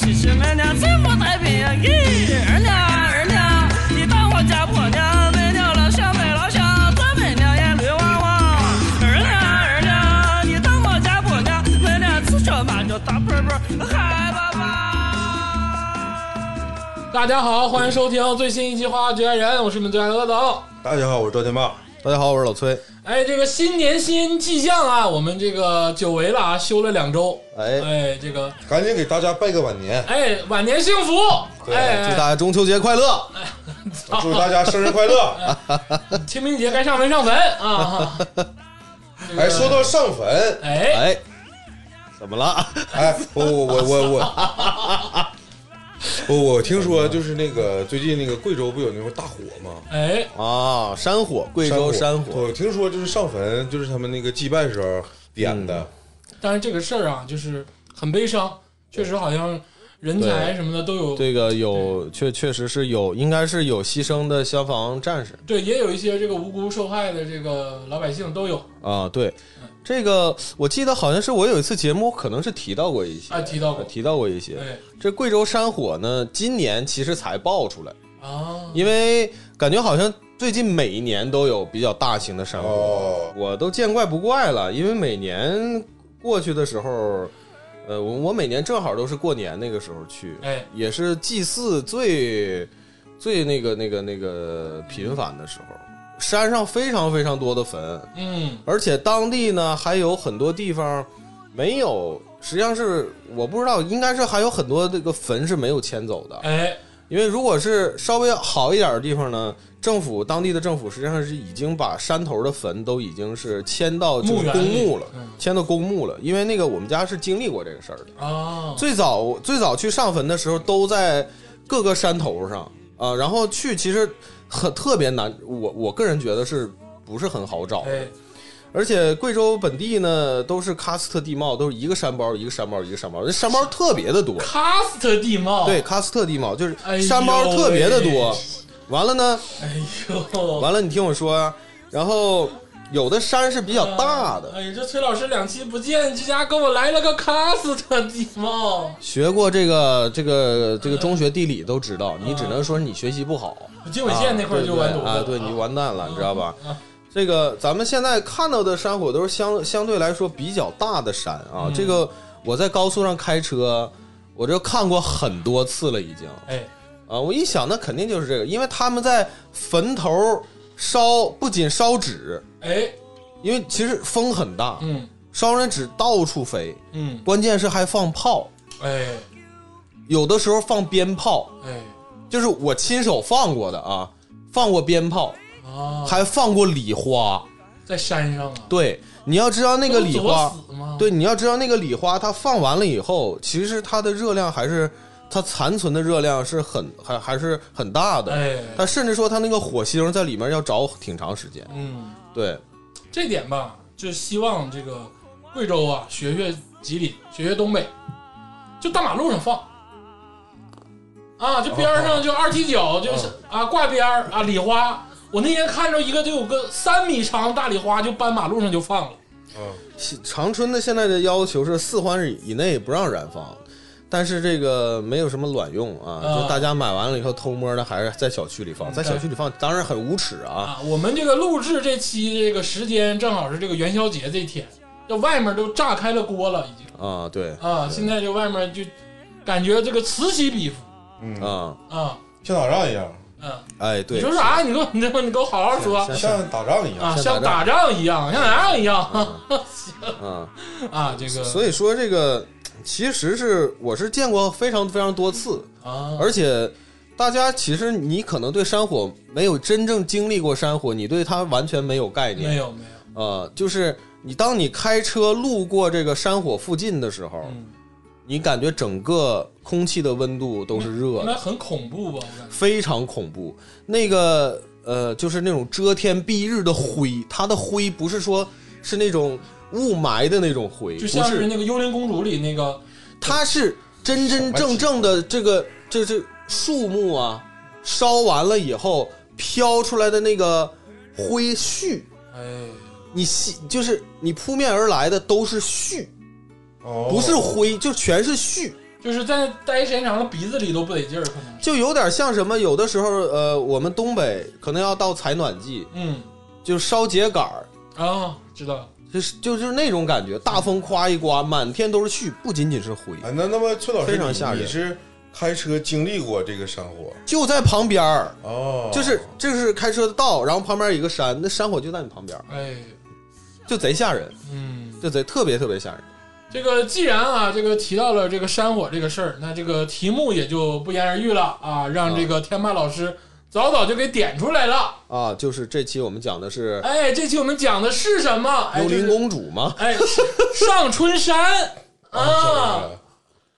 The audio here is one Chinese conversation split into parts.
其实俺俩幸福太平洋。咦，二娘二娘，你当我家婆娘，卖掉了小卖老乡，做媚娘也绿汪汪。二娘二娘，你当我家婆娘，俺俩吃着嘛叫大盆盆，嗨爸爸。大家好，欢迎收听最新一期《花花局爱人》，我是你们最爱的阿总。大家好，我是赵天霸。大家好，我是老崔。哎，这个新年新气象啊，我们这个久违了啊，休了两周。哎哎，这个赶紧给大家拜个晚年，哎，晚年幸福。对哎，祝大家中秋节快乐！ 祝大家生日快乐！ 清明节该上坟上坟啊。这个哎，说到上坟，哎，哎，怎么 了？哎，我我我我我，我我听说就是那个最近那个贵州不有那种大火吗？哎，啊，山火，贵州山火，我听说就是上坟，就是他们那个祭拜时候点的，但是这个事儿啊，就是很悲伤，确实好像人才什么的都有，这个有确确实是有，应该是有牺牲的消防战士对，也有一些这个无辜受害的这个老百姓都有啊。对，这个我记得好像是我有一次节目可能是提到过一些，啊，提到过，提到过一些。对这贵州山火呢，今年其实才爆出来，啊，因为感觉好像最近每一年都有比较大型的山火。哦，我都见怪不怪了，因为每年过去的时候，呃，我我每年正好都是过年那个时候去，哎也是祭祀最最那个那个那个频繁的时候，山上非常非常多的坟，嗯而且当地呢还有很多地方没有，实际上是我不知道，应该是还有很多这个坟是没有迁走的，哎因为如果是稍微好一点的地方呢，政府当地的政府实际上是已经把山头的坟都已经是迁到就墓是园公里墓了嗯，迁到公墓了。因为那个我们家是经历过这个事儿的。啊，最早最早去上坟的时候，都在各个山头上啊，然后去其实很特别难，我我个人觉得是不是很好找的。哎而且贵州本地呢都是喀斯特地貌，都是一个山包一个山包一个山包，那山包特别的多。喀斯特地貌，对，，喀斯特地貌就是哎呦哎山包特别的多喂。完了呢，哎呦，完了你听我说啊，然后有的山是比较大的，哎呀，这崔老师两期不见，这家给我来了个喀斯特地貌，学过这个这个这个中学地理都知道，你只能说你学习不好。经纬线那块儿就完犊子了啊，对你完蛋了，你知道吧啊？这个咱们现在看到的山火都是相相对来说比较大的山嗯啊。这个我在高速上开车，我这看过很多次了，已经。哎啊，我一想，那肯定就是这个，因为他们在坟头烧，不仅烧纸，哎，因为其实风很大，嗯烧人纸到处飞，嗯，关键是还放炮，哎有的时候放鞭炮，哎就是我亲手放过的啊，放过鞭炮，啊，还放过礼花。在山上啊，对，你要知道那个礼花都作死吗，对，你要知道那个礼花，它放完了以后，其实它的热量还是它残存的热量是很还还是很大的。哎他甚至说他那个火星在里面要着挺长时间。嗯，对，这点吧，就希望这个贵州啊，学学吉林，学学东北，就大马路上放。啊，就边儿哦上就二踢脚，就是啊挂边儿啊礼花。我那天看着一个就有个三米长大礼花，就搬马路上就放了。嗯，西长春的现在的要求是四环以内不让燃放，但是这个没有什么卵用啊，啊就大家买完了以后偷摸的还是在小区里放，在小区里放当然很无耻啊。啊，我们这个录制这期这个时间正好是这个元宵节这天，这外面都炸开了锅了，已经啊，对，啊，现在这外面就感觉这个此起彼伏啊，啊，像打仗一样，嗯，哎，对，你说啥？你给我，你给我，你给我好好说像像打仗一样。啊，像像打打嗯仗一样，像打仗一样 啊，啊，这个所以说这个其实是我是见过非常非常多次，啊，而且大家其实你可能对山火没有真正经历过山火，你对它完全没有概念没。有没有，呃，就是你当你开车路过这个山火附近的时候，嗯，你感觉整个空气的温度都是热那的，很恐怖吧？我感觉非常恐怖。那个呃，就是那种遮天蔽日的灰，它的灰不是说是那种雾霾的那种灰，就不像是是，那个《幽灵公主》里那个它是真真正正的这个这这树木啊，烧完了以后飘出来的那个灰絮，哎。你吸就是你扑面而来的都是絮。哦不是灰，就全是絮。就是在待时间长了，鼻子里都不得劲儿，可能是。就有点像什么，有的时候呃，我们东北可能要到采暖季，嗯就烧秸秆儿，啊，知道了。就是就是那种感觉，大风夸一刮，满天都是絮，不仅仅是灰，啊，那那么崔老师，非常你吓人你是开车经历过这个山火就在旁边儿，哦？就是这是开车的道，然后旁边有一个山，那山火就在你旁边儿，哎，就贼吓人，嗯，就贼特别特别吓人。这个既然啊，这个提到了这个山火这个事儿，那这个题目也就不言而喻了啊，让这个天霸老师早早就给点出来了。啊，就是这期我们讲的是哎，这期我们讲的是什么？哎，幽灵就是公主吗？哎，是上春 山啊知道啊了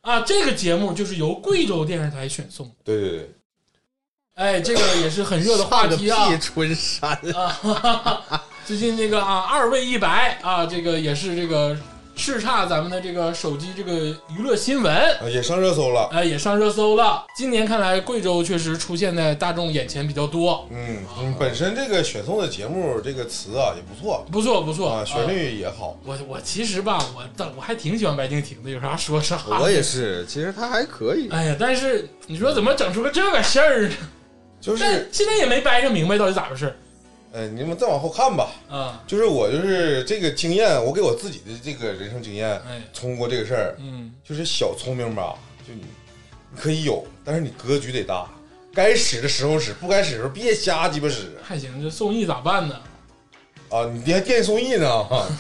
啊！这个节目就是由贵州电视台选送的。对对对，哎，这个也是很热的话题啊上个屁春山啊！哈哈哈最近这个啊，二位一白啊，这个也是这个叱咤咱们的这个手机这个娱乐新闻。啊也上热搜了，哎，也上热搜了。今年看来，贵州确实出现在大众眼前比较多，嗯，嗯本身这个选送的节目这个词啊也不错不错不错啊，旋啊律也好，我我其实吧，我但我还挺喜欢白敬亭的，有啥说啥。我也是，其实他还可以。哎呀，但是你说怎么整出个这个事儿呢？就但是现在也没掰扯明白到底咋回事呃，你们再往后看吧。儿啊。就是我就是这个经验，我给我自己的这个人生经验，哎，通过这个事儿，嗯，就是小聪明吧，就你你可以有，但是你格局得大，该使的时候使，不该使的时候别瞎鸡巴使还行，这宋轶咋办呢？啊！你还电送艺呢，啊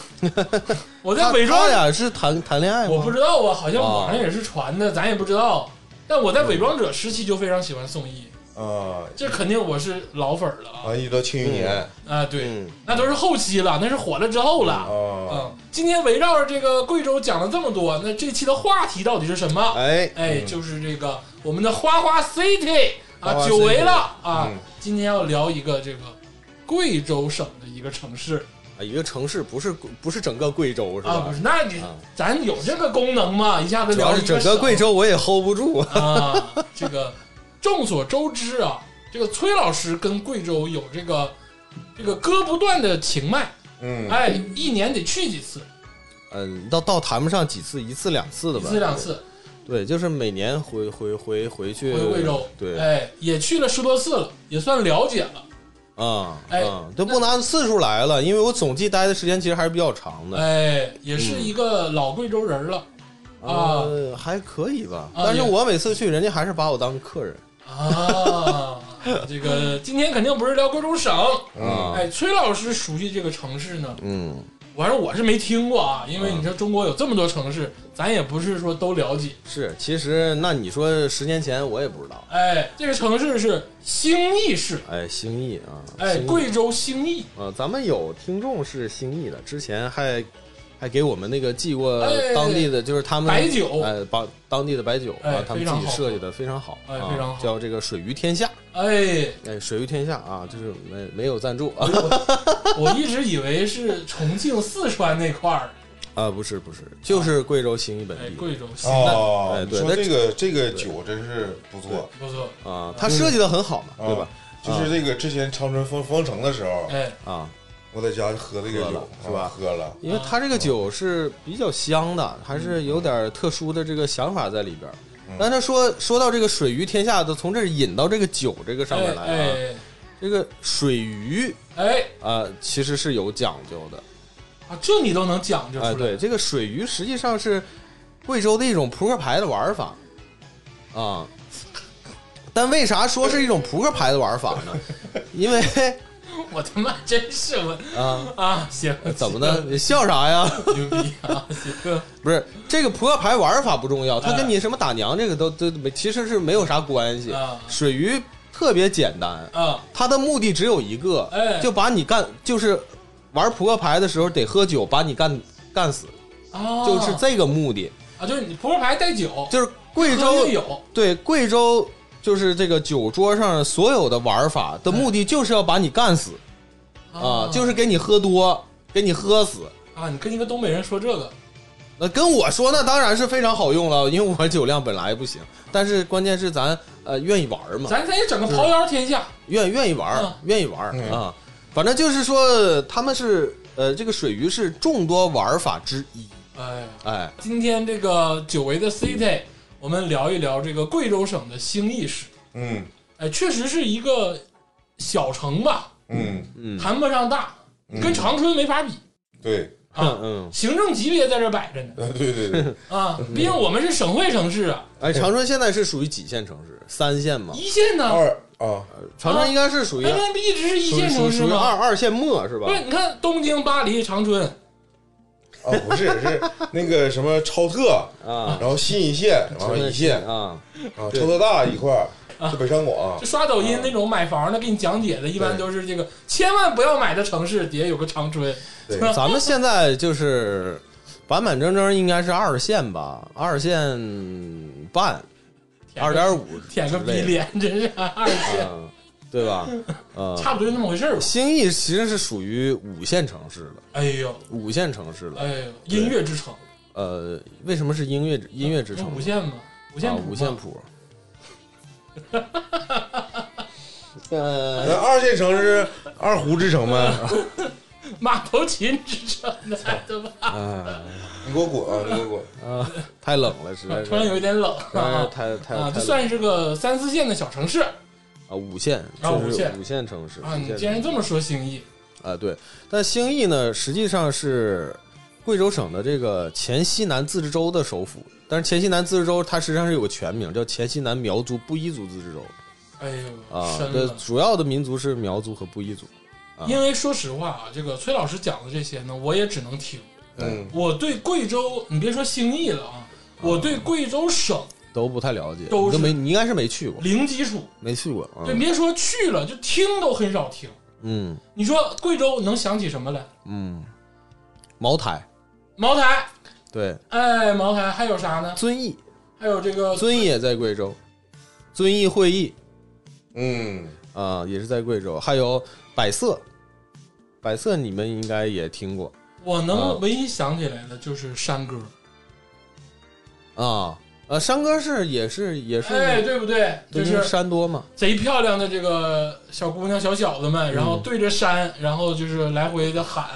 我在他伪装他，俩是谈谈恋爱吗？我不知道啊，好像网上也是传的，咱也不知道。但嗯我在伪装者时期就非常喜欢宋轶， 啊这肯定我是老粉儿了啊啊！一直到庆余年啊！对，嗯，那都是后期了，那是火了之后了。啊，嗯，今天围绕着这个贵州讲了这么多，那这期的话题到底是什么？哎，哎，就是这个我们的花花 City 花啊，花久违 City 了啊嗯，今天要聊一个这个贵州省的一个城市啊一个城市不是不是整个贵州是吧？啊，不是？那你啊咱有这个功能吗？一下子主聊要一是整个个省贵州我也 hold 不住。啊，这个众所周知啊，这个崔老师跟贵州有这个这个割不断的情脉，嗯，哎，一年得去几次，嗯，倒倒谈不上几次，一次两次的一吧。次两。次对，就是每年回回回回去回贵州，对，哎，也去了十多次了，也算了解了。啊，哎嗯，都不拿次数来了，因为我总计待的时间其实还是比较长的。哎，也是一个老贵州人了呃，还可以吧，啊但是也我每次去，人家还是把我当客人啊。这个 今天肯定不是聊贵州省，嗯啊。哎，崔老师熟悉这个城市呢，嗯，反正我是没听过啊，因为你说中国有这么多城市，咱也不是说都了解。是，其实那你说十年前我也不知道，哎，这个城市是兴义市，哎，兴义啊，哎，兴义贵州兴义，啊，咱们有听众是兴义的，之前还还给我们那个寄过哎当地的，就是他们白酒哎，把当地的白酒哎啊，他们自己设计的非常好，哎啊非常好叫这个水于天下，哎，哎，水于天下啊，就是没没有赞助啊 我一直以为是重庆、四川那块儿，啊，不是不是，就是贵州兴义本哎，地。贵州兴义哦哎，你对说那这个这个酒真是不错，不错，啊，它设计的很好嘛，啊对吧？？就是这个之前长春封封城的时候，哎，啊，我在家喝这个喝酒了是吧啊喝了，因为它这个酒是比较香的，嗯还是有点特殊的这个想法在里边儿。但是说说到这个水于天下，都从这儿引到这个酒这个上面来啊。哎这个水鱼哎哎啊、呃其实是有讲究的。啊，这你都能讲究出哎、来，对，这个水鱼实际上是贵州的一种扑克牌的玩法 啊。但为啥说是一种扑克牌的玩法呢？因为 我他妈真是我啊，啊，行，怎么的？你笑啥呀？ 牛逼啊，行，不是这个扑克牌玩法不重要，哎它跟你什么打娘这个都都没，其实是没有啥关系啊。水鱼特别简单，啊，它的目的只有一个哎，就把你干，就是玩扑克牌的时候得喝酒，把你干干死，啊，就是这个目的。啊，就是你扑克牌带酒，就是贵喝州越有，对贵州就是这个酒桌上所有的玩法的目哎的就是要把你干死啊，就是给你喝多，给你喝死。啊，你跟一个东北人说这个，那跟我说，那当然是非常好用了，因为我酒量本来不行，但是关键是咱呃愿意玩嘛，咱咱也整个桃摇天下，愿愿意玩嗯，愿意玩嗯啊。反正就是说，他们是呃，这个水鱼是众多玩法之一。哎，哎，今天这个久违的 City，我们聊一聊这个贵州省的兴义市。嗯哎，确实是一个小城吧，嗯，嗯谈不上大，嗯跟长春没法比。对，啊，嗯，行政级别在这摆着呢呃对对对，啊！毕竟我们是省会城市啊，嗯哎，长春现在是属于几线城市？三线嘛？一线呢，二啊，长春应该是属于那那不一直是一属于线属于城市属于二吗？二线末是吧不？是，你看东京、巴黎、长春，啊，不是，是那个什么超特，啊，然后新一线，然后一线啊，啊，超特大一块儿，就北上广就，刷抖啊音那种买房的给你讲解的，一般都是这个千万不要买的城市底下有个长春，对是吧咱们现在就是板板正正应该是二线吧，二线半，舔二个点五，舔个逼脸，真是二线，嗯，对吧？呃，差不多就那么回事儿吧。兴义其实是属于五线城市了，哎呦，五线城市了。哎呦，音乐之城，呃，为什么是音乐音乐之城？五线嘛，五啊线谱嘛，五 线谱。那呃，二线城市二胡之城呗，马头琴之 城哎的，对吧？啊你给我滚啊，你给我滚，啊，太冷了，实在是突然有一点冷哎啊，太太啊，这太冷算是个三四线的小城市啊五线，啊就是五线五线城市啊。你五线既然城市这么说，兴义，啊，对，但兴义呢，实际上是贵州省的这个黔西南自治州的首府，但是黔西南自治州它实际上是有个全名，叫黔西南苗族布依族自治州哎呦，啊。深对，了。主要的民族是苗族和布依族。啊因为说实话啊，这个崔老师讲的这些呢，我也只能听。 嗯，我对贵州，你别说兴义了啊，我对贵州省都不太了解，都你是没，你应该是没去过，零基础，没去过啊对，。别说去了，就听都很少听。嗯你说贵州能想起什么来？嗯，茅台，茅台，对，哎，茅台还有啥呢？遵义，还有这个遵义也在贵州，遵义会议嗯，啊、也是在贵州，还有百色，百色你们应该也听过我啊能唯一想起来的就是山歌，啊。呃，山歌是也是也是，哎，对不对？对就因为是山多嘛，贼漂亮的这个小姑娘、小小子们，然后对着山，然后就是来回的喊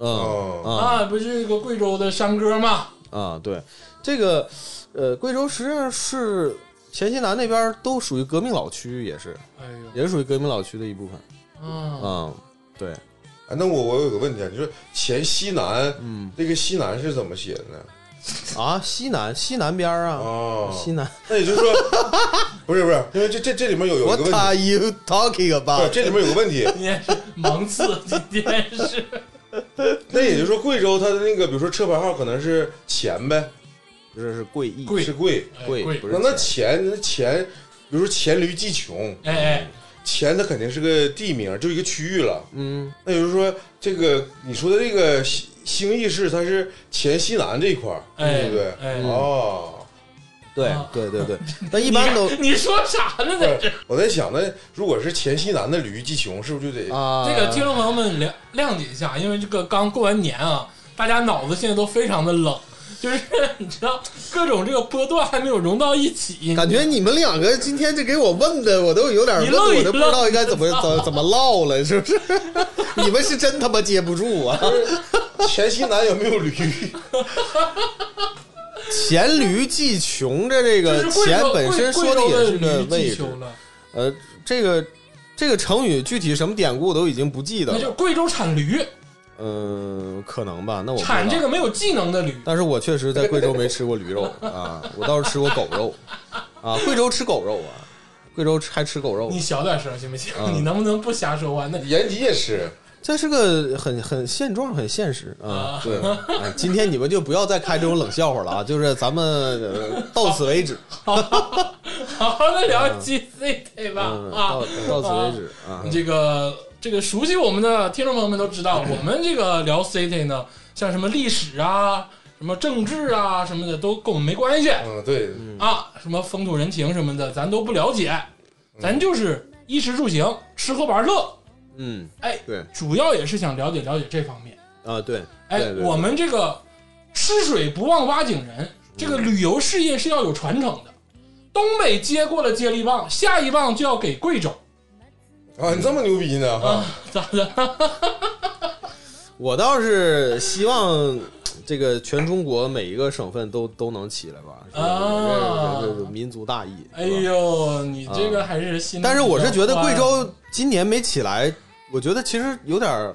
嗯哦，啊啊，不是这个贵州的山歌吗？啊，对，这个呃，贵州实际上是黔西南那边都属于革命老区，也是哎呦，也是属于革命老区的一部分。啊，嗯，对，哎，那我我有个问题啊，就是黔西南嗯这个西南是怎么写的呢？啊，西南西南边儿啊，哦，西南。那也就是说， 不是不是，因为这这这里面有有一个问题， you talking 不是这里面有个问题，嗯今天是 盲刺，今天是那也就是说贵州它的那个，比如说车牌号可能是黔呗，不是是贵义，贵是贵，哎贵贵不，是那那黔黔那黔，比如说黔驴技穷，哎哎，黔它肯定是个地名，就一个区域了。嗯那也就是说，这个你说的这个兴兴义市，它是黔西南这一块儿，哎对不对？哎哦，对啊对对对， 但一般都你你说啥呢？在这我在想，那如果是黔西南的驴技穷，是不是就得？啊这个听众朋友们谅谅解一下，因为这个刚过完年啊，大家脑子现在都非常的冷，就是你知道各种这个波段还没有融到一起，感觉你们两个今天这给我问的，我都有点你问，愣我都不一愣知道应该怎么怎怎么唠了，是 不是？你们是真他妈接不住啊！黔西南有没有驴？ 黔驴技穷的这就是个贵黔州本身说贵贵州也的是个驴位技置穷，了，呃，这个这个成语具体什么典故我都已经不记得那就是了，贵州产驴，嗯，可能吧，那我不知道产这个没有技能的驴，但是我确实在贵州没吃过 驴肉啊，我倒是吃过狗肉啊，贵州吃狗肉啊，贵州还吃狗肉你，小点声行不行？嗯你能不能不瞎说话？那延吉也吃，这是个很很现状，很现实啊啊。 对，啊今天你们就不要再开这种冷笑话了啊，就是咱们呃到此 为止，好好的聊 G C 对吧？嗯，啊到，到此为止啊。这个这个熟悉我们的听众朋友们都知 道，我们这个聊 City 呢，像什么历史啊、什么政治啊什么的，都跟我们没关系嗯，对，啊。什么风土人情什么的，咱都不了解，咱就是衣食住行、吃喝玩乐，嗯，哎，对主要也是想了解了解这方面。啊，对，哎对对，对嗯我们这个吃水不忘挖井人，这个旅游事业是要有传承的。东北接过了接力棒，下一棒就要给贵州啊，你这么牛逼呢？哈啊，咋的？我倒是希望这个全中国每一个省份都都能起来吧？是吧啊这个这个民族大义。哎是吧，呦，你这个还是心里比较宽，嗯但是我是觉得贵州今年没起来，我觉得其实有点儿，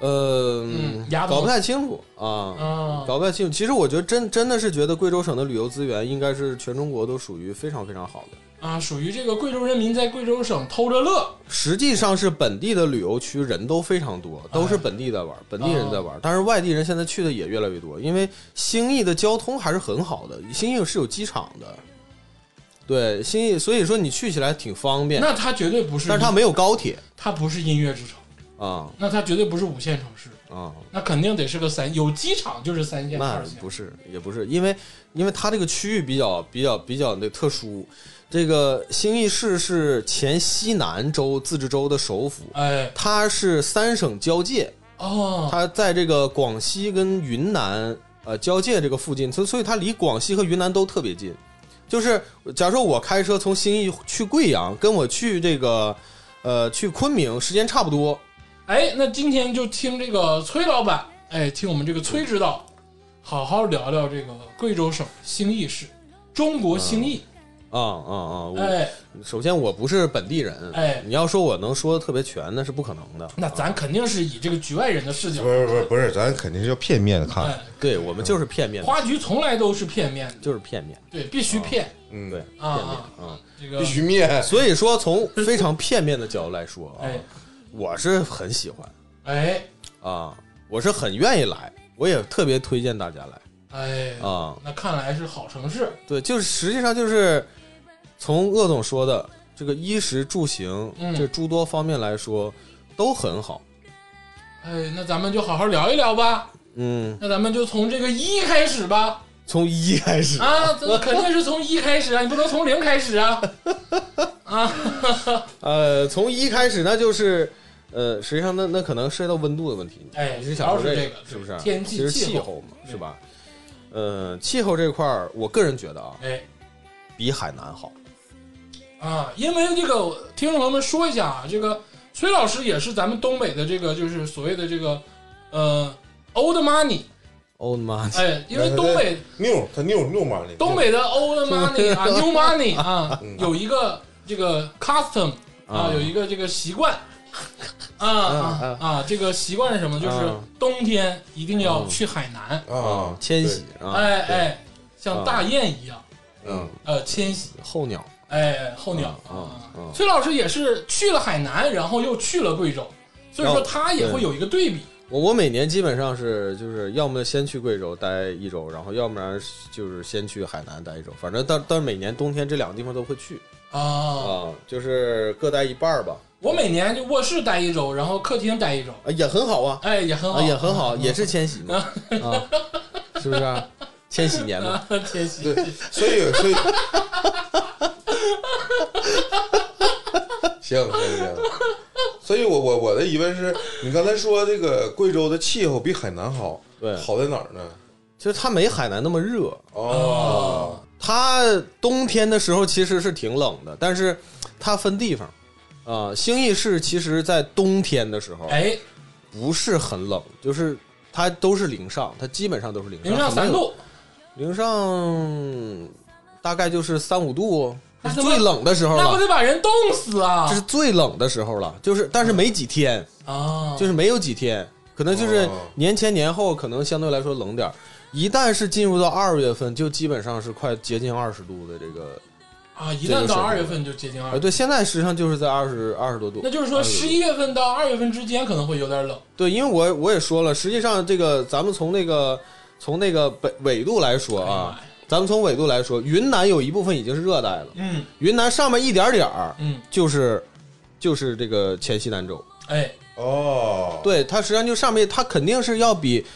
呃嗯，牙疼搞不太清楚啊。啊，搞不太清楚。其实我觉得真真的是觉得贵州省的旅游资源应该是全中国都属于非常非常好的。啊，属于这个贵州人民在贵州省偷着乐，实际上是本地的旅游区人都非常多，嗯都是本地在玩，本地人在哦玩。但是外地人现在去的也越来越多，因为兴义的交通还是很好的，嗯兴义是有机场的，对兴义，所以说你去起来挺方便。那它绝对不是，但是它没有高铁它不是音乐之城，啊那它绝对不是五线城市，啊，那肯定得是个三，有机场就是三线、那二线，不是也不是，因为因为它这个区域比较比较比较那特殊。这个兴义市是前西南州自治州的首府，哎，它是三省交界，哦，它在这个广西跟云南呃交界这个附近，所以所以它离广西和云南都特别近。就是假如说我开车从兴义去贵阳，跟我去这个呃去昆明时间差不多，哎，那今天就听这个崔老板，哎，听我们这个崔指导，好好聊聊这个贵州省兴义市，中国兴义，啊啊啊！我哎，首先我不是本地人，哎你要说我能说的特别全，那是不可能的。那咱肯定是以这个局外人的视角不，是不是不是，咱肯定是要片面的嗯看。哎，对我们就是片面的，花局从来都是片面的，就是片面，对，必须骗嗯，对，，啊片面啊，啊。这个必须面。所以说，从非常片面的角度来说啊哎，我是很喜欢哎啊，我是很愿意来，我也特别推荐大家来哎，啊。那看来是好城市，对，就是实际上就是从鄂总说的这个衣食住行嗯这诸多方面来说都很好。哎，那咱们就好好聊一聊吧。嗯，那咱们就从这个一开始吧。从一开始，啊，这肯定是从一开始啊，你不能从零开始 啊。呃，从一开始那就是。呃，实际上那那可能涉及到温度的问题，哎你是想说主要是这这个是不是？啊天气其实气气候候嘛，对是吧？呃，气候这块儿，我个人觉得啊，哎比海南好。啊，因为这个听众朋友们说一下啊，这个崔老师也是咱们东北的这个就是所谓的这个呃 old money， Old money，哎，因为东北妞，他妞妞妈那东北的 old money 啊 new money 啊嗯有一个这个 custom 啊啊有一个这个习惯。啊啊啊！这个习惯是什么？就是啊冬天一定要嗯去海南，啊，迁徙啊，哎哎，像啊大雁一样，对，嗯，呃，迁徙。候鸟哎，候鸟啊啊啊崔老师也是去了海南，然后又去了贵州，所以说他也会有一个对比。我我每年基本上是就是要么先去贵州待一周，然后要不然就是先去海南待一周，反正但但是每年冬天这两个地方都会去啊，啊，就是各待一半儿吧，我每年就卧室待一周，然后客厅待一周，啊也很好啊，哎，也哎很好，啊也很好，也是迁徙嘛，啊，是不是啊？千禧年嘛， 啊， 迁徙对，所以所以，行行行，所以我我我的疑问是，你刚才说这个贵州的气候比海南好，对好在哪儿呢？就是它没海南那么热，哦，它冬天的时候其实是挺冷的，但是它分地方，啊、兴义市其实在冬天的时候哎，不是很冷，就是它都是零上，它基本上啊都是零上，零上三，度，零上大概就是三五度，那这是他妈最冷的时候那不了，得把人冻死啊这！是最冷的时候了，就是但是没几天，啊，就是没有几天，可能就是哦年前年后可能相对来说冷点儿。一旦是进入到二月份，就基本上是快接近二十度的这个啊，一旦这个到是二月份就接近二啊，，对，现在实际上就是在二十二十多度那。就是说十一月份到二月份之间可能会有点冷。对，因为我我也说了，实际上这个咱们从那个从那个北纬度来说啊哎呀妈，咱们从纬度来说，云南有一部分已经是热带了，嗯云南上面一点点儿嗯，就是就是这个黔西南州，哎，哦，对，它实际上就上面它肯定是要比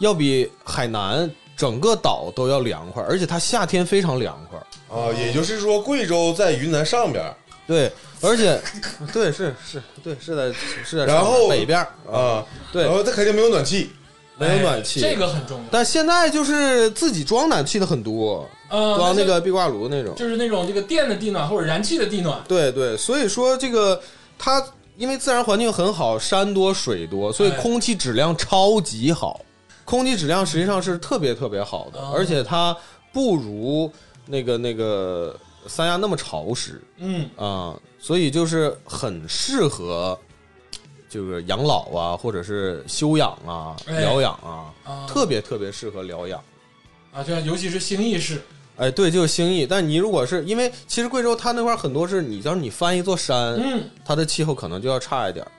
要比海南整个岛都要凉快，而且它夏天非常凉快。啊，也就是说，贵州在云南上边儿对，而且，对，是是，对，是在是在然上面后北边儿，啊，对然，后它肯定没有暖气，没有暖气哎这个很重要。但现在就是自己装暖气的很多，呃，装那就个壁挂炉那种。就是那种这个电的地暖或者燃气的地暖，对对，所以说这个它因为自然环境很好，山多水多，所以哎空气质量超级好。空气质量实际上是特别特别好的，哦而且它不如那个那个三亚那么潮湿嗯，啊、所以就是很适合就是养老啊，或者是休养啊、哎疗养啊，啊特别特别适合疗养。啊，对啊，尤其是兴义市，哎，对，就是兴义。但你如果是因为其实贵州它那块儿很多是你，要是你翻一座山，嗯它的气候可能就要差一点儿，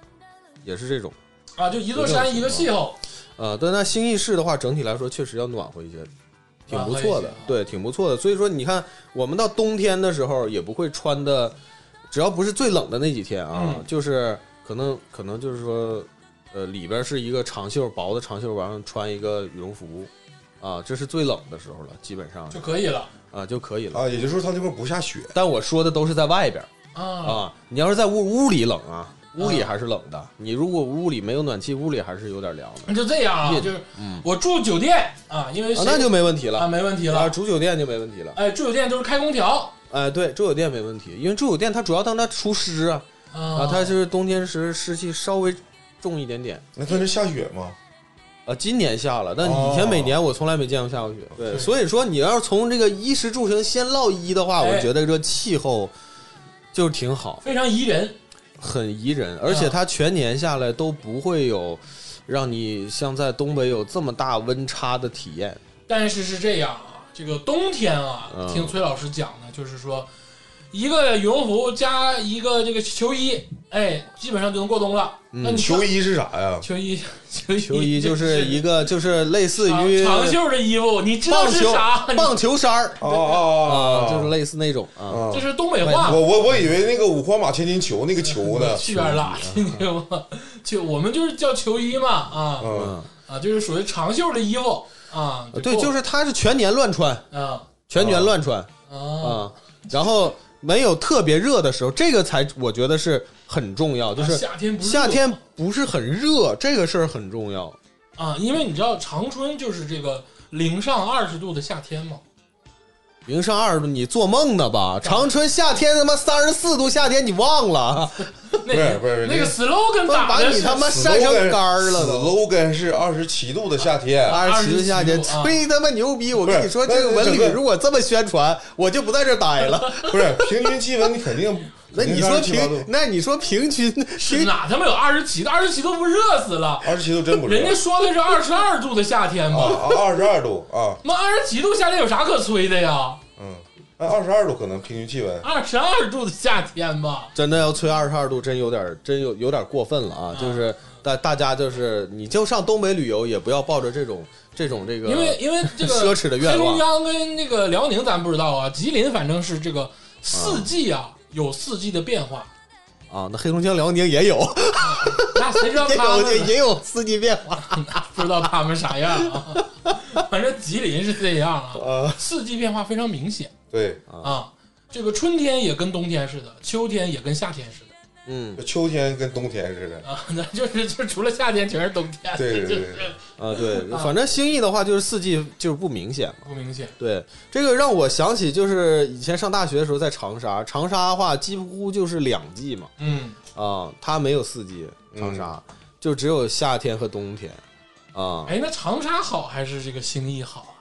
也是这种。啊，就一座山一个气候，呃，但那兴义市的话，整体来说确实要暖和一些，挺不暖和一错的些啊，对，挺不错的。所以说，你看我们到冬天的时候也不会穿的，只要不是最冷的那几天啊，嗯就是可能可能就是说，呃，里边是一个长袖薄的长袖，完了穿一个羽绒服，啊，这是最冷的时候了，基本上就可以了啊就可以了。啊，也就是说它那块不下雪，但我说的都是在外边儿啊啊，你要是在屋屋里冷啊，屋里还是冷的。你如果屋里没有暖气，屋里还是有点凉的。就这样啊，夜就是嗯我住酒店啊，因为谁、，啊那就没问题了啊没问题啊，了，住酒店就没问题了。哎，住酒店就是开空调哎，对，住酒店没问题，因为住酒店它主要当它除湿啊，啊，啊它就是冬天时湿气稍微重一点点。那它是下雪吗？啊，今年下了，但哦以前每年我从来没见过下过雪。对，是所以说你要是从这个衣食住行先唠衣的话，我哎觉得这气候就是挺好，非常宜人，很宜人，而嗯且它全年下来都不会有让你像在东北有这么大温差的体验。但是是这样啊，这个冬天啊，嗯听崔老师讲的，就是说一个羽绒服加一个这个球衣，哎，基本上就能过冬了。嗯那你球衣衣是啥呀？球衣球衣秋衣就是一个就是类似于长长袖的衣服，你知道棒是球啥？你棒球 衫儿哦哦啊，就是类似那种啊。啊这是东北话我，我我以为那个五花马千金球那个球嗯呢，去边儿啊拉，听见吗？就我们就是叫球衣嘛，啊嗯，嗯，啊，就是属于长袖的衣服啊。对，就是是它是全年乱穿，啊全年乱穿啊，啊。然后没有特别热的时候，这个才我觉得是很重要，就啊是夏天不是夏热天不是很热，这个事儿很重要。啊，因为你知道长春就是这个零上二十度的夏天嘛。零上二十度，你做梦呢吧？长春夏天他妈三十四度，夏天你忘 了？那不是不是那个 slogan 打把的你是他妈晒成干儿了都。 slogan 是二十七度的夏天，二十七度夏天27度啊吹他妈牛逼！我不是跟你说，这个那文整旅个如果这么宣传，我就不在这儿待 了。不是平均气温，你肯定那你说七八度平，，那你说平 均是平哪他妈有二十七度？二十七度不热死了？二十七度真不热人家说的是二十二度的夏天啊哦嘛，啊，二十二度啊，妈二十七度夏天有啥可吹的呀？嗯，那二十二度可能平均气温，二十二度的夏天嘛，真的要吹二十二度，真有点儿真有有点儿过分了啊！啊就是大大家就是，你就上东北旅游，也不要抱着这种这种这个，因为因为这 奢个侈的黑愿龙望。江跟那个辽宁咱不知道啊，吉林反正是这个四季啊有四季的变化，啊，那黑龙江、辽宁也有，那谁知道 也他有们呢也有四季变化。 不知道他们啥样啊？ 反正吉林是这样啊，呃，四季变化非常明显对，啊，这个春天也跟冬天似的，秋天也跟夏天似的。嗯就秋天跟冬天似的，啊， 那就是就除了夏天全是冬天，对对就对是啊，对，反正兴义的话就是四季就是不明显嘛。不明显。对，这个让我想起就是以前上大学的时候在长沙，长沙的话几乎就是两季嘛，嗯，啊，它没有四季，长沙、就只有夏天和冬天，啊，哎，那长沙好还是这个兴义好啊？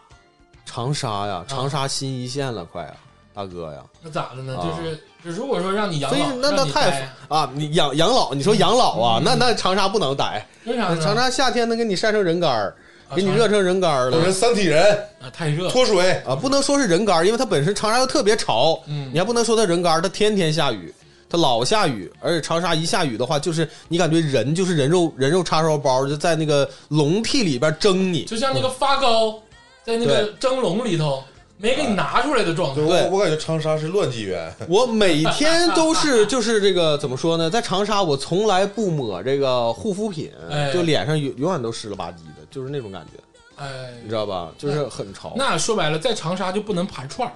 长沙呀，长沙新一线了，快呀，大哥呀，那咋的呢？啊就是就如果说让你养非老，那那让你太待啊，你养养老，你说养 老啊，那那长沙不能待，为啥呢？长沙夏天能给你晒成人干儿，嗯啊给你长热成人干儿都了是三体人啊，太热了。脱水，啊，不能说是人干儿，因为它本身长沙又特别潮，嗯你还不能说它人干儿，它天天下雨。它老下雨，而且长沙一下雨的话，就是你感觉人就是人肉人肉叉烧包，就在那个笼屉里边蒸你。就像那个发糕，在那个蒸笼里头没哎给你拿出来的状态对，对我我感觉长沙是乱纪元，我每天都是就是这个怎么说呢，在长沙我从来不抹这个护肤品，哎就脸上永永远都湿了吧唧的，就是那种感觉，哎你，知道吧？就是很潮那说白了，在长沙就不能盘串儿，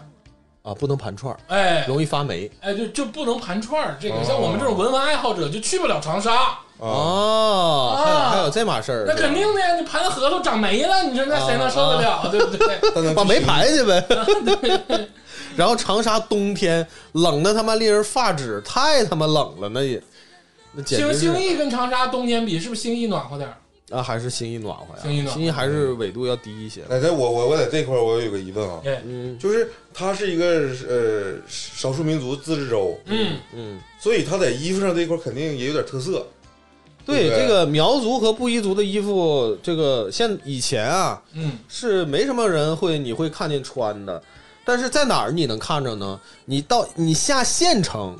啊，不能盘串儿，哎容易发霉哎，就就不能盘串儿。这个哦像我们这种文玩爱好者就去不了长沙，啊，哦。还有啊还有这码事儿，那肯定的呀，你盘核桃长霉了，你说那谁能受得啊了，对不 对？但能把去霉兴盘去呗。 然后长沙冬天冷的他妈令人发指，太他妈冷了，那也那简兴直是兴义跟长沙冬天比，是不是兴义暖和点儿？啊，还是兴义暖和呀，兴义暖和还是纬度要低一些。奶奶，我我我在这块儿我有个疑问啊，哎，嗯就是它是一个呃少数民族自治州，嗯，嗯，所以它在衣服上这一块儿肯定也有点特色。对，对这个苗族和布依族的衣服，这个现以前啊嗯，是没什么人会你会看见穿的，但是在哪儿你能看着呢？你到你下县城，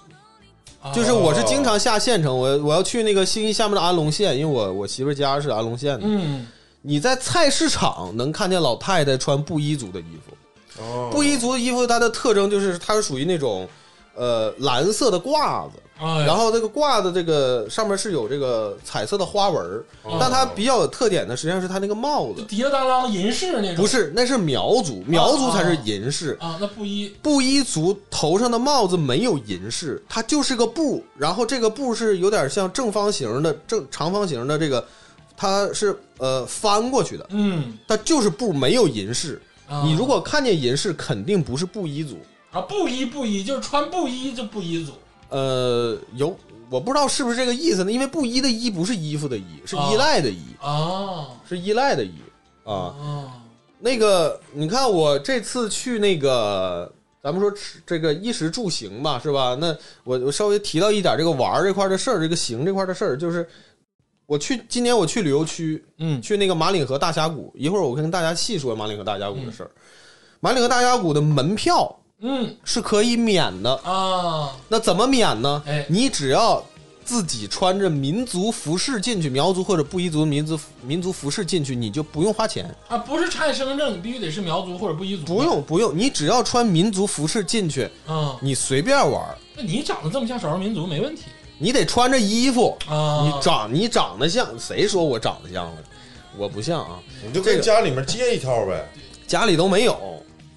啊就是我是哦经常下县城，我我要去那个兴义下面的安龙县，因为我我媳妇儿家是安龙县的。嗯，你在菜市场能看见老太太穿布依族的衣服，哦布依族的衣服它的特征就是它是属于那种，呃，蓝色的褂子，哎，然后这个褂子这个上面是有这个彩色的花纹儿，哦但它比较有特点的实际上是它那个帽子，滴了当啷银饰嗯那种，不是，那是苗哦族，苗族才是银饰，啊，那布衣布依族头上的帽子没有银饰，它就是个布，然后这个布是有点像正方形的正长方形的这个，它是呃翻过去的，嗯，它就是布，没有银饰。啊你如果看见银饰，肯定不是布依族。啊布衣布衣就是穿布衣就布衣族，呃，有我不知道是不是这个意思呢？因为布依的依不是衣服的依，是啊依赖的依，啊是依赖的依啊。啊，那个，你看我这次去那个，咱们说吃这个衣食住行吧，是吧？那我我稍微提到一点这个玩儿这块儿的事儿，这个行这块儿的事儿，就是我去今年我去旅游区，嗯去那个马岭河大峡谷，一会儿我跟大家细说马岭河大峡谷的事儿。马岭河大峡谷的门票嗯是可以免的，啊，那怎么免呢？哎你只要自己穿着民族服饰进去，苗族或者布依族民族民族服饰进去，你就不用花钱。啊，不是查你身份证，你必须得是苗族或者布依族，不，用不用，你只要穿民族服饰进去，啊，你随便玩儿，那你长得这么像少数民族没问题你得穿着衣服。啊，你长你长得像，谁说我长得像了？我不像啊，你就这跟个家里面借一套呗。家里都没有，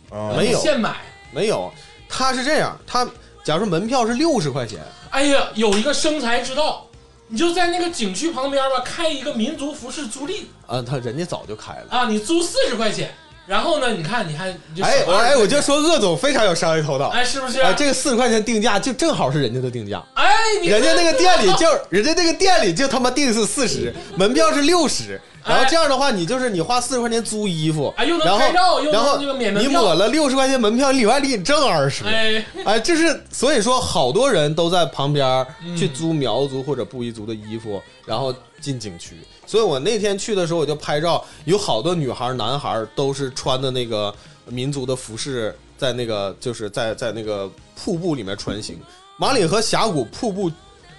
啊，没有现买，没有。他是这样，他假如说门票是六十块钱，哎呀，有一个生财之道，你就在那个景区旁边吧，开一个民族服饰租赁啊，他人家早就开了。啊，你租四十块钱，然后呢，你看你还你就哎，省我哎， 20我就说鄂总非常有商业头脑。哎，是不是？啊，这个四十块钱定价就正好是人家的定价，哎，你人家那个店 里就人家那个店里就他妈定是四十，哎门票是六十，然后这样的话你就是你花四十块钱租衣服，哎又能然后拍照又能然后这个免门你票抹了六十块钱门票，里外里你挣二十，哎， 哎，这是所以说好多人都在旁边嗯去租苗族或者布依族的衣服，然后进景区。所以我那天去的时候我就拍照，有好多女孩儿、男孩儿都是穿的那个民族的服饰，在那个就是在在那个瀑布里面穿行。马里河峡谷瀑布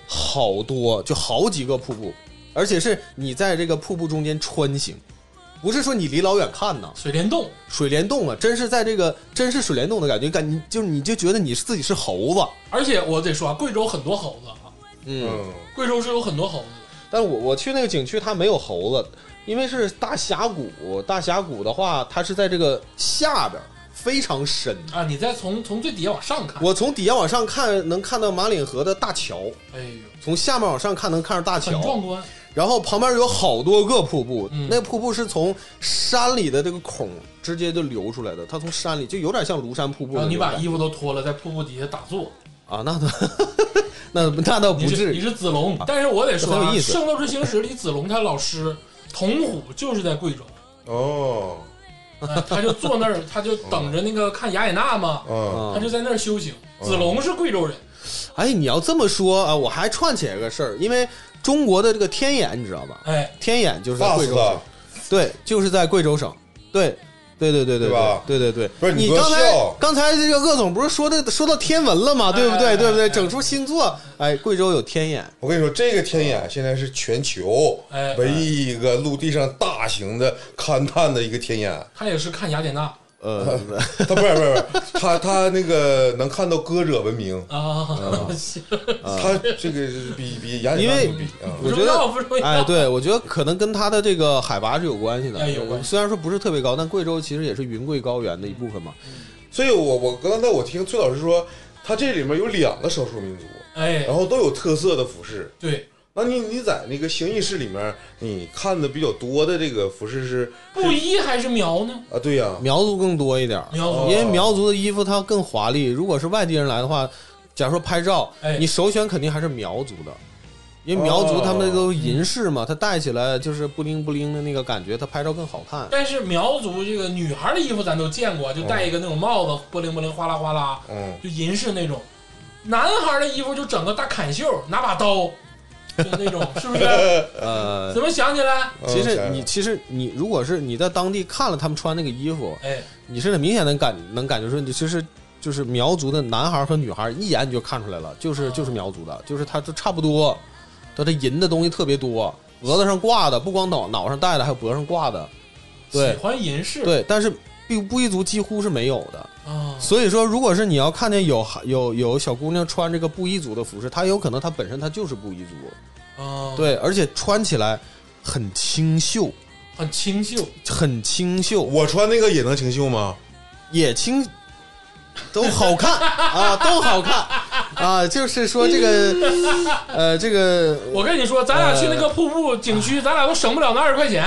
好多，就好几个瀑布，而且是你在这个瀑布中间穿行，不是说你离老远看呐。水帘洞水帘洞啊，真是在这个真是水帘洞的感觉，感你就是你就觉得你自己是猴子，而且我得说啊，贵州很多猴子啊，嗯，嗯，贵州是有很多猴子的。但是我我去那个景区，它没有猴子，因为是大峡谷，大峡谷的话，它是在这个下边儿非常深，啊！你再从从最底下往上看，我从底下往上看能看到马岭河的大桥，哎呦，从下面往上看能看着大很桥，壮观。然后旁边有好多个瀑布，嗯那瀑布是从山里的这个孔直接就流出来的，它从山里就有点像庐山瀑布然后哦的那你种把感觉。衣服都脱了，在瀑布底下打坐，啊，那倒 那那倒不你是至于你。是子龙。但是我得说很啊，有意《思圣斗士星矢》里子龙他老师童虎就是在贵州，哦，哎他就坐那儿，他就等着那个看雅典娜嘛，啊嗯，他就在那儿修行。嗯子龙是贵州人，哎，你要这么说啊，我还串起来个事儿，因为中国的这个天眼，你知道吧？哎，天眼就是在大啊贵死州省的，，对，就是在贵州省，对，对对对对对吧对对对，不是你你给我刚才笑刚才这个鄂总不是说的说到天文了吗？对不哎哎对？对哎不对？整出新作，哎，贵州有天眼，我跟你说，这个天眼现在是全球哎唯一一个陆地上大型的勘探的一个天眼，他也是看雅典娜呃，它不是不是不是，它它那个能看到歌者文明，啊。它这个是比比雅典因娜为都比啊，不我重觉要，得。不重要。哎，对，我觉得可能跟它的这个海拔是有关系的，哎有关系虽然说不是特别高，但贵州其实也是云贵高原的一部分嘛。所以我我刚才我听崔老师说，它这里面有两个少数民族， 哎然，后都有特色的服饰。对，那你你在那个形意室里面，你看的比较多的这个服饰是布衣还是苗呢？啊，对呀、苗族更多一点儿，苗族哦因为苗族的衣服它更华丽。如果是外地人来的话，假如说拍照哎，你首选肯定还是苗族的，因为苗族他们那个银饰嘛，它戴起来就是布灵布灵的那个感觉，它拍照更好看。但是苗族这个女孩的衣服咱都见过，就戴一个那种帽子，波灵波灵哗啦哗啦，嗯，就银饰那种。男孩的衣服就整个大砍袖，拿把刀，就那种，是不是？呃，怎么想起来？嗯其实想你其实你如果是你在当地看了他们穿那个衣服，哎，你是很明显能感能感觉出，你其实就是苗族的男孩和女孩，一眼你就看出来了，就是就是苗族的，就是他就差不多，他这银的东西特别多，额头上挂的不光脑脑上戴的，还有脖上挂的，对喜欢银饰，对，但是布布依族几乎是没有的。啊，所以说，如果是你要看见有有有小姑娘穿这个布依族的服饰，她有可能她本身她就是布依族，啊，，对，而且穿起来很清秀，很清秀，很清秀，我穿那个也能清秀吗？也清，都好看啊，都好看啊，就是说这个，呃，这个我跟你说，咱俩去那个呃瀑布景区，咱俩都省不了那二十块钱，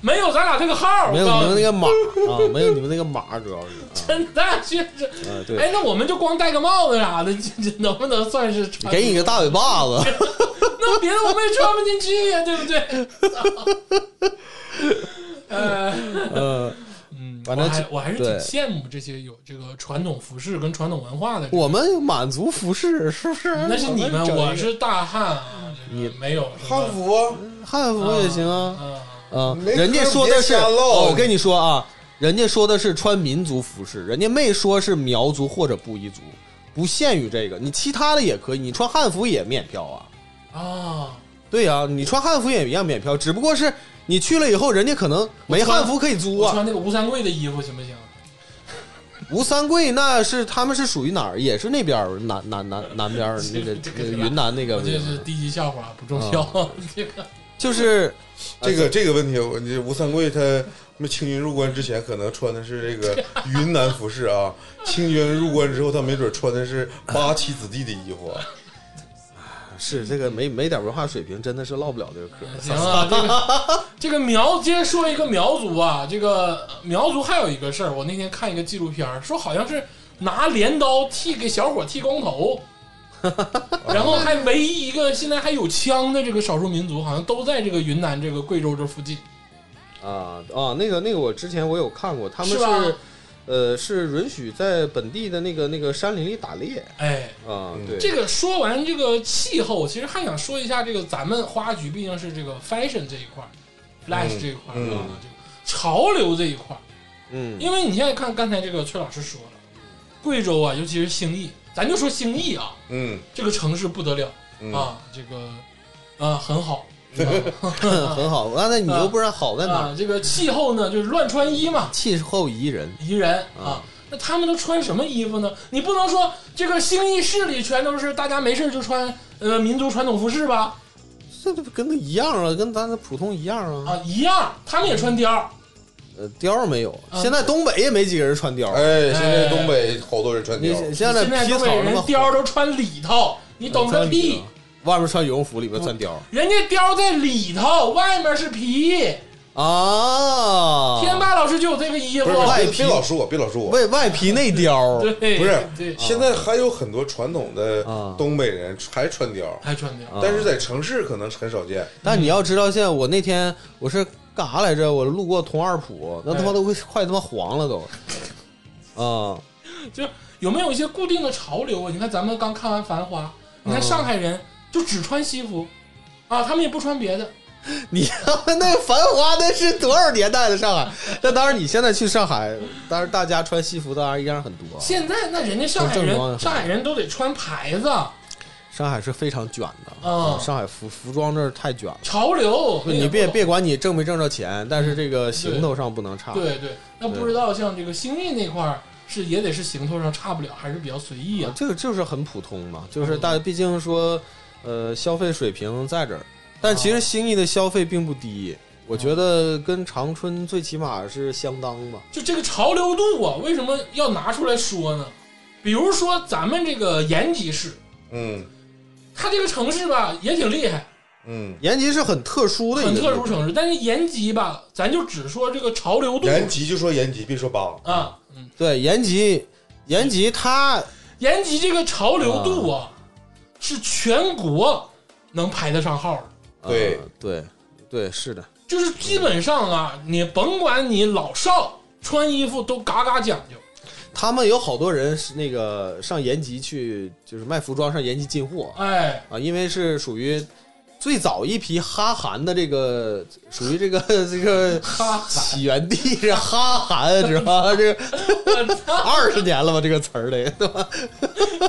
没有咱俩这个号儿，没有我告你诉们你那个码啊，没有你们那个码，主要 是啊，真的去这，呃对，哎，那我们就光戴个帽子啥的，这这能不能算是穿？ 给你个大嘴巴子，那别的我们也穿不进去呀，对不对？ 呃，呃，嗯，反正我还就我还是挺对羡慕这些有这个传统服饰跟传统文化的人。我们有满族服饰是不是？那是你们，整一个我是大汉啊，这个你没有什么汉服啊，汉服也行啊。啊，啊，没人家嗑说别的是，瞎唠哦我跟你说啊，人家说的是穿民族服饰，人家没说是苗族或者布依族，不限于这个，你其他的也可以，你穿汉服也免票啊。啊，对呀、你穿汉服也一样免票，只不过是你去了以后，人家可能没汉服可以租我啊。穿那个吴三桂的衣服行不行？吴三桂那是他们是属于哪儿？也是那边儿南南南南边儿那个 这个那个云南那个我这位是置，低级笑话，不重哦要。 这个就是这个这个问题，我这吴三桂他那清军入关之前可能穿的是这 个云南服饰啊，清军入关之后，他没准穿的是八旗子弟的衣服啊。是这个没没点文化水平，真的是唠不了这个嗑。嗯行啊，这个这个苗，接着说一个苗族啊，这个苗族还有一个事儿，我那天看一个纪录片儿，说好像是拿镰刀剃给小伙剃光 头，然后还唯一一个现在还有枪的这个少数民族，好像都在这个云南这个贵州这附近。啊啊，那个那个，我之前我有看过，他们是是吧呃是允许在本地的那个那个山林里打猎哎，啊嗯，对，这个说完这个气候，其实还想说一下这个咱们花局毕竟是这个 fashion 这一块儿，flash 这一块儿嗯啊，这个潮流这一块儿。嗯 因为你现在看刚才这个崔老师说了，贵州啊，尤其是兴义，咱就说兴义啊，嗯这个城市不得了嗯，啊，这个啊很 好很好。刚才你啊又不知道好在哪儿，啊，这个气候呢就是乱穿衣嘛，气候宜人宜人啊啊。那他们都穿什么衣服呢？你不能说这个兴义市里全都是大家没事就穿呃民族传统服饰吧？这不跟他一样啊，跟咱的普通一样啊，啊。一样，他们也穿貂儿。呃，貂儿没有，啊现在东北也没几个人穿貂儿。哎，现在东北好多人穿你貂，现在现在皮东草北那人么貂儿都穿里头，你懂个穿皮屁啊！外面穿羽绒服，里面嗯穿貂儿人家貂儿在里头，外面是皮。啊。天霸老师就有这个衣服不是，，外别皮别老说我，别老说我。外外皮内貂儿，对，不是对，现在还有很多传统的啊东北人还穿貂，还穿貂儿，啊但是在城市可能很少见。但你要知道，现在我那天我是干啥来着？我路过同二铺，那他妈都快快他妈黄了都。啊，就有没有一些固定的潮流啊？你看咱们刚看完《繁花》，你看上海人就只穿西服。啊，他们也不穿别的，你他妈那繁华那是多少年代的上海？那当然，你现在去上海，当然大家穿西服当然依然很多。现在那人家上海都正装人，呀上海人都得穿牌子，上海是非常卷的，嗯啊，上海服服装这儿太卷了。潮流。不你那别也不懂别管你挣没挣着钱，但是这个行头上不能差。对对，那不知道像这个兴义那块儿是也得是行头上差不了，还是比较随意啊啊？这个就是很普通嘛，就是嗯大家毕竟说，呃，消费水平在这儿，但哦其实兴义的消费并不低，我觉得跟长春最起码是相当吧。就这个潮流度啊，为什么要拿出来说呢？比如说咱们这个延吉市，嗯它这个城市吧也挺厉害，嗯，延吉是很特殊的一个很地方，特殊城市，但是延吉吧，咱就只说这个潮流度延吉就说延吉，别说八。啊，嗯，对，延吉，延吉它啊延吉这个潮流度啊，是全国能排得上号的。对呃对对，是的，就是基本上啊，你甭管你老少，穿衣服都嘎嘎讲究。他们有好多人是那个上延吉去，就是卖服装上延吉进货哎，啊，因为是属于最早一批哈韩的这个，属于这个 这个哈哈，起源地是哈韩，知道吧？这我操二十年了吧，这个词儿得，对吧？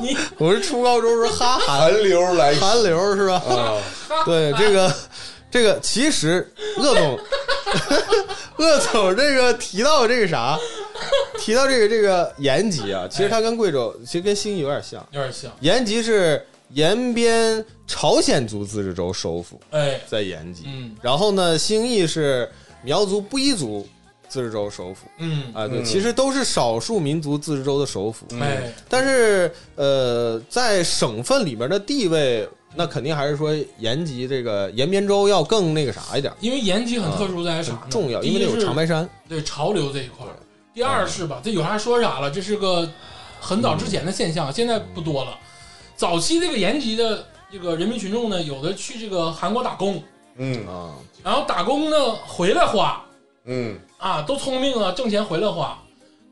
你我是初高中时候哈韩韩流来袭韩流是吧？啊，对这个，这个其实鄂总， 鄂总这个提到这个啥，提到这个这个延吉啊，其实哎它跟贵州，其实跟兴义有点像。 有点像。延吉是延边朝鲜族自治州首府，哎，在延吉。嗯然后呢，兴义是苗族布依族自治州首府。嗯，啊，对，嗯其实都是少数民族自治州的首府。哎，但是呃，在省份里面的地位，那肯定还是说延吉这个延边州要更那个啥一点，因为延吉很特殊在于啥呢？很重要，嗯第因一为那有是长白山。对潮流这一块儿。第二是吧，这有啥说啥了，这是个很早之前的现象，现在不多了。早期这个延吉的这个人民群众呢，有的去这个韩国打工，嗯啊，然后打工呢回来花嗯，啊，都聪明啊，挣钱回来花，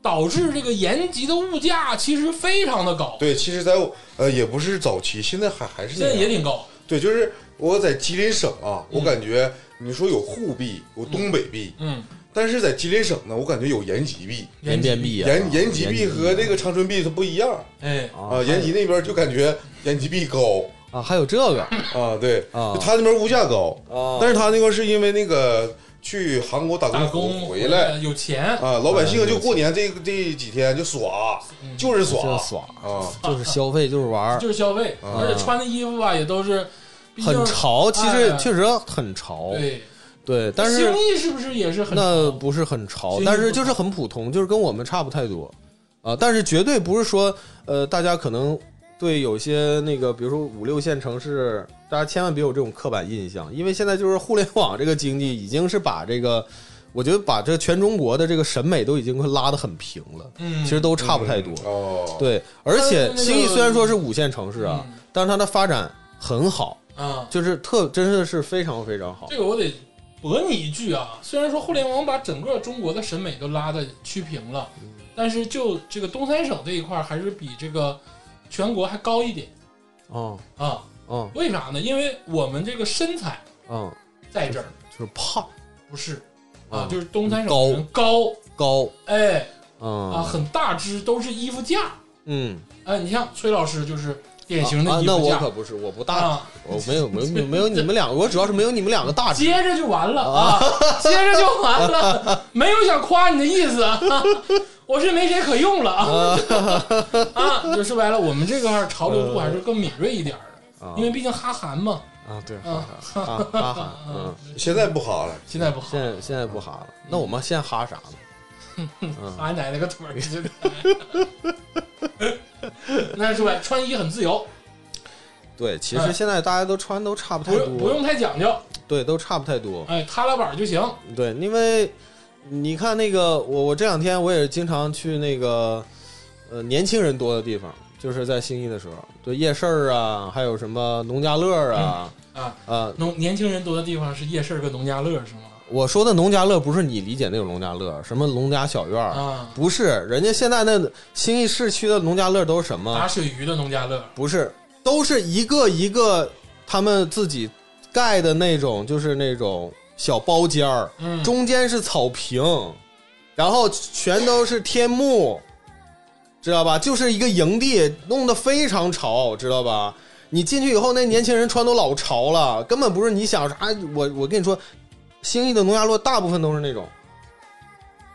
导致这个延吉的物价其实非常的高，对，其实在我呃也不是早期，现在还还是现那在也样。挺高。对，就是我在吉林省啊，我嗯感觉你说有沪币，有东北币，嗯，但是在吉林省呢，我感觉有延吉币，延边币啊，延延吉吉币和这个长春币它不一样哎，啊啊，延吉那边就感觉延吉币高啊，还有这个啊，对，啊就他那边物价高，啊但是他那块是因为那个去韩国打打工工回来有钱，啊，老百嗯姓就过年这这几天就耍，嗯就是就耍是耍，啊，就是消费，就是玩儿，就是消费，啊而且穿的衣服吧也都是，毕竟很潮。其实哎确实很潮，对，对，但是兴义是不是也是很那不是很潮兴，义但不是潮就是很普通，就是跟我们差不太多啊。但是绝对不是说，呃，大家可能对有些那个，比如说五六线城市，大家千万别有这种刻板印象，因为现在就是互联网这个经济已经是把这个，我觉得把这全中国的这个审美都已经快拉得很平了，嗯，其实都差不太多。嗯哦，对，而那且那兴义个虽然说是五线城市啊，嗯但是它的发展很好，啊，就是特真的是非常非常好。这个我得驳你一句啊，虽然说互联网把整个中国的审美都拉的趋平了，嗯但是就这个东三省这一块儿还是比这个全国还高一点嗯啊？嗯为啥呢？因为我们这个身材嗯，在这儿就是胖。不是啊，嗯就是东三省人高，高哎嗯啊，很大只，都是衣服架。嗯，哎，你像崔老师就是典型啊的啊衣那服我架可不是，我不大，啊，我没有没有没有没有你们两个，我主要是没有你们两个大只。接着就完了啊，接着就完 了，没有想夸你的意思啊，我是没谁可用了啊啊，就说白了，我们这个儿潮流度还是更敏锐一点儿的，因为毕竟哈韩嘛，啊，对，哈啊哈哈哈哈，嗯，现在不哈了，现在不好现，在现在不哈了，嗯那我们现在哈啥呢？哈你奶奶个腿儿，真的 那说白了，穿衣很自由，对，其哎实现在大家都穿都差不不太用不多，用太讲究，对，都差不太多，哎，塌拉板儿就行，对，因为你看那个，我我这两天我也是经常去那个，呃，年轻人多的地方，就是在兴义的时候，对夜市儿啊，还有什么农家乐儿啊，嗯啊啊，农年轻人多的地方是夜市跟农家乐是吗？我说的农家乐不是你理解那种农家乐，什么农家小院儿，啊，不是，人家现在那兴义市区的农家乐都是什打么？水鱼的农家乐，不是，都是一个一个他们自己盖的那种，就是那种小包间儿，嗯，中间是草坪，然后全都是天幕，知道吧？就是一个营地，弄得非常潮，知道吧？你进去以后，那年轻人穿都老潮了，根本不是你想啥。哎我我跟你说，兴义的农家乐大部分都是那种，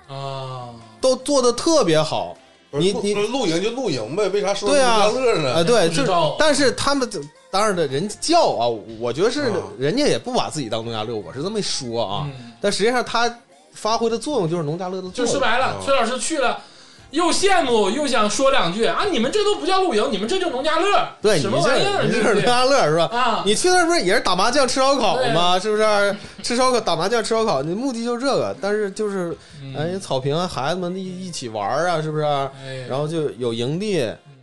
啊，都做的特别好。你不你不露营就露营呗，为啥说农对啊家乐啊，呢？对，不就知是道，但是他们这当然的，人家叫啊，我觉得是啊人家也不把自己当农家乐，我是这么一说啊。嗯但实际上，他发挥的作用就是哦农家乐的作就说用。白了，嗯崔老师去了，又羡慕又想说两句啊！你们这都不叫露营，你们这叫农家乐，对，你什么玩意这儿？你对这不是农对家乐是吧？啊？ 你去那儿不是也是打麻将、吃烧烤对吗？是不是？吃烧烤、打麻将、吃烧烤，你目的就是这个。但是就是，嗯哎，草坪啊孩子们一一起玩儿啊，是不是？哎然后就有营地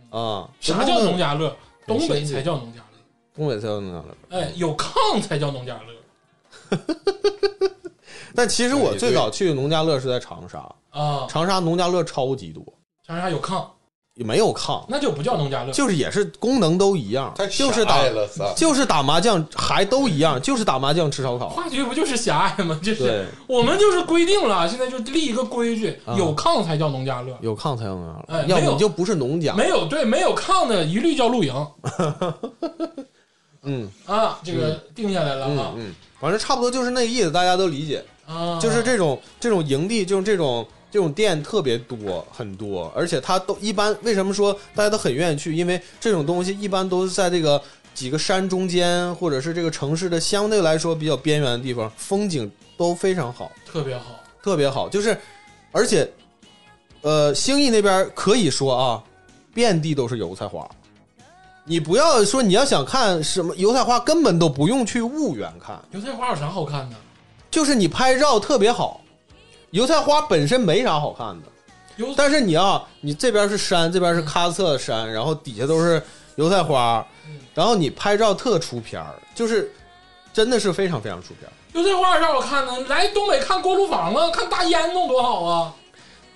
啊。啥叫农家家？乐？嗯东北才叫农家乐，东北才叫农家乐。哎，有炕才叫农家乐但其实我对最早去农家乐是在长沙，啊。长沙农家乐超级多，长沙有炕，也没有炕，那就不叫农家乐。就是也是功能都一样太，就是打爱了，撒就是打麻将还都一样，就是打麻将吃烧烤。话剧不就是狭隘吗？就是对，我们就是规定了，现在就立一个规矩，啊有炕才叫农家乐，有炕才有农家哎乐，要没不有你就不是农家。没有对没有炕的一律叫露营嗯啊。这个定下来了嗯啊嗯，反正差不多就是那意思，大家都理解。啊，嗯就是这种这种营地，就是这种这种店特别多，很多，而且它都一般。为什么说大家都很愿意去？因为这种东西一般都是在这个几个山中间，或者是这个城市的相对来说比较边缘的地方，风景都非常好，特别好。特别好。就是而且，呃，兴义那边可以说啊，遍地都是油菜花。你不要说你要想看什么油菜花，根本都不用去婺源看。油菜花有啥好看的？就是你拍照特别好，油菜花本身没啥好看的，油但是你啊，你这边是山，这边是喀斯特的山，然后底下都是油菜花嗯，然后你拍照特出片儿，就是真的是非常非常出片儿。油菜花有啥好看的？来东北看锅炉房啊，看大烟囱多好啊！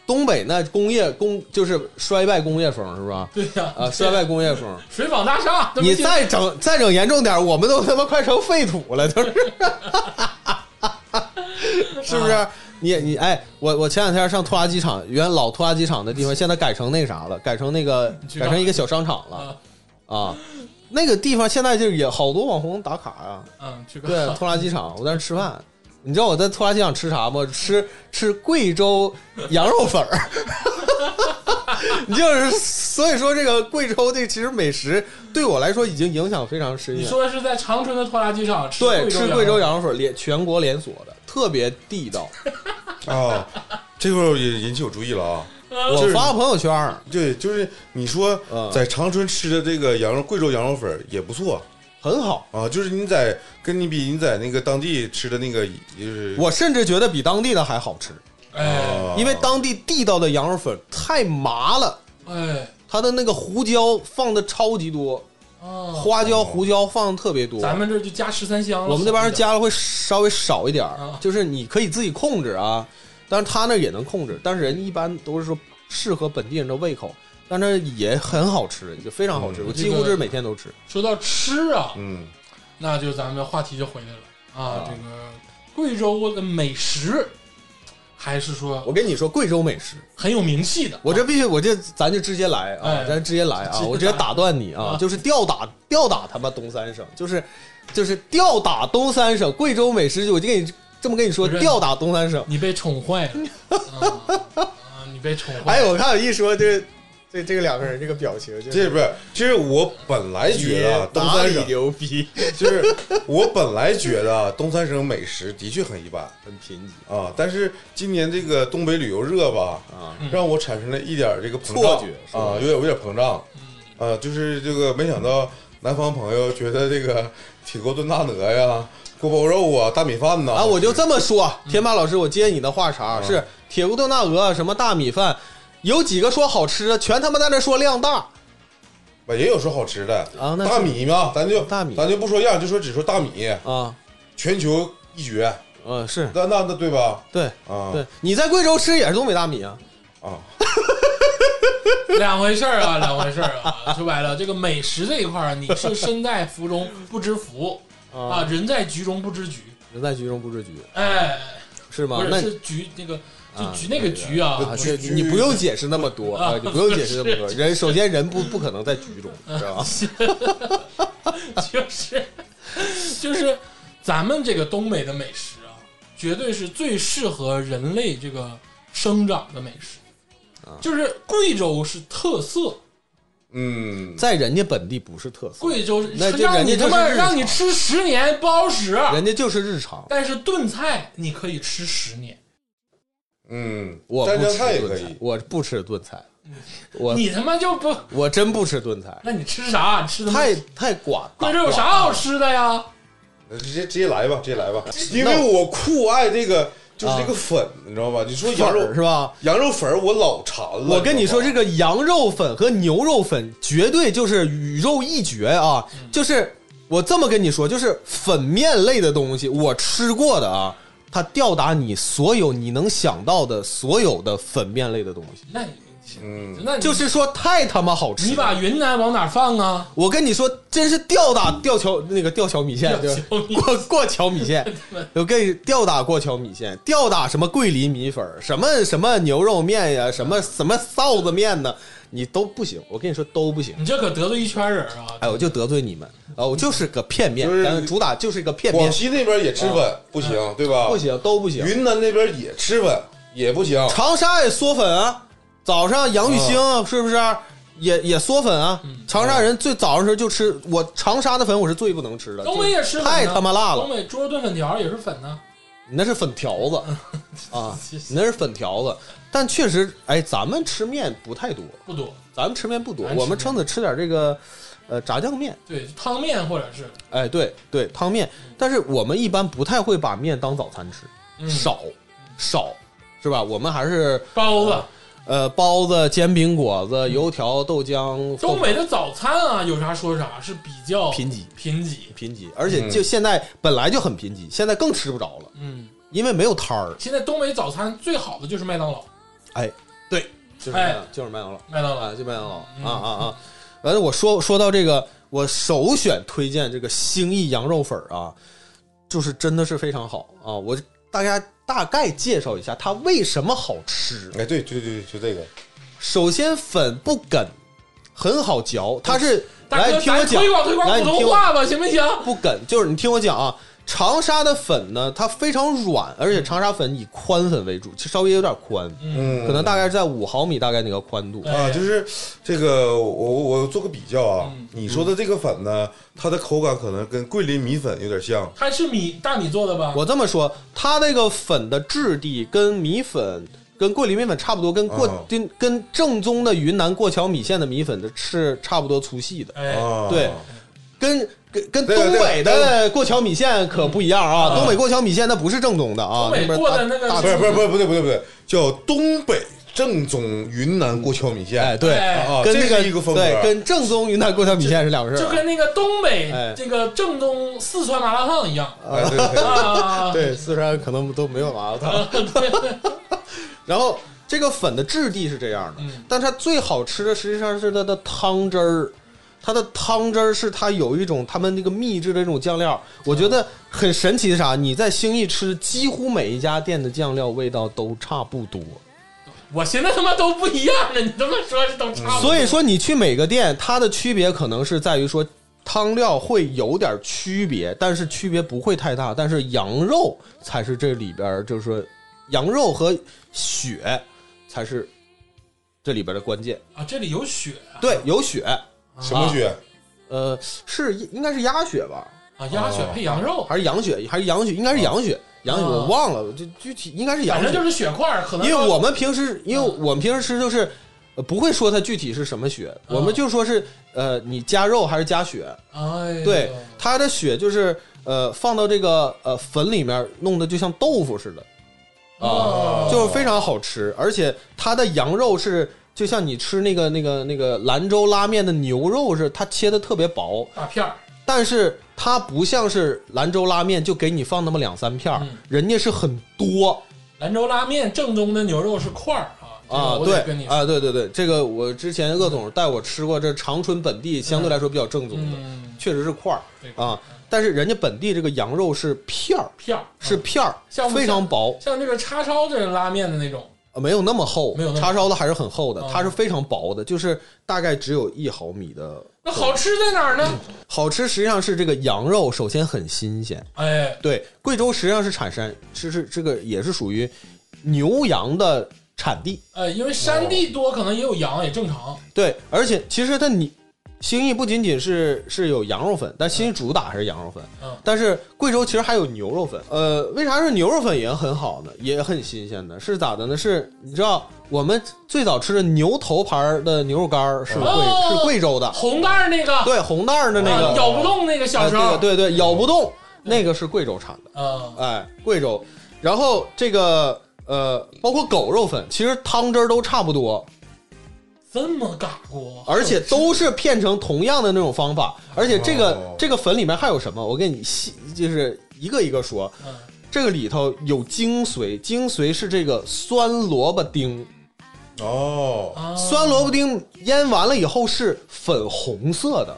东北那工业工就是衰败工业风是吧？对呀、啊，衰败工业风，水坊大厦，你再整再整严重点儿，我们都他妈快成废土 了，就是，是不是？你你哎，我我前两天上拖拉机厂，原老拖拉机厂的地方，现在改成那啥了，改成那个 你去哪改成一个小商场了啊，啊。那个地方现在就是也好多网红打卡啊，嗯，去 对个，拖拉机厂，我在那吃饭。你知道我在拖拉机厂吃啥吗？吃吃贵州羊肉粉儿。 你就是，所以说这个贵州这其实美食对我来说已经影响非常深你远。说是在长春的拖拉机厂吃对，吃贵州羊羊肉粉儿连全国连锁的，特别地道。啊！这块儿也引起我注意了啊。肉？我就是发个朋友圈儿，对，就是你说嗯在长春吃的这个羊肉，贵州羊肉粉儿也不错很好。啊。就是你在跟你比，你在那个当地吃的那个，就是我甚至觉得比当地的还好吃，哎啊因为当地地道的羊肉粉儿太麻了，哎它的那个胡椒放的超级多，啊，花椒、胡椒放的特别多。咱们这就加十三香了，我们这边加了会稍微少一点儿啊，就是你可以自己控制啊，但是他那也能控制，但是人一般都是说适合本地人的胃口，但是也很好吃，就非常好吃，嗯我几乎是每天都吃。说到吃啊，嗯，那就咱们话题就回来了啊啊。这个贵州的美食还是说我跟你说，贵州美食，很有名气的。我这必须，我这咱就直接来哎啊，咱直接来直啊，接我直接打断你啊啊，就是吊打吊打他妈东三省，就是就是吊打东三省，贵州美食，我就跟你这么跟你说，不是吊打东三省。你被宠坏 了啊啊！你被宠坏哎，了。我看我一说这这这个两个人这个表情，就是这不是，其实我本来觉得啊东哪三里省，牛逼， 就是我本来觉得啊东三省美食的确很一般很贫瘠啊，但是今年这个东北旅游热吧，啊。嗯让我产生了一点儿这个膨错胀觉是吧啊，有点有点膨胀，嗯啊，就是这个没想嗯到南方朋友觉得这个铁锅炖大鹅呀、锅包肉啊、大米饭呐啊，我就这么说，天霸老师，我接你的话茬儿，嗯是铁锅炖大鹅，什么大米饭，有几个说好吃的，全他妈在那说量大也有说好吃的啊那是大米嘛，咱就大米咱就不说样，就说只说大米，啊，全球一绝，呃，是那那那对吧？对啊，对，你在贵州吃也是东北大米啊，啊， 两回事儿啊，两回事儿啊。说白了，这个美食这一块儿，你是身在福中不知福啊，啊，人在局中不知局。人在局中不知局哎，是吗不？啊那是你是局那个，就啊局那个局啊啊，，不这是局你不用解释那么多啊啊，你不用解释那么多，人首先人不不可能在局中，知道吧？就是就是咱们这个东北的美食啊，绝对是最适合人类这个生长的美食。啊就是贵州是特色，嗯，在人家本地不是特色，贵州那这让你人家他就是妈日让你常吃十年不好使，人家就是日常，但是炖菜你可以吃十年。嗯，我蘸不酱吃菜也可炖菜以，，我不吃炖菜，我你他妈就不，我真不吃炖菜。那你吃啥？吃的太太寡，贵州有啥好吃的呀？那直接直接来吧，直接来吧，因为我酷爱这个就是这个粉，你知道吧？你说啊粉羊儿肉是吧？羊肉粉儿我老馋了，我跟你说，知这个羊肉粉和牛肉粉绝对就是宇宙一绝啊！就是我这么跟你说，就是粉面类的东西，我吃过的啊，它吊打你所有你能想到的所有的粉面类的东西，那你嗯，那你就是说太他妈好吃了。你把云南往哪放啊？我跟你说，真是吊打吊桥那个吊桥米线，吊对吧桥米过过桥米线， 我跟你吊打过桥米线，吊打什么桂林米粉儿，什么什么牛肉面呀，什么什么臊子面呢，你都不行。我跟你说都不行。你这可得罪一圈人啊！哎，我就得罪你们啊！我就是个片面就是，咱们主打就是一个片广面，西那边也吃粉，不行，对吧？不，行都不行。云南那边也吃粉，也不行。长沙也缩粉啊，早上杨玉兴啊是不是也也缩粉啊？嗯长沙人最早的时候就吃我长沙的粉，我是最不能吃的，东北也吃粉呢啊太他妈辣了东北猪肉炖粉条也是粉呢。你那是粉条子 啊，你那是粉条子。但确实，哎，咱们吃面不太多，不多，咱们吃面不多咱，吃我们撑死吃点这个，呃，炸酱面，对汤面或者是哎，对对，汤面。但是我们一般不太会把面当早餐吃，嗯少少，是吧？我们还是包子。呃包子、煎饼果子、嗯油条、豆浆、东北的早餐啊，有啥说啥，是比较贫瘠贫瘠。贫瘠，而且就现在本来就很贫瘠，现在更吃不着了，嗯，因为没有摊儿，现在东北早餐最好的就是麦当劳，就是哎麦当就是麦当劳。麦当劳啊，就麦当劳嗯啊啊啊！完了，我说说到这个，我首选推荐这个兴义羊肉粉儿啊，就是真的是非常好啊！我大家大概介绍一下它为什么好吃。哎，对对对，就这个，首先粉不梗，很好嚼，它是哦大来哥，听我咱讲推，广推广来普你听通我话吧，行不行？不梗就是你听我讲啊。长沙的粉呢，它非常软，而嗯且长沙粉以宽粉为主，稍微有点宽，嗯，可能大概在五毫米大概那个宽度。啊，哎就是这个，我我我做个比较啊，嗯你说的这个粉嗯呢，它的口感可能跟桂林米粉有点像，它是米大米做的吧？我这么说，它那个粉的质地跟米粉、跟桂林米粉差不多，跟过、哦跟跟正宗的云南过桥米线的米粉的是差不多粗细的，哎，啊，对跟跟跟对东对北的过桥米线可不一样啊！嗯东北过桥米线那不是正宗的啊，东北那边过大的那个大不是不是不是不对不对不对，叫东北正宗云南过桥米线，哎对，哎啊，跟这那个是一个风格，对跟正宗云南过桥米线是两个事就儿啊跟那个东北哎这个正宗四川麻辣烫一 样哎对对对啊。啊。对，四川可能都没有麻辣烫。然后这个粉的质地是这样的，嗯但它最好吃的实际上是它的汤汁儿，它的汤汁儿是它有一种他们那个秘制的那种酱料，我觉得很神奇的是啥？你在兴义吃，几乎每一家店的酱料味道都差不多，我现在他妈都不一样了，你这么说都差不多。所以说你去每个店，它的区别可能是在于说。汤料会有点区别，但是区别不会太大。但是羊肉才是这里边儿，就是说，羊肉和血才是这里边儿的关键。啊，这里有啊雪对，有血，什么血？呃，是应该是鸭血吧，啊，鸭哦血配羊肉，还是羊血？还是羊血？应该是羊血，羊血啊我忘了，就具体应该是羊反正就血。是血块儿，可能嗯因为要我们平时，因为我们平时吃就是呃不会说它具体是什么血，嗯我们就说是呃，你加肉还是加血？哎呦对，它的血就是呃放到这个呃粉里面弄的就像豆腐似的，哦啊就是非常好吃，而且它的羊肉是。就像你吃那个那个那个兰州拉面的牛肉是，它切的特别薄，大片儿，但是它不像是兰州拉面，就给你放那么两三片儿，嗯人家是很多兰州拉面正宗的牛肉是块儿啊这个啊，我对得跟你说，啊，对对对，这个我之前鄂总带我吃过，这长春本地相对来说比较正宗的，嗯，确实是块儿对啊，但是人家本地这个羊肉是片儿，片儿是片儿，嗯像不像非常薄，像这个叉烧这种拉面的那种，呃没有那么厚，没有那么叉烧的还是很厚的啊，它是非常薄的，就是大概只有一毫米的。那好吃在哪儿呢？好吃实际上是这个羊肉首先很新鲜，哎，对，贵州实际上是产山，是是这个也是属于牛羊的产地。呃，因为山地多，可能也有羊，也正常。对，而且其实它你兴义不仅仅是是有羊肉粉，但兴义主打还是羊肉粉。嗯但是贵州其实还有牛肉粉。呃，为啥是牛肉粉也很好呢？也很新鲜的，是咋的呢？是你知道我们最早吃的牛头牌儿的牛肉干儿是贵、哦是贵州的，红袋儿那个，对，红袋儿的那啊个，咬不动那个小时啊候，，对对对，咬不动，那个是贵州产的。嗯，哎，贵州，然后这个呃，包括狗肉粉，其实汤汁儿都差不多，这么嘎咕，而且都是骗成同样的那种方法，而且这个、哦这个坟里面还有什么？我给你细就是一个一个说，嗯，这个里头有精髓，精髓是这个酸萝卜丁，哦，啊酸萝卜丁腌完了以后是粉红色的，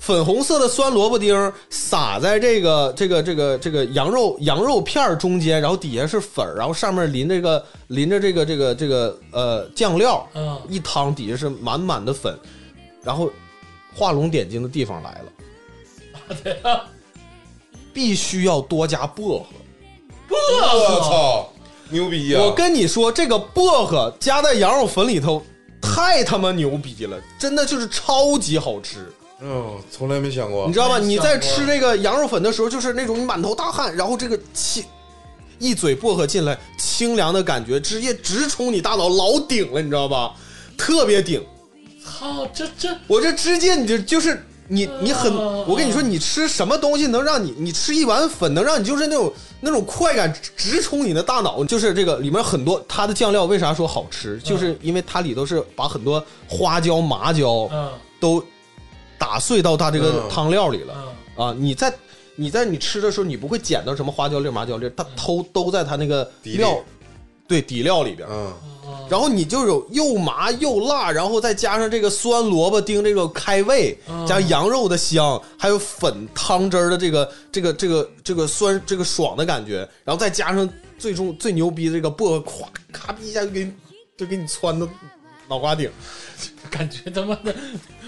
粉红色的酸萝卜丁撒在这个这个这个这个羊肉羊肉片儿中间，然后底下是粉儿，然后上面淋这个淋着这个这个这个呃酱料，嗯，一汤底下是满满的粉，然后画龙点睛的地方来了，必须要多加薄荷。我我，操，牛逼呀！啊我跟你说，这个薄荷加在羊肉粉里头，太他妈牛逼了，真的就是超级好吃，嗯，从来没想啊过你，知道吧？太香你在吃这个羊肉粉的时候，就是那种你满头大汗，然后这个气。一嘴薄荷进来，清凉的感觉直接直冲你大脑，老顶了，你知道吧？特别顶，操，这这我这直接你就就是你你很啊，我跟你说，你吃什么东西能让你你吃一碗粉能让你就是那种那种快感直直冲你的大脑，就是这个里面很多它的酱料为啥说好吃，就是因为它里头是把很多花椒麻椒嗯都打碎到它这个嗯汤料里了嗯啊，你在。你在你吃的时候，你不会捡到什么花椒粒儿、麻椒粒儿，它偷都在它那个底里料，对底料里边儿。嗯，嗯，然后你就有又麻又辣，然后再加上这个酸萝卜丁这个开胃，嗯加羊肉的香，还有粉汤汁儿的这个这个这个这个酸这个爽的感觉，然后再加上最终最牛逼的这个薄荷，咵咔逼一下就给你就给你窜到脑瓜顶，感觉他妈的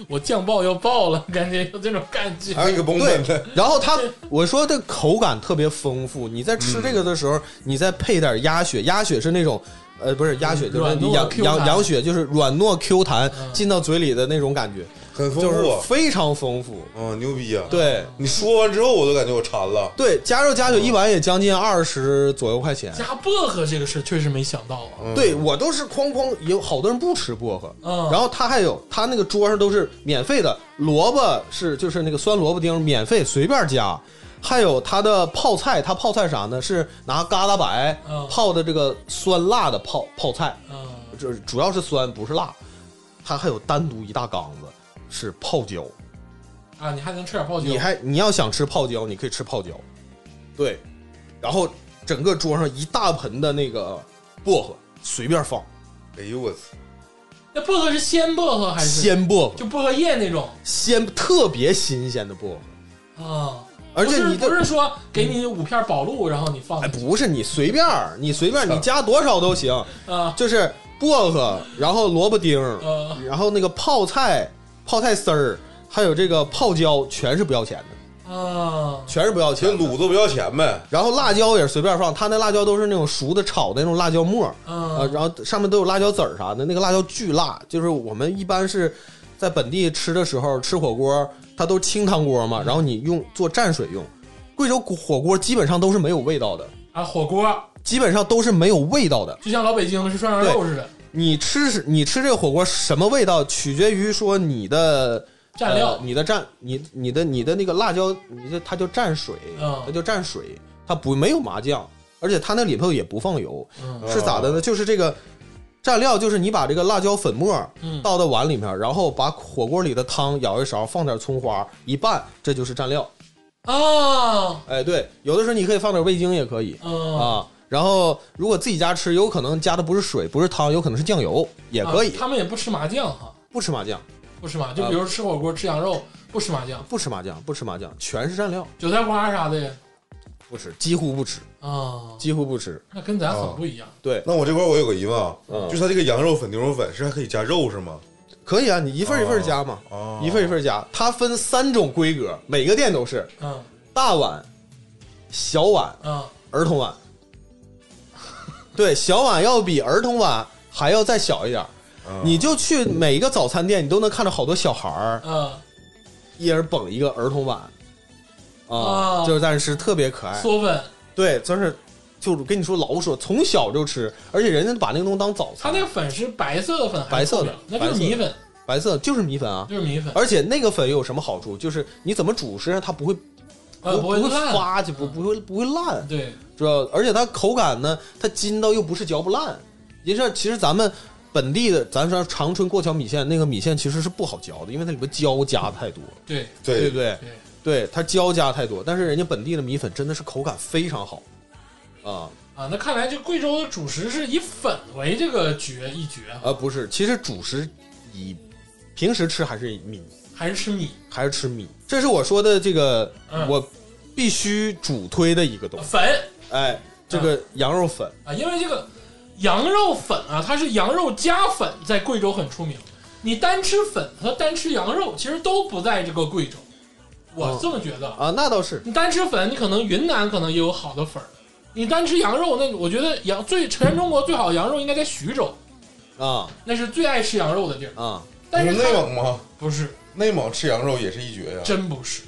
我酱爆要爆了，感觉有这种感觉。还有一个崩对本的，然后它我说这口感特别丰富，你在吃这个的时嗯候，你再配点鸭血，鸭血是那种。呃，不是鸭血，就是软糯羊 Q 羊弹羊血，就是软糯 Q 弹，嗯进到嘴里的那种感觉。很丰就是富，啊非常丰富。啊嗯，牛逼呀！对你说完之后，我都感觉我馋了。对，加肉加酒一碗也将近二十左右块钱。嗯加薄荷这个事儿确实没想到啊，嗯对，我都是哐哐，有好多人不吃薄荷，嗯，然后他还有他那个桌上都是免费的，萝卜是就是那个酸萝卜丁免费随便加，还有他的泡菜，他泡菜啥呢？是拿疙瘩白嗯泡的这个酸辣的泡泡菜，嗯，就是主要是酸不是辣，他还有单独一大缸子是泡椒。啊，你还能吃点泡椒，你还你要想吃泡椒，你可以吃泡椒，对，然后整个桌上一大盆的那个薄荷，随便放，哎呦我操，那薄荷是鲜薄荷还是鲜薄荷，就薄荷叶那种鲜特别新鲜的薄荷，啊？而且不是你就不是说给你五片宝路，然后你放哎进去不是你随便儿你随便儿操你加多少都行，啊？就是薄荷，然后萝卜丁儿，呃，然后那个泡菜泡菜丝儿，还有这个泡椒，全是不要钱的，啊，全是不要这钱的。卤子不要钱呗？然后辣椒也是随便放，他那辣椒都是那种熟的炒的那种辣椒末儿，呃，嗯，然后上面都有辣椒籽儿啥的，那个辣椒巨辣，就是我们一般是在本地吃的时候吃火锅，它都清汤锅嗯嘛，然后你用做蘸水用。贵州火锅基本上都是没有味道的，啊，火锅基本上都是没有味道的。就像老北京是涮羊肉似的，你吃是你吃这个火锅什么味道，取决于说你的蘸料呃，你的蘸你你的你的那个辣椒，你的它叫蘸水，嗯它叫蘸水，它不没有麻酱，而且它那里头也不放油，嗯是咋的呢？就是这个蘸料，就是你把这个辣椒粉末嗯倒到碗里面，然后把火锅里的汤舀一勺，放点葱花一拌，这就是蘸料。呃啊，哎，对，有的时候你可以放点味精，也可以嗯，啊。然后如果自己家吃，有可能加的不是水，不是汤，有可能是酱油，也可以啊啊他们也不吃麻酱哈，不吃麻酱，不吃麻，就比如吃火锅吃羊肉不吃麻酱，不吃麻酱，不吃麻酱，全是蘸料，韭菜花啥的不吃，几乎不吃，啊，几乎不吃。那跟咱很不一样。对，那我这块我有个疑问啊，嗯就是它这个羊肉粉、牛肉粉是还可以加肉是吗？可以啊，你一份一份加嘛，哦啊，一份一份加。它分三种规格，每个店都是嗯大碗、小碗嗯，儿童碗。对，小碗要比儿童碗还要再小一点儿。嗯，你就去每一个早餐店，你都能看到好多小孩儿嗯，一人捧一个儿童碗，啊，啊就是但是特别可爱。嗦粉，对，就是就是跟你说老说从小就吃，而且人家把那个东西当早它餐那，个粉是白色的粉还白是色透的明，那就是白色的米粉，白色就是米粉啊。就是米粉，而且那个粉有什么好处？就是你怎么煮，实际上它不会呃，不会烂，发，就不不会不会烂。对，知道？而且它口感呢，它筋道又不是嚼不烂。您说，其实咱们本地的，咱说长春过桥米线，那个米线其实是不好嚼的，因为它里边胶加太多，对对对不对？对，对，它胶加太多，但是人家本地的米粉真的是口感非常好啊。啊，那看来这贵州的主食是以粉为这个绝一绝啊，呃，不是，其实主食以平时吃还是以米，还是吃米还是吃米。这是我说的这个、嗯我必须主推的一个东西，呃粉哎，这个羊肉粉，啊，因为这个羊肉粉啊，它是羊肉加粉，在贵州很出名。你单吃粉和单吃羊肉，其实都不在这个贵州，我嗯这么觉得啊。啊，那倒是你单吃粉，你可能云南可能也有好的粉儿。你单吃羊肉，那我觉得羊最全中国最好的羊肉应该在徐州，啊那是最爱吃羊肉的地儿。啊，但你是说它内蒙吗？不是，内蒙吃羊肉也是一绝呀、真不是，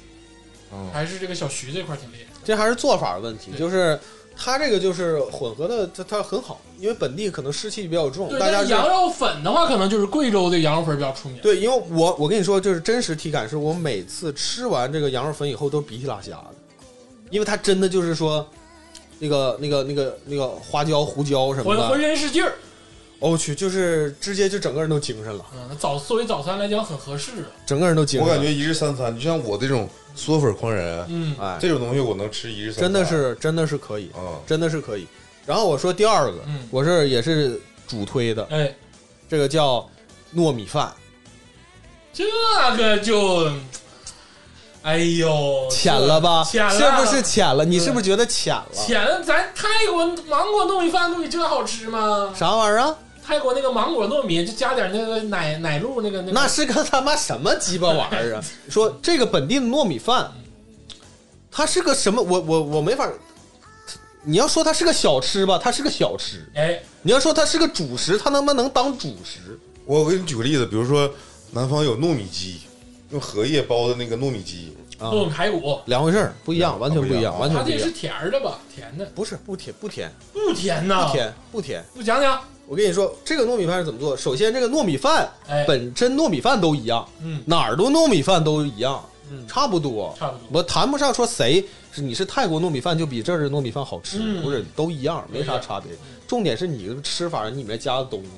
嗯还是这个小徐这块儿挺厉害。这还是做法问题，对就是它这个就是混合的，它它很好，因为本地可能湿气比较重，对，哦大家但就是羊肉粉的话，可能就是贵州的羊肉粉比较出名。对，因为我我跟你说，就是真实体感是我每次吃完这个羊肉粉以后都是鼻涕拉瞎的，因为它真的就是说，那个那个那个那个花椒、胡椒什么浑浑的，身是劲儿，哦我去，就是直接就整个人都精神了，嗯，早作为早餐来讲很合适啊。整个人都精我神了。感觉一日三餐，就像我这种嗦粉狂人，啊嗯，哎，这种东西我能吃一日三餐，真的是真的是可以，啊、真的是可以。然后我说第二个，嗯我是也是主推的，哎，这个叫糯米饭，这个就，哎呦，浅了吧？浅了是不是浅了？你对是不是觉得浅了？这。浅，咱泰国芒果糯米饭不比这好吃吗？啥玩意儿啊？泰国那个芒果糯米，就加点那个奶奶露那个那个。那是个他妈什么鸡巴玩意 儿啊！说这个本地的糯米饭，它是个什么？我我我没法。你要说它是个小吃吧，它是个小吃；哎，你要说它是个主食，它他妈能当主食？我给你举个例子，比如说南方有糯米鸡，用荷叶包的那个糯米鸡，啊炖排骨，两回事儿，不一样，完全不一样，啊完它全不这一是样。甜儿的吧？甜的，不是不甜不甜不甜呐？不，甜不甜。不讲讲。我跟你说，这个糯米饭是怎么做？首先，这个糯米饭哎，本身糯米饭都一样，嗯哪儿都糯米饭都一样，嗯，差不多。差不多。我谈不上说谁是你是泰国糯米饭就比这儿的糯米饭好吃，嗯不是都一样，没啥差别。重点是你这个吃法你里面加的东西，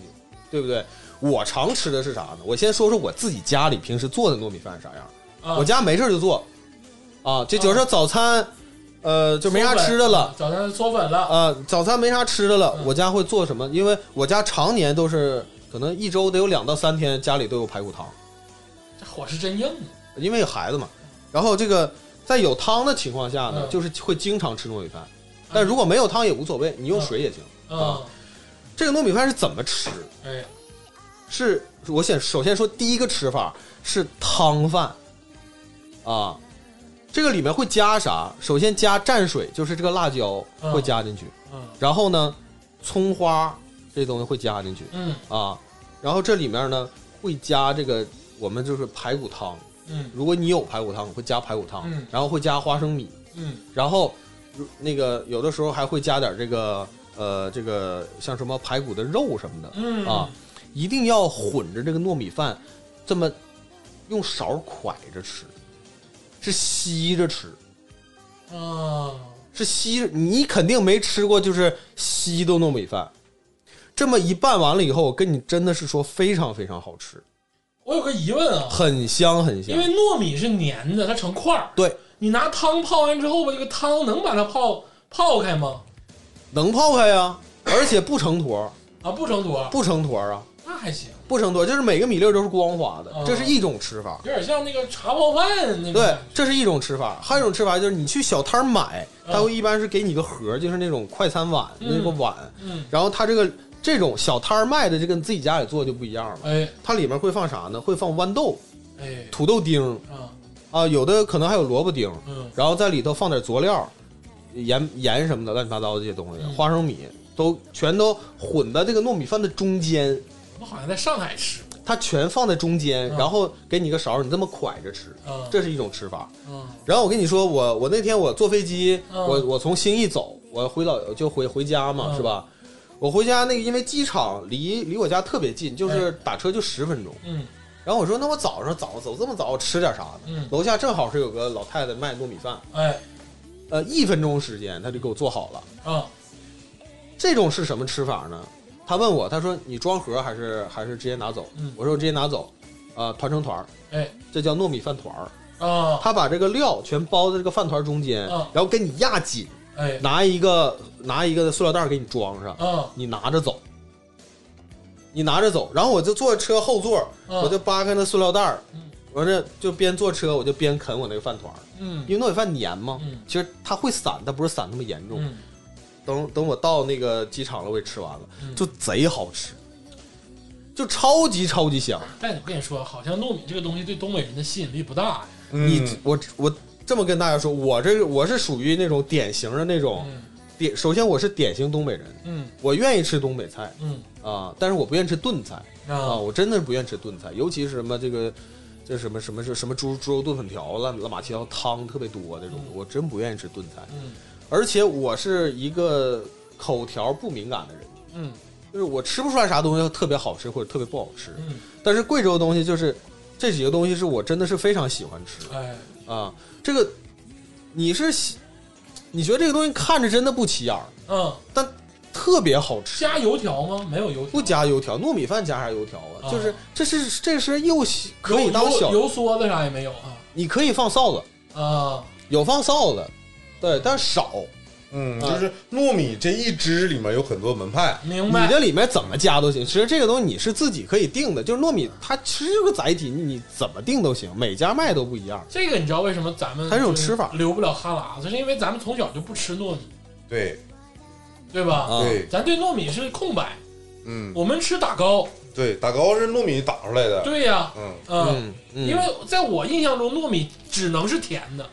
对不对？我常吃的是啥呢？我先说说我自己家里平时做的糯米饭是啥样。啊我家没事儿就做，啊，就比如说早餐，呃，就没啥吃的了。，早上嗦粉了。啊，早餐没啥吃的了，嗯我家会做什么？因为我家常年都是可能一周得有两到三天家里都有排骨汤，这火是真硬啊！因为有孩子嘛。然后这个在有汤的情况下呢，嗯就是会经常吃糯米饭。但如果没有汤也无所谓，你用水也行。嗯，这个糯米饭是怎么吃？哎，是我先首先说第一个吃法是汤饭，啊，这个里面会加啥？首先加蘸水，就是这个辣椒嗯会加进去，嗯然后呢，葱花这东西会加进去嗯啊，然后这里面呢会加这个我们就是排骨汤，嗯如果你有排骨汤，会加排骨汤，嗯然后会加花生米，嗯然后如那个有的时候还会加点这个呃这个像什么排骨的肉什么的，嗯啊，一定要混着这个糯米饭，这么用勺蒯着吃，是吸着吃，啊，是吸着。你肯定没吃过，就是吸的糯米饭。这么一拌完了以后，我跟你真的是说非常非常好吃，我有个疑问啊，很香很香因为。糯米是粘的，它成块儿，对，你拿汤泡完之后吧，这个汤能把它泡泡开吗？能泡开呀，而且不成坨儿，啊，不成坨，不成坨儿啊，那还行，不成坨儿，就是每个米粒儿都是光滑的哦，这是一种吃法。有点像那个茶泡饭那个对感，这是一种吃法，还有一种吃法就是你去小摊儿买，嗯它会一般是给你个盒儿，就是那种快餐碗，嗯那个碗，觉，嗯，然后它这个这种小摊儿卖的，这跟自己家里做就不一样了。哎它里面会放啥呢？会放豌豆、哎土豆丁啊啊，有的可能还有萝卜丁，嗯然后在里头放点佐料，盐盐什么的，乱七八糟的这些东西，嗯花生米都全都混在这个糯米饭的中间，我好像在上海吃过，它全放在中间，嗯然后给你个勺儿，你这么蒯着吃，嗯这是一种吃法。嗯然后我跟你说，我我那天我坐飞机，嗯我我从兴义走，我回老就回回家嘛，嗯是吧？我回家那个，因为机场离离我家特别近，哎就是打车就十分钟。嗯然后我说，那我早上早走这么早，吃点啥呢？嗯楼下正好是有个老太太卖糯米饭，哎呃，一分钟时间她就给我做好了。啊这种是什么吃法呢？他问我，他说你装盒还是还是直接拿走？嗯我说我直接拿走，呃，团成团儿，哎这叫糯米饭团儿。啊，他把这个料全包在这个饭团中间，啊然后给你压紧，哎拿一个拿一个塑料袋儿给你装上，啊，你拿着走，你拿着走。然后我就坐车后座，啊我就扒开那塑料袋儿嗯，完这就边坐车我就边啃我那个饭团儿，嗯因为糯米饭粘嘛，嗯其实它会散，但不是散那么严重。嗯，等等我到那个机场了，我也吃完了，嗯就贼好吃，就超级超级香。但我跟你说，好像糯米这个东西对东北人的吸引力不大呀。嗯你我我这么跟大家说，我这我是属于那种典型的那种嗯典，首先我是典型东北人，嗯我愿意吃东北菜嗯啊，但是我不愿意吃炖菜啊，啊我真的是不愿意吃炖菜，尤其是什么这个。这什么什么是什么猪猪肉炖粉条、乱乱码七糟汤特别多那种的，嗯我真不愿意吃炖菜。嗯而且我是一个口条不敏感的人，嗯就是我吃不出来啥东西特别好吃或者特别不好吃。嗯，但是贵州的东西就是这几个东西是我真的是非常喜欢吃哎，啊。这个你是喜你觉得这个东西看着真的不起眼儿，嗯，特别好吃，加油条吗？没有油条，不加油条，糯米饭加啥油条啊啊？就是这是这是又喜可以当小油，油梭子啥也没有啊你可以放臊子，啊，有放臊子，对，但少。嗯，就是糯米这一支里面有很多门派，明你白？这里面怎么加都行，其实这个东西你是自己可以定的，就是糯米它其实就是个载体，你你怎么定都行，每家卖都不一样。这个你知道为什么咱们它这种吃法留不了哈喇子，是因为咱们从小就不吃糯米，对对吧？啊对，咱对糯米是空白，嗯，我们吃打糕，对，打糕是糯米打出来的，对呀，嗯，嗯，嗯因为在我印象中，糯米只能是甜的，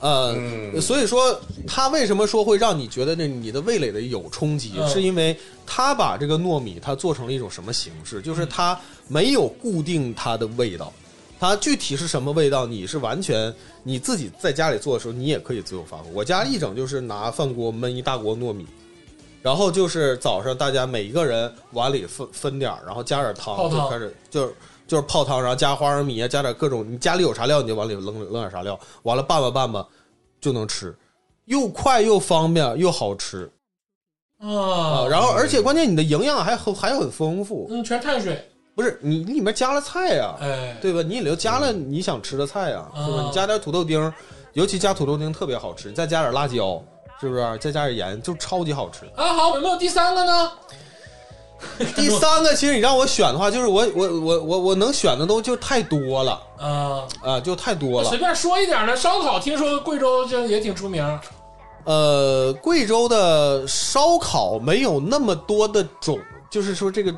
呃，嗯所以说它为什么说会让你觉得这你的味蕾的有冲击，嗯是因为它把这个糯米它做成了一种什么形式，就是它没有固定它的味道。它具体是什么味道，你是完全你自己在家里做的时候，你也可以自由发挥。我家一整就是拿饭锅焖一大锅糯米，然后就是早上大家每一个人碗里分分点儿，然后加点儿泡汤，汤就开始就是就是泡汤，然后加花生米啊，加点各种你家里有啥料你就往里扔扔点啥料，完了拌吧拌吧就能吃，又快又方便又好吃啊！啊，然后而且关键你的营养还很还很丰富，嗯，全碳水，不是你你里面加了菜呀、哎，对吧？你里头加了你想吃的菜呀、嗯是吧？你加点土豆丁儿，尤其加土豆丁特别好吃，再加点辣椒，是不是？再加点盐，就超级好吃。啊，好，有没有第三个呢？第三个，其实你让我选的话，就是我我我我我能选的都就太多了啊，啊、就太多了随。便说一点呢，烧烤听说贵州这也挺出名，呃，贵州的烧烤没有那么多的种，就是说这个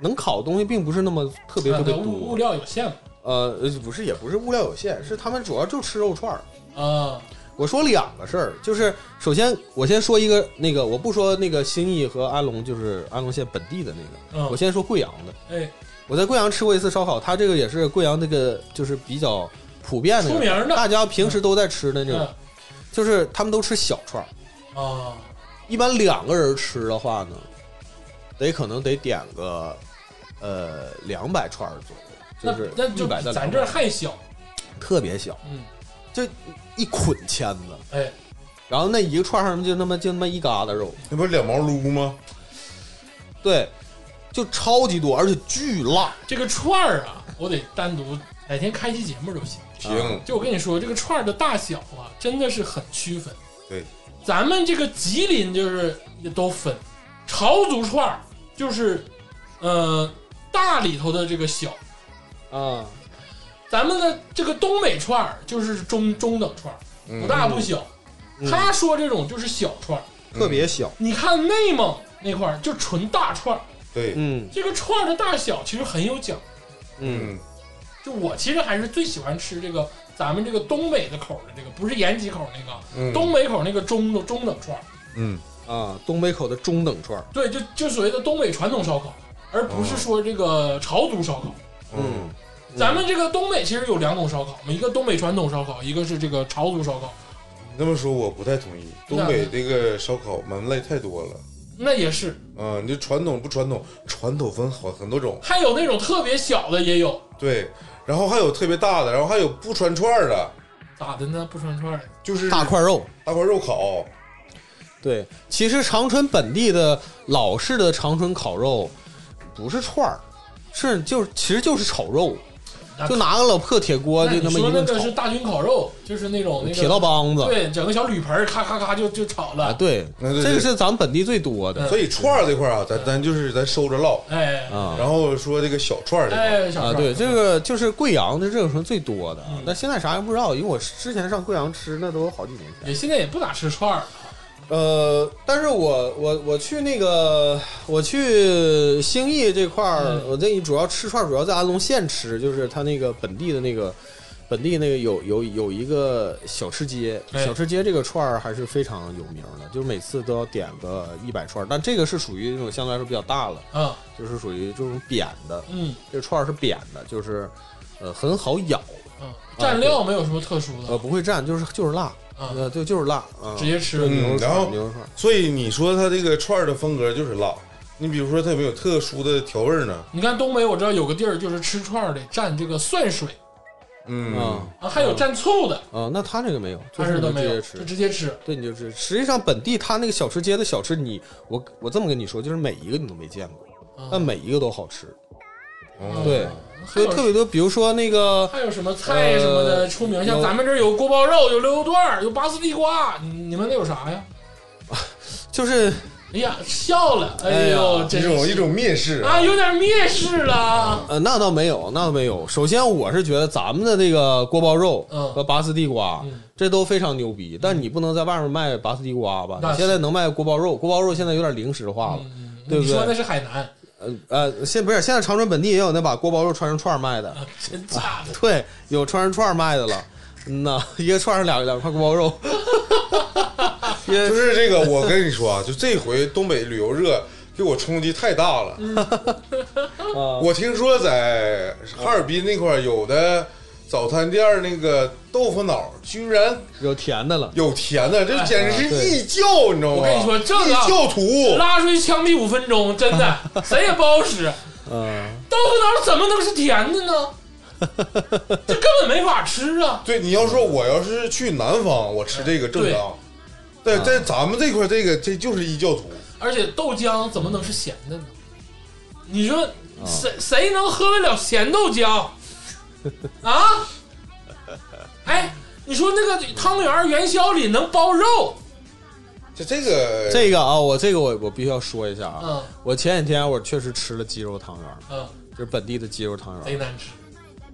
能烤的东西并不是那么特别特别啊多。物物料有限嘛，呃，呃不是，也不是物料有限，是他们主要就吃肉串儿。啊，我说两个事儿，就是首先我先说一个那个，我不说那个兴义和安龙，就是安龙县本地的那个，嗯我先说贵阳的。哎，我在贵阳吃过一次烧烤，它这个也是贵阳那个就是比较普遍的出名的大家平时都在吃的那种，嗯就是他们都吃小串儿。啊，一般两个人吃的话呢，得可能得点个呃两百串儿左那右，就是那就一百到咱200这儿还小，特别小，嗯，一捆签子，哎，然后那一个串儿上就那么就那么一疙瘩肉，那不是两毛撸吗？对，就超级多，而且巨辣。这个串儿啊，我得单独哪天开期节目就行。行，就我跟你说，这个串儿的大小啊，真的是很区分。对，咱们这个吉林就是也都分，潮族串儿就是，呃，大里头的这个小，嗯啊，咱们的这个东北串儿就是中中等串儿，嗯嗯不大不小。嗯他说这种就是小串儿，特别小，你看内蒙那块儿就纯大串儿，对，嗯这个串儿的大小其实很有讲究。嗯，嗯，就我其实还是最喜欢吃这个咱们这个东北的口儿的这个，不是延吉口儿那个，嗯东北口儿那个中等中等串儿，嗯，啊，东北口的中等串儿，对，就就所谓的东北传统烧烤，而不是说这个潮族烧烤。嗯，嗯咱们这个东北其实有两种烧烤嘛，一个东北传统烧烤，一个是这个潮族烧烤，那么说我不太同意，东北这个烧烤门类太多了。那也是。啊、你这传统不传统，传统分好很多种，还有那种特别小的也有，对，然后还有特别大的，然后还有不穿串儿的，咋的呢？不穿串儿的就是大块肉，大块肉烤，对，其实长春本地的老式的长春烤肉，不是串儿，是就是其实就是炒肉，那就拿个老破铁锅哦就你么说一那顿个炒，是大军烤肉，就是那种那个铁道帮子对，整个小铝盆儿咔咔咔就就炒啊，了。对，嗯对对这个是咱们本地最多的嗯所以串儿这块儿啊，咱咱就是咱收着唠，哎啊然后说这个小串儿这块儿，哎，小啊，串儿对，这个就是贵阳的热成最多的，啊嗯但现在啥也不知道，因为我之前上贵阳吃那都好几年前。也现在也不咋吃串儿了。呃，但是我我我去那个我去兴义这块儿，嗯我这主要吃串儿主要在安龙县吃，就是它那个本地的那个本地那个有有有一个小吃街，哎小吃街这个串儿还是非常有名的，就是每次都要点个一百串儿，但这个是属于那种相对来说比较大了，嗯就是属于这种扁的，嗯这串儿是扁的，就是呃很好咬，啊嗯，蘸料没有什么特殊呃的不会蘸，就是就是辣，啊，呃对就是辣啊，直接吃就是牛肉嗯然串儿后牛肉串儿。所以你说它这个串儿的风格就是辣。你比如说，它有没有特殊的调味儿呢？你看东北，我知道有个地儿就是吃串儿得蘸这个蒜水嗯啊，啊，还有蘸醋的，啊、那他这个没有，就但是是你都就没直有，就接吃。直接吃。对，你就吃。实际上，本地他那个小吃街的小吃你，我我这么跟你说，就是每一个你都没见过，啊但每一个都好吃。哦嗯对，还所以有特别多，比如说那个还有什么菜什么的呃出名？像有咱们这儿有锅包肉，有溜肉段儿，有拔丝地瓜，你你们那有啥呀？就是哎呀，笑了，哎呀呦，一真种是一种蔑视啊，有点蔑视了。呃，那倒没有，那倒没有。首先，我是觉得咱们的那个锅包肉嗯和拔丝地瓜，嗯这都非常牛逼，但你不能在外面卖拔丝地瓜吧？那你现在能卖锅包肉，锅包肉现在有点零食化了。嗯对不对你说那是海南，呃呃，现不是现在长春本地也有那把锅包肉串成串儿卖的，啊真假的？ 对，有串成串儿卖的了。嗯呐，一个串上两两块锅包 肉，因为就是这个，我跟你说啊， 就这回东北旅游热给我冲击太大了。嗯 啊我听说在哈尔滨那块儿有的早餐店儿那个豆腐脑儿居然有甜的了。有甜的，这简直哎对是异教，你知道吗？我跟你说这个啊异教徒拉出去枪毙五分钟，真的，谁也不好使。嗯，豆腐脑怎么能是甜的呢？这根本没法吃啊！对，你要说我要是去南方，我吃这个正常。对，啊在咱们这块儿，这个这就是异教徒。而且豆浆怎么能是咸的呢？你说谁谁能喝得了咸豆浆啊？哎，你说那个汤圆元宵里能包肉，这这个这个啊，我这个我我必须要说一下啊，嗯我前几天我确实吃了鸡肉汤圆儿，嗯，就是本地的鸡肉汤哎圆贼儿，难吃，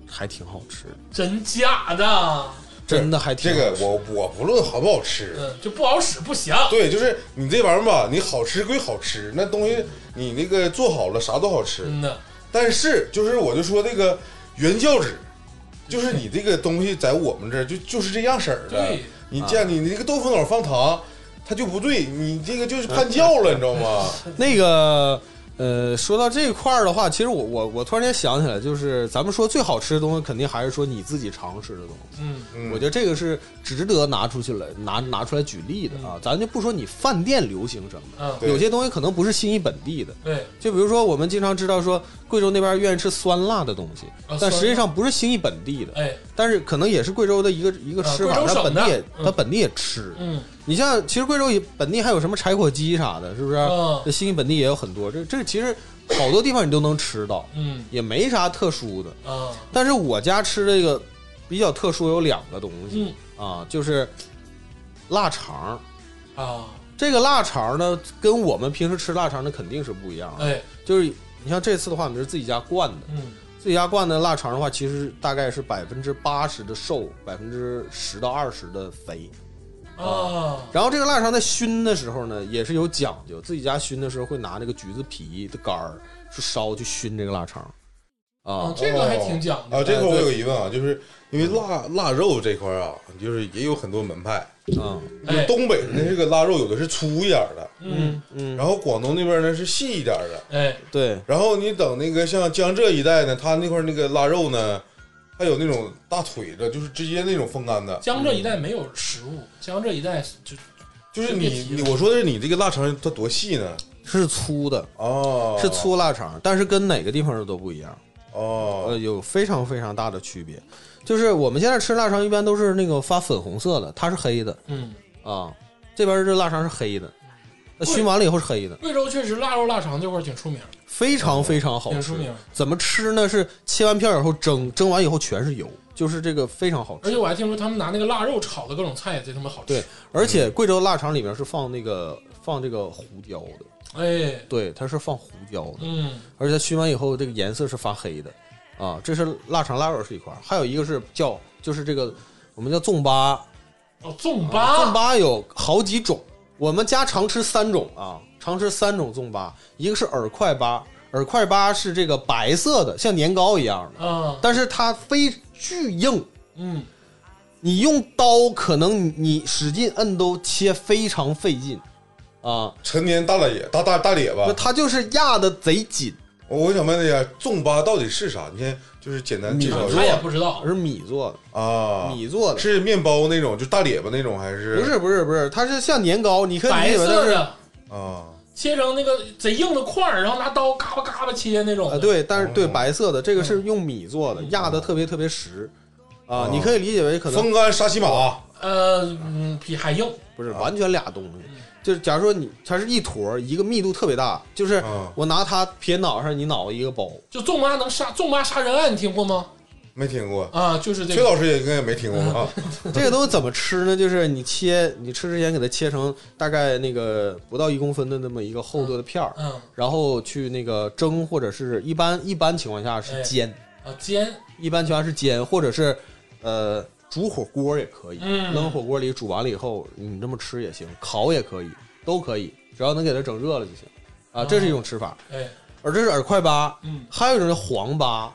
还挺好吃，真假的，真的还挺这好个吃我我不论好不好吃，嗯，就不好使，不行。对，就是你这玩意儿吧，你好吃归好吃，那东西你那个做好了啥都好吃，真的，但是就是我就说那个原教旨，就是你这个东西在我们这儿就就是这样式儿的对。啊你见你那个豆腐脑放糖，它就不对，你这个就是叛教了，你知道吗？那个呃，说到这块儿的话，其实我我我突然间想起来，就是咱们说最好吃的东西，肯定还是说你自己常吃的东西。嗯，嗯我觉得这个是值得拿出去了，拿拿出来举例的啊。咱就不说你饭店流行什么，嗯，对有些东西可能不是新义本地的。对，就比如说，我们经常知道说贵州那边愿意吃酸辣的东西啊，但酸实际辣上不是兴义本地的，哎，但是可能也是贵州的一个一个啊吃贵法，州它省本的地也它嗯本地也吃。嗯，你像，其实贵州也本地还有什么柴火鸡啥的，是不是？嗯这兴义本地也有很多，这这其实好多地方你都能吃到，嗯，也没啥特殊的。啊，但是我家吃这个比较特殊有两个东西、嗯，啊，就是腊肠儿。啊，这个腊肠儿呢，跟我们平时吃腊肠儿那肯定是不一样的。哎，就是你像这次的话，我们是自己家灌的，嗯，自己家灌的腊肠的话，其实大概是百分之八十的瘦，百分之十到二十的肥。啊，然后这个腊肠在熏的时候呢，也是有讲究，自己家熏的时候会拿这个橘子皮的杆儿去烧去熏这个腊肠，啊啊， 这个还挺讲啊，究，这块儿我对有个疑问啊，就是因为腊腊肉这块儿啊，就是也有很多门派。嗯就是哎，东北那这个腊肉有的是粗一点儿的，嗯，嗯，然后广东那边呢是细一点儿的。哎，对，然后你等那个像江浙一带呢，它那块儿那个腊肉呢，还有那种大腿的，就是直接那种风干的。江浙一带没有食物，江浙一带就就是这别你提你了我说的是你这个腊肠它多细呢？是粗的，哦，是粗腊肠，但是跟哪个地方都不一样，呃，哦，有非常非常大的区别。就是我们现在吃腊肠一般都是那个发粉红色的，它是黑的嗯，啊，这边这腊肠是黑的，那熏完了以后是黑的，贵州确实腊肉腊肠这块儿挺出名，非常非常好挺吃出。名。怎么吃呢？是切完片儿以后蒸，蒸完以后全是油，就是这个非常好而且吃。我还听说他们拿那个腊肉炒的各种菜也贼他妈好吃对。而且贵州腊肠里面是放那个放这个胡椒的，哎，对，它是放胡椒的，嗯，而且它熏完以后这个颜色是发黑的，啊，这是腊肠腊肉是一块儿，还有一个是叫就是这个我们叫粽粑，哦，粽啊粑，粽粑有好几种，我们家常吃三种啊，常吃三种粽粑，一个是饵块粑，饵块粑是这个白色的，像年糕一样的，啊，但是它非常巨硬，嗯，你用刀可能你使劲摁都切非常费劲啊，陈年大老爷，大大大列那巴。它就是压的贼紧，我我想问一下，粽粑到底是啥？你先就是简单介米绍一做嗯他也下不知道，是米做的，啊。米做的。是面包那种，就大列巴那种，还是不是不是不是，它是像年糕，你可以白理解为它色是啊、的，啊？切成那个贼硬的块儿，然后拿刀嘎巴嘎巴切那种的。呃啊对，但是对哦白色的这个是用米做的，压的特别特别实啊、你可以理解为可能风干沙琪玛呃，嗯，比还硬。不是啊完全俩东西，就是假如说你它是一坨儿，一个密度特别大，就是啊，我拿它撇脑上，你脑袋一个包，就粽粑能杀粽粑杀人案，你听过吗？没听过。啊，就是这崔个。老师也应该也没听过啊。这个东西怎么吃呢？就是你切，你吃之前给它切成大概那个不到一公分的那么一个厚度的片儿，嗯然后去那个蒸，或者是一般一般情况下是煎，啊，煎，一般情况下是煎，或者是呃煮火锅也可以，嗯扔火锅里煮完了以后你这么吃也行，烤也可以，都可以，只要能给它整热了就行。啊，这是一种吃法。哎，而这是饵块粑，嗯，还有一种是黄粑，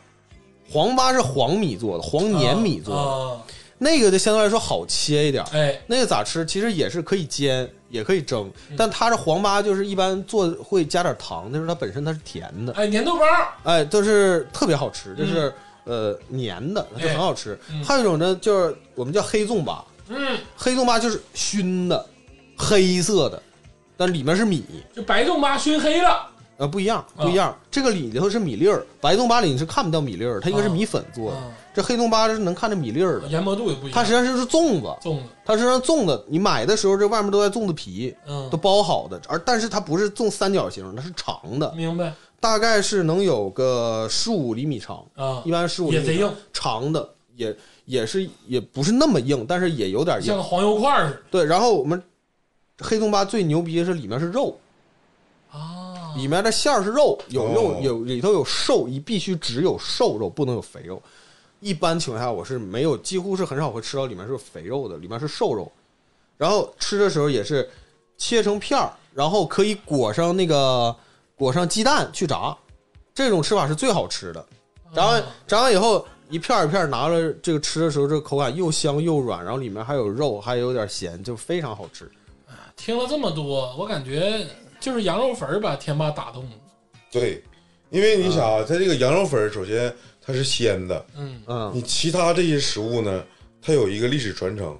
黄粑是黄米做的，黄黏米做的，啊，那个就相对来说好切一点儿啊。哎，那个咋吃？其实也是可以煎，也可以蒸，嗯但它是黄粑，就是一般做会加点糖，就是它本身它是甜的，哎，粘豆包儿，哎，就是特别好吃，就是、呃黏的，它就很好吃。嗯还有一种呢，就是我们叫黑粽粑，嗯，黑粽粑就是熏的，黑色的，但里面是米，就白粽粑熏黑了，呃，不一样，不啊一样。这个里头是米粒儿，白粽粑里你是看不到米粒儿，它应该是米粉做的。啊嗯这黑粽粑是能看着米粒儿的，研磨度也不一样。它实际上就是粽子，粽子，它实际上粽子，你买的时候这外面都带粽子皮，嗯，都包好的，而但是它不是粽三角形，它是长的，明白大概是能有个十五厘米长，啊一，般十五厘也贼米硬，长的，也也是也不是那么硬，但是也有点像硬。个黄油块儿似对，然后我们黑粽粑最牛逼的是里面是肉，的啊。里面的馅儿是肉，有肉哦有里头有瘦，你必须只有瘦肉，不能有肥肉。一般情况下我是没有，几乎是很少会吃到里面是肥肉的，里面是瘦肉。然后吃的时候也是切成片儿，然后可以裹上那个裹上鸡蛋去炸，这种吃法是最好吃的。炸完炸完以后一片儿一片儿拿了这个吃的时候，这个口感又香又软，然后里面还有肉，还有点咸，就非常好吃。听了这么多，我感觉就是羊肉粉儿把天霸打动了。对，因为你想啊，它这个羊肉粉儿首先它是鲜的，嗯，嗯你其他这些食物呢，它有一个历史传承，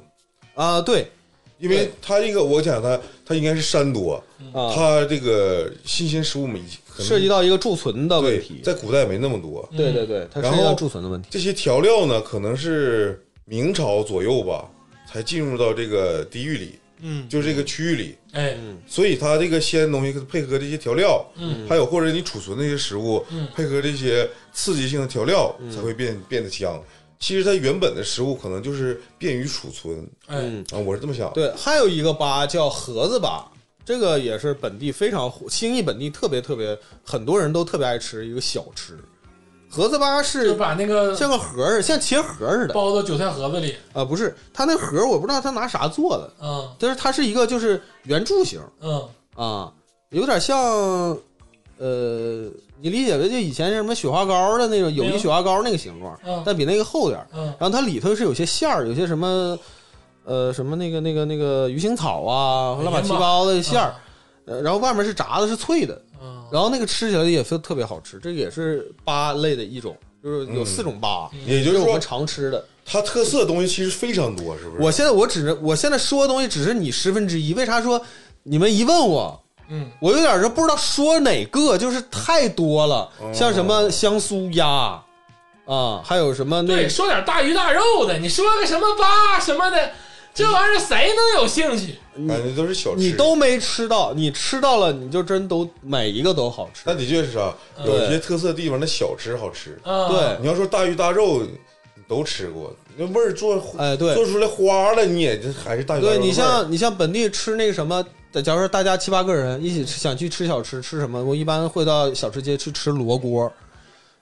啊，对因为对它这个我想它它应该是山多，啊，它这个新鲜食物没可能涉及到一个贮存的问对题，。在古代没那么多，对对对，它然涉及到后贮存的问题。这些调料呢，可能是明朝左右吧，才进入到这个地域里，嗯，就是这个区域里，哎，嗯所以它这个鲜东西配合这些调料，嗯，还有或者你储存的一些食物，嗯配合这些刺激性的调料，嗯才会变变得香。其实它原本的食物可能就是便于储存嗯哎，啊，我是这么想。对，还有一个粑叫盒子粑，这个也是本地非常火，兴义本地特别特别，很多人都特别爱吃一个小吃。盒子粑就是把那个像个盒儿，像茄盒儿似的啊、呃包到韭菜盒子里，不是，它那盒儿我不知道它拿啥做的，嗯但是它是一个就是圆柱形嗯，啊、有点像，呃，你理解为就以前什么雪花膏的那种有明机白雪花膏那个形状，嗯但比那个厚点儿。嗯然后它里头是有些馅儿，有些什么，呃，什么那个那个那个鱼腥草啊、哎呀乱七妈八糟的馅儿，呃，然后外面是炸的，是脆的，嗯，然后那个吃起来也是特别好吃，这个也是粑类的一种，就是有嗯四种粑，也就是这是我说们，常吃的。它特色的东西其实非常多，是不是？我现在我只是我现在说的东西只是你十分之一，为啥说你们一问我？嗯，我有点儿就不知道说哪个，就是太多了，像什么香酥鸭啊、还有什么那对，说点大鱼大肉的，你说个什么粑什么的，这玩意儿谁能有兴趣？感觉啊都是小吃。你都没吃到，你吃到了，你就真都每一个都好吃。呃但的确是啊，有些特色地方的小吃好吃。啊，嗯对你要说大鱼大肉，你都吃过，那味儿做哎，对，做出来花了，你也就还是大鱼大肉对的味儿。你像你像本地吃那个什么，假如说大家七八个人一起吃想去吃小吃，吃什么？我一般会到小吃街去吃罗锅，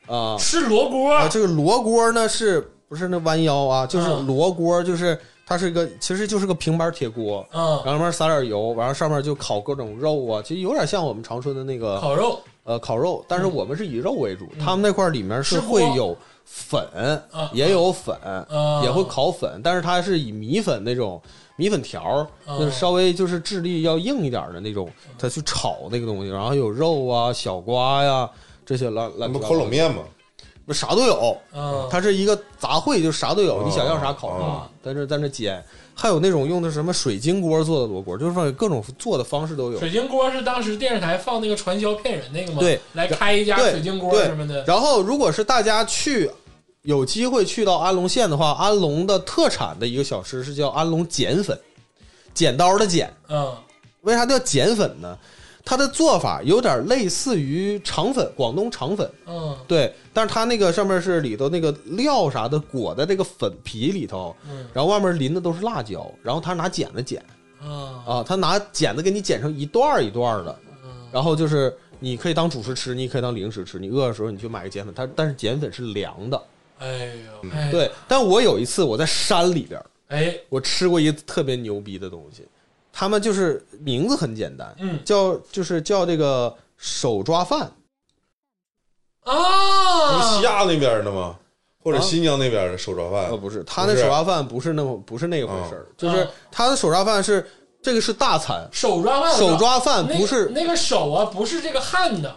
啊、吃罗锅啊，这个罗锅呢是不是那弯腰啊？就是嗯罗锅，就是它是一个其实就是个平板铁锅，啊然，后上面撒点油，完了上面就烤各种肉啊，其实有点像我们长春的那个烤肉呃烤肉，但是我们是以肉为主，嗯他们那块儿里面是吃锅会有粉，啊也有粉，啊，也会烤粉，但是它是以米粉那种米粉条儿，哦就是稍微就是质地要硬一点儿的那种，它去炒那个东西，然后有肉啊、小瓜呀、这些乱那乱不七八烤糟冷的，面吗？不啥都有。啊，它是一个杂烩，就啥都有，哦你想要啥烤啥哦，在这在那煎。还有那种用的什么水晶锅做的罗锅，就是说各种做的方式都有。水晶锅是当时电视台放那个传销骗人那个吗？对，来开一家对水晶锅对什么的。然后，如果是大家去有机会去到安龙县的话，安龙的特产的一个小吃是叫安龙碱粉，剪刀的剪。嗯为啥叫碱粉呢？它的做法有点类似于肠粉，广东肠粉，嗯对，但是它那个上面是里头那个料啥的裹在这个粉皮里头，嗯然后外面淋的都是辣椒，然后他拿剪子剪嗯啊，他拿剪子给你剪成一段儿一段儿的，嗯然后就是你可以当主食吃，你也可以当零食吃，你饿的时候你去买个碱粉，它但是碱粉是凉的，哎呦，哎，嗯对。但我有一次我在山里边儿，哎，我吃过一个特别牛逼的东西，他们就是名字很简单，嗯叫就是叫这个手抓饭，那不西啊，亚那边的吗？或者啊新疆那边的手抓呃，饭？不是，他那不是手抓饭不是那么不是那一回事儿，就是啊他的手抓饭是这个是大餐，手抓饭，手抓饭那不是那个手啊，不是这个汗的，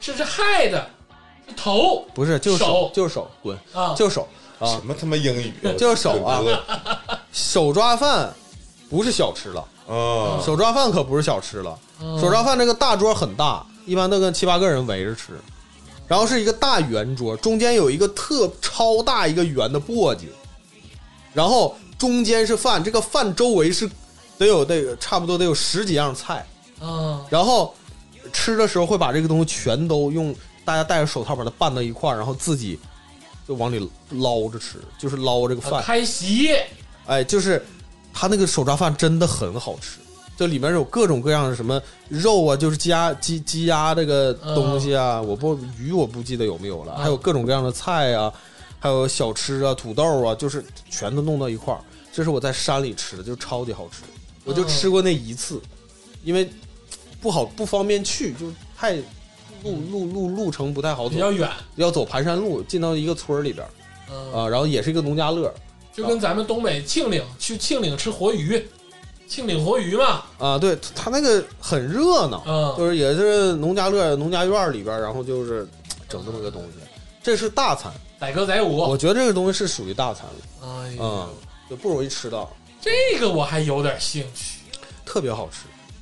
是这害的，是头不是就是手手就是手滚啊，就是手啊什么他妈英语 啊？就是手啊我手抓饭不是小吃了，啊，手抓饭可不是小吃了，手抓饭这个大桌很大，一般都跟七八个人围着吃，然后是一个大圆桌，中间有一个特超大一个圆的簸箕，然后中间是饭，这个饭周围是得有得有差不多得有十几样菜。嗯然后吃的时候会把这个东西全都用大家戴着手套把它拌到一块儿，然后自己就往里捞着吃，就是捞这个啊，饭。开席，哎，就是他那个手抓饭真的很好吃，就里面有各种各样的什么肉啊，就是鸡鸭鸡鸡鸭这个东西啊，我不鱼我不记得有没有了，嗯还有各种各样的菜啊，还有小吃啊，土豆啊，就是全都弄到一块儿。这是我在山里吃的，就超级好吃，我就吃过那一次，因为不好不方便去，就是太路路路路程不太好走比，较远，要走盘山路，进到一个村儿里边儿嗯，啊，然后也是一个农家乐就跟咱们东北庆岭去庆岭吃活鱼，庆岭活鱼嘛，啊，对，它那个很热闹，嗯就是也是农家乐、农家院里边儿，然后就是整这么个东西。这是大餐，载歌载舞，我觉得这个东西是属于大餐了，哎呦嗯，，就不容易吃到，这个我还有点兴趣，特别好吃。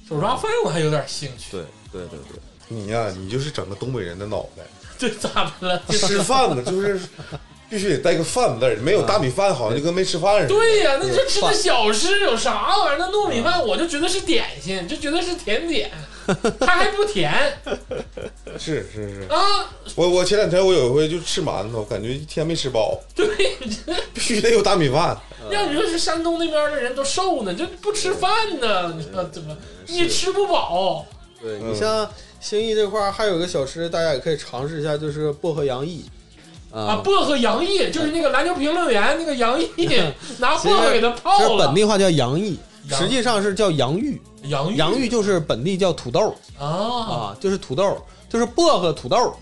手抓饭我还有点兴趣，对对对对，你呀、你就是整个东北人的脑袋。这咋的 了？吃饭呢，就是必须得带个饭字儿，没有大米饭好像就跟没吃饭似的。对呀、那个就吃饭的小吃有啥玩意儿？那糯米嗯饭我就觉得是点心，就觉得是甜 点，它还不甜是是是，啊！我我前两天我有一回就吃馒头，感觉一天没吃饱，对，必须得有大米饭。嗯要你说是山东那边的人都瘦呢，就不吃饭呢，嗯你说怎么你吃不饱？对嗯你像兴义这块儿还有个小吃，大家也可以尝试一下，就是薄荷洋溢啊，啊，薄荷洋溢就是那个篮球评论员那个洋溢，嗯拿薄荷给他这泡本了。地话叫洋溢，洋实际上是叫洋芋，洋洋芋就是本地叫土豆啊，啊，就是土豆，就是薄荷土豆，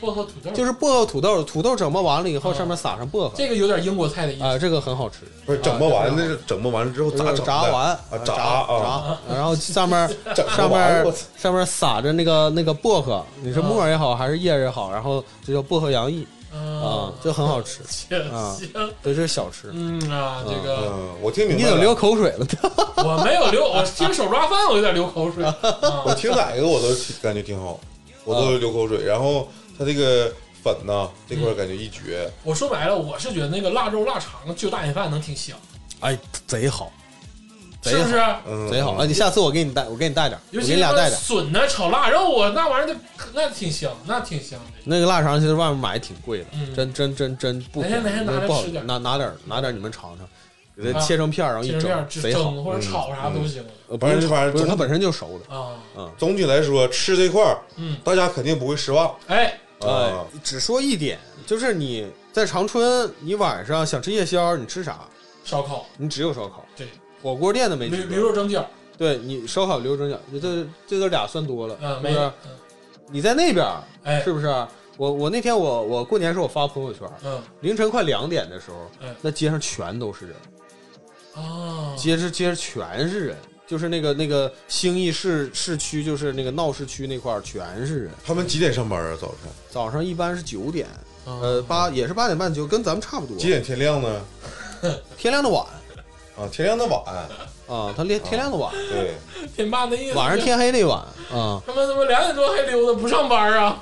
薄荷土豆，就是薄荷土豆，土豆整磨完了以后，啊上面撒上薄荷这个有点英国菜的意思。啊，这个很好吃。不是整不完，那是整不完了之后咋就是整的？啊呃炸完啊啊炸哦啊，炸，然后 上面整上不完我面操！上面撒着那个那个薄荷，你是嗯沫儿也好还是叶儿也好，然后这叫薄荷洋溢啊，这很好吃，啊行行，对，这是小吃。嗯啊，这个。嗯，我听明你白怎么了流。口水了？ 我没有流，我听手抓饭我有点流口水。我啊听哪个我都感觉挺好，我都啊流口水。然后它这个粉呢，这块儿嗯感觉一绝。我说白了，我是觉得那个腊肉腊肠就大米饭能挺香，哎，贼好，贼是不是？嗯，贼好啊！你下次我给你带，我给你带点，我尤给其你俩带那点。笋呐、炒腊肉啊，那玩意儿那那挺香，那挺香的。那个腊肠其实外面买挺贵的，嗯真真真真不哪天哪天拿来不好吃，点拿拿点拿点你们尝尝，给它啊切成片儿，然后一切成片儿只贼好。嗯蒸或者炒啥都行呃，不反正是这玩意儿不是，总它本身就熟的。啊。总体来说，吃这块儿，嗯，大家肯定不会失望哎，哎啊。，只说一点，就是你在长春，你晚上想吃夜宵，你吃啥？烧烤、你只有烧烤。对，火锅店的没驴吃驴过。肉蒸饺，对你烧烤、溜蒸饺，这这这都俩算多了，嗯，是没不有是？，嗯你在那边儿哎，是不是？我我那天我我过年时候我发朋友圈，嗯凌晨快两点的时候嗯，那街上全都是人，啊，街上街上全是人，就是那个那个兴义市市区，就是那个闹市区那块儿全是人。他们几点上班啊？早晨早上一般是九点，呃呃，八也是八点半九，跟咱们差不多。几点天亮呢？天亮的晚啊，天亮的晚。啊，他连天亮的晚，哦对，天霸那意思，晚上，天黑那晚啊。他们怎么两点多还溜达不上班啊？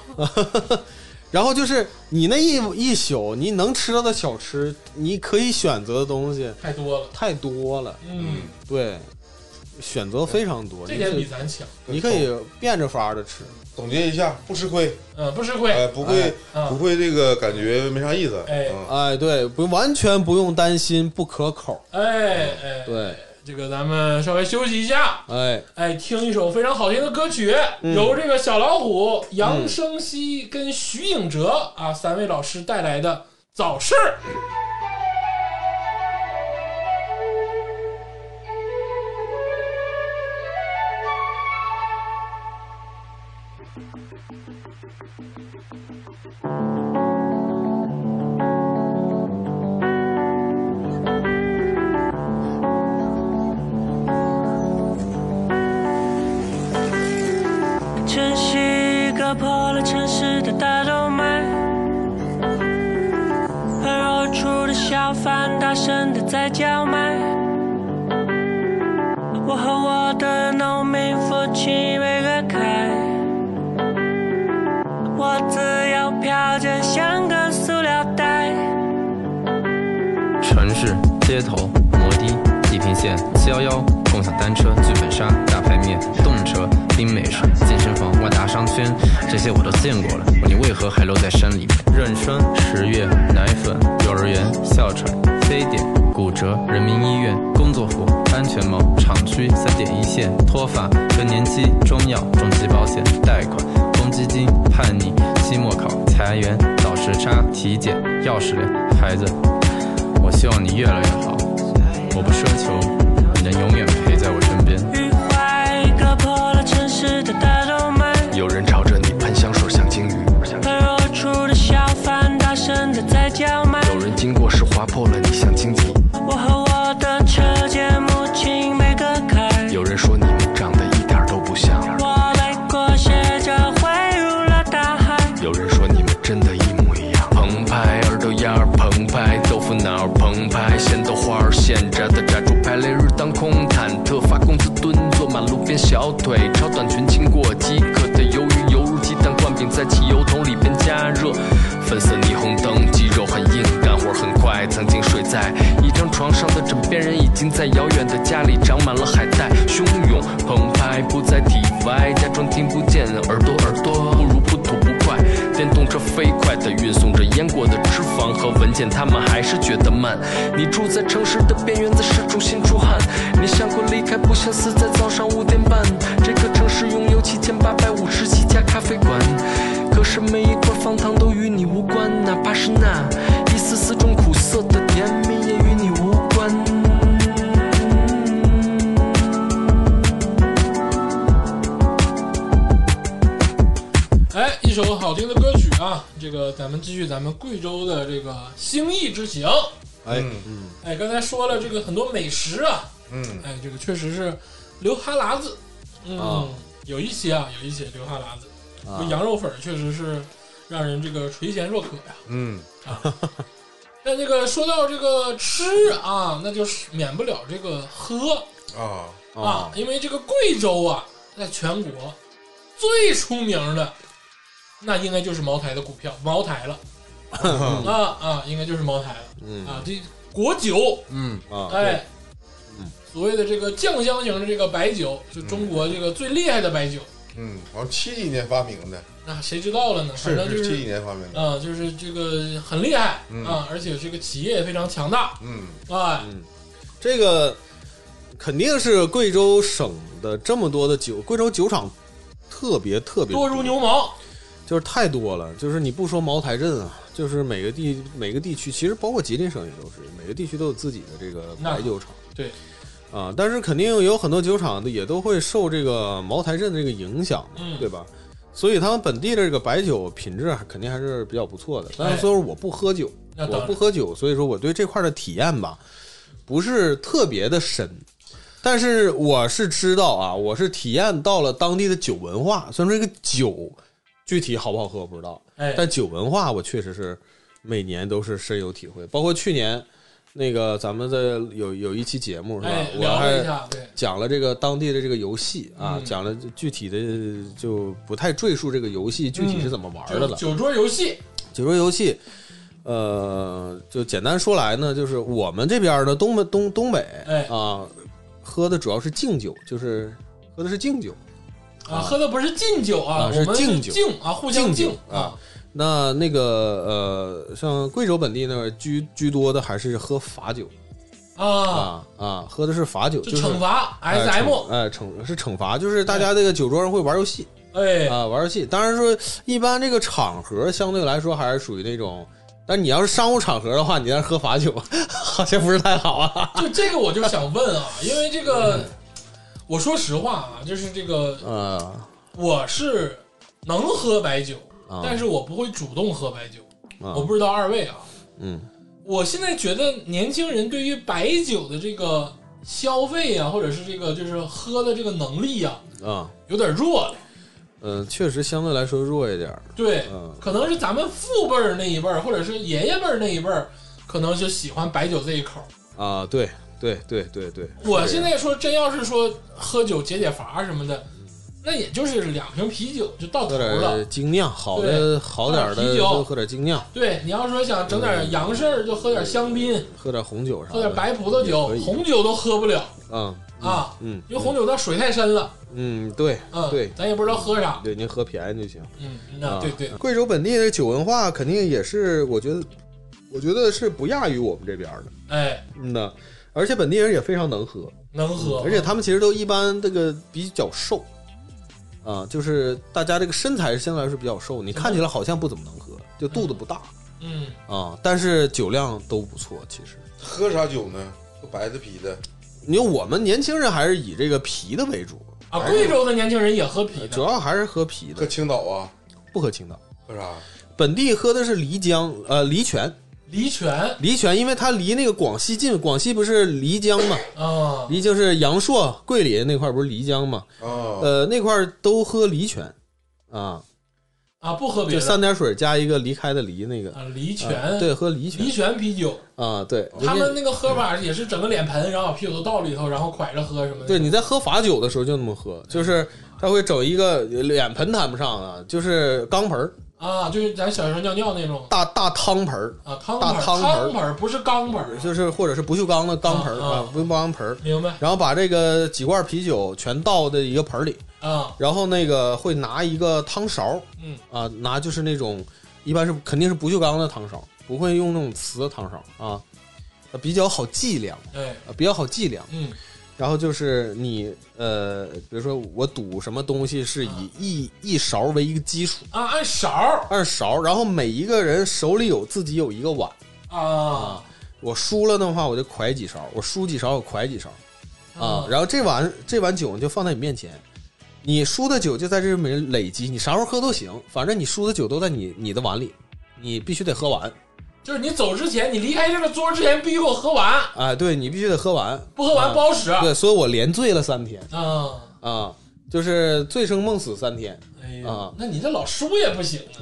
然后就是你那一一宿，你能吃到的小吃，你可以选择的东西太多了，太多了，嗯，对，选择非常多。这你点比是咱强，你可以变着法儿的吃，总结一下，不吃亏，嗯，不吃亏，哎，不会啊不会，这个感觉没啥意思。哎嗯哎，对，不完全不用担心不可口，哎哎，呃对，这个咱们稍微休息一下，哎，哎，听一首非常好听的歌曲，嗯由这个小老虎杨生熙跟徐颖哲啊三位老师带来的《早市》。晨曦割破了城市的大动脉，而后厨的小贩大声的在叫卖。我和我的农民夫妻没隔开，我自由飘着像个塑料袋。城市、街头、摩的、地平线、七幺幺、共享单车、剧本杀、大排面、动车、冰美式、健身房、万达商圈，这些我都见过了，你为何还留在山里面？妊娠、十月、奶粉、幼儿园、哮喘、非典、骨折、人民医院、工作服、安全帽、厂区三点一线、脱发、更年期、中药、重疾保险、贷款。公积金、叛逆、期末考、裁员、倒时差、体检、钥匙链、孩子。我希望你越来越好，我不奢求你能永远陪在我身边。愉快割破了城市的大动脉，有人朝着你喷香水，像鲸鱼；而后厨的小贩大声的在叫卖。有人经过时划破了你，像荆棘；我和我的车间母亲没隔开，有人说你们长得一点都不像；我背过斜着汇入了大海，有人说你们真的一模一样。澎湃耳朵眼儿澎湃，豆腐脑儿澎湃，鲜豆花儿现炸的炸猪排，烈日当空，忐忑发工资蹲坐满路边小腿，超短裙经过饥渴的鱿鱼，犹如鸡蛋灌饼在汽油桶里边加热。粉色霓虹灯，肌肉很硬，干活很快。曾经睡在一张床上的枕边人，已经在遥远的家里长满了海带，汹涌澎湃，不再体外，假装听不见，耳朵耳朵，不如不吐不快。电动车飞快地运送着腌过的脂肪和文件，他们还是觉得慢。你住在城市的边缘，在市中心出汗，你想过离开，不想死在早上五点半。这个城市拥有七千八百五十七家咖啡馆。可是每一块方糖都与你无关，哪怕是那一丝丝中苦涩的甜蜜，也与你无关。哎，一首好听的歌曲啊，这个咱们继续咱们贵州的这个兴义之行。哎，哎，刚才说了这个很多美食啊，嗯，哎，这个确实是流哈喇子，嗯，啊有一些啊，有一些流哈喇子，啊羊肉粉儿确实是让人这个垂涎若渴呀、嗯，那这个说到这个吃啊，那就是免不了这个喝啊，啊，因为这个贵州啊，在全国最出名的，那应该就是茅台的股票，茅台了，啊啊，应该就是茅台了嗯啊，这国酒，啊，哎，所谓的这个酱香型的这个白酒，就中国这个最厉害的白酒，嗯，好像七几年发明的，那谁知道了呢？反是正就是七是几年发明的，啊、就是这个很厉害、嗯啊，而且这个企业也非常强大，嗯，哎，这个肯定是贵州省的这么多的酒，贵州酒厂特别特别多如牛毛，就是太多了，就是你不说茅台镇啊，就是每个地每个地区，其实包括吉林省也都是，每个地区都有自己的这个白酒厂对，啊。但是肯定有很多酒厂也都会受这个茅台镇的这个影响嘛，嗯对吧？所以他们本地的这个白酒品质还肯定还是比较不错的。但是说我不喝酒，哎那当我然不喝酒，所以说我对这块的体验吧，不是特别的深。但是我是知道啊，我是体验到了当地的酒文化。虽然说这个酒具体好不好喝我不知道，哎，但酒文化我确实是每年都是深有体会，包括去年那个咱们的有有一期节目是吧？哎，我聊了一还下，对，讲了这个当地的这个游戏啊，嗯讲了具体的就不太赘述这个游戏具体是怎么玩的酒了。酒桌游戏，酒桌游戏，呃，就简单说来呢，就是我们这边的东北东东北哎啊，喝的主要是敬酒，就是喝的是敬酒。啊，啊喝的不是敬酒啊，啊我们是敬酒敬啊，互相敬敬酒啊。那那个呃，像贵州本地那儿居居多的还是喝罚酒啊，啊啊，喝的是罚酒，就就是惩罚哎 S M，惩哎惩是惩罚，就是大家这个酒桌上会玩游戏哎，啊，玩游戏。当然说，一般这个场合相对来说还是属于那种，但你要是商务场合的话，你在那喝罚酒， 好像不是太好啊。就这个我就想问啊，因为这嗯个，我说实话啊，就是这个啊我是能喝白酒，啊但是我不会主动喝白酒，啊我不知道二位啊，嗯，我现在觉得年轻人对于白酒的这个消费啊，或者是这个就是喝的这个能力啊，啊，有点弱了。嗯、确实相对来说弱一点儿。对，嗯可能是咱们父辈儿那一辈儿，或者是爷爷辈儿那一辈儿，可能就喜欢白酒这一口。啊，对对对对对，我现在说真要是说喝酒解解乏什么的，那也就是两瓶啤酒就到头喝了。点精酿，好的好点儿喝点的啤酒就喝点精酿，对，你要说想整点洋事儿，就喝点香槟，喝点红嗯酒啥的，喝点白葡萄酒也可，以红酒都喝不了嗯啊，嗯因为红酒它水太深了。嗯，对嗯，对咱也不知道喝啥。对，您喝便宜就行。嗯，那啊对对，贵州本地的酒文化肯定也是，我觉得，我觉得是不亚于我们这边儿的，哎，嗯呐，而且本地人也非常能喝，能喝，嗯而且他们其实都一般这个比较瘦，啊，就是大家这个身材相对来说比较瘦，你看起来好像不怎么能喝，就肚子不大嗯，啊，但是酒量都不错，其实。喝啥酒呢？喝白的啤的，因为我们年轻人还是以这个啤的为主，啊，贵州的年轻人也喝啤主的，要还是喝啤喝的，青岛啊，不喝青岛。喝啥？啊本地喝的是漓江，呃，漓泉，漓泉漓泉，因为它离那个广西近，广西不是漓江嘛，啊，漓就是阳朔、桂林那块儿不是漓江嘛，啊，呃，那块儿都喝漓泉，啊，啊，不喝别就的三点水加一个离开的离那个，啊，漓啊泉，对，喝漓泉漓泉啤酒，啊，对，他们那个喝法也是整个脸盆，然后把啤酒都倒里头，然后蒯着喝什么的。对，你在喝法酒的时候就那么喝，就是他会整一个呃脸盆谈不上啊，就是钢盆儿啊，就是咱小时候尿尿那种大大汤盆儿啊，汤盆大儿，汤盆汤儿盆儿不是钢盆儿啊，就是或者是不锈钢的钢盆儿啊啊啊，不锈钢盆儿，明白然后把这个几罐啤酒全倒在一个盆儿里，啊？然后那个会拿一个汤勺，嗯啊，拿就是那种一般是肯定是不锈钢的汤勺，不会用那种瓷的汤勺啊，呃比较好计量，哎，呃比较好计量。嗯然后就是你呃，比如说我赌什么东西是以一一勺为一个基础，啊，按勺儿按勺，然后每一个人手里有自己有一个碗。啊我输了的话，我就㧟几勺；我输几勺，我㧟几勺啊。然后这碗这碗酒就放在你面前，你输的酒就在这里面累积，你啥时候喝都行，反正你输的酒都在你你的碗里，你必须得喝完。就是你走之前，你离开这个桌之前必须给我喝完，哎，对你必须得喝完，不喝完啊不好使。对，所以我连醉了三天啊，啊，就是醉生梦死三天，哎呀啊，那你这老输也不行啊，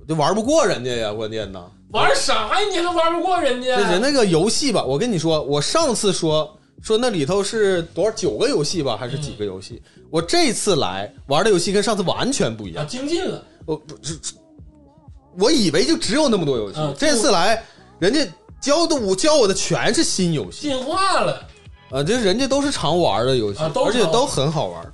我就玩不过人家呀，关键呢。玩啥呀？你还玩不过人家？就是那个游戏吧，我跟你说，我上次说说那里头是多少九个游戏吧，还是几个游戏？我这次来玩的游戏跟上次完全不一啊，样。精进了，我不是，我以为就只有那么多游戏，嗯这次来人家教的我教我的全是新游戏进化了，啊，这人家都是常玩的游戏，啊都而且常玩都很好玩，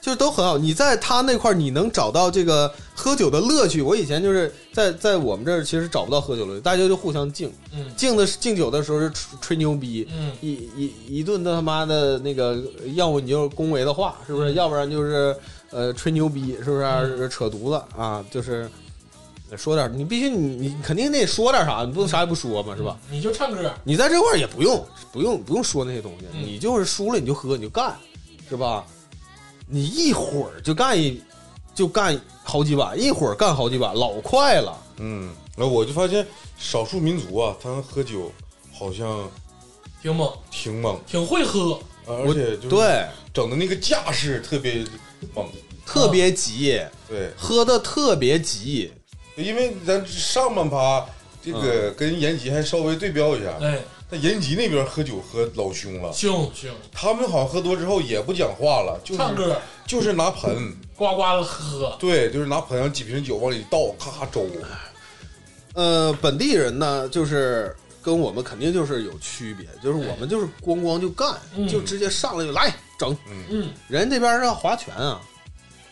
就是都很好。你在他那块儿，你能找到这个喝酒的乐趣。我以前就是在在我们这儿其实找不到喝酒的乐趣，大家就互相敬嗯敬的敬酒的时候是吹吹牛逼，嗯一一一顿他妈的那个，要不你就是恭维的话，是不是？嗯要不然就是呃吹牛逼，是不是？扯犊子啊，就是说点儿，你必须你你肯定得说点啥，你不能啥也不说嘛，是吧？？你就唱歌，你在这块儿也不用不用不用说那些东西，嗯你就是输了你就喝你就干，是吧？你一会儿就干一就干好几把，一会儿干好几把，老快了。嗯，然后我就发现少数民族啊，他们喝酒好像挺猛，挺猛，挺会喝，啊而且嗯就是对，整的那个架势特别猛。特别急，对，喝的特别急，因为咱上半趴这个跟延吉还稍微对标一下，哎，但延吉那边喝酒喝老凶了，凶凶，他们好像喝多之后也不讲话了，嗯就是唱歌，就是拿盆，呱呱了喝，对，就是拿盆上几瓶酒往里倒，咔咔粥。呃，本地人呢，就是跟我们肯定就是有区别，就是我们就是咣咣就干，嗯就直接上来就来整。嗯，人这边是划拳啊，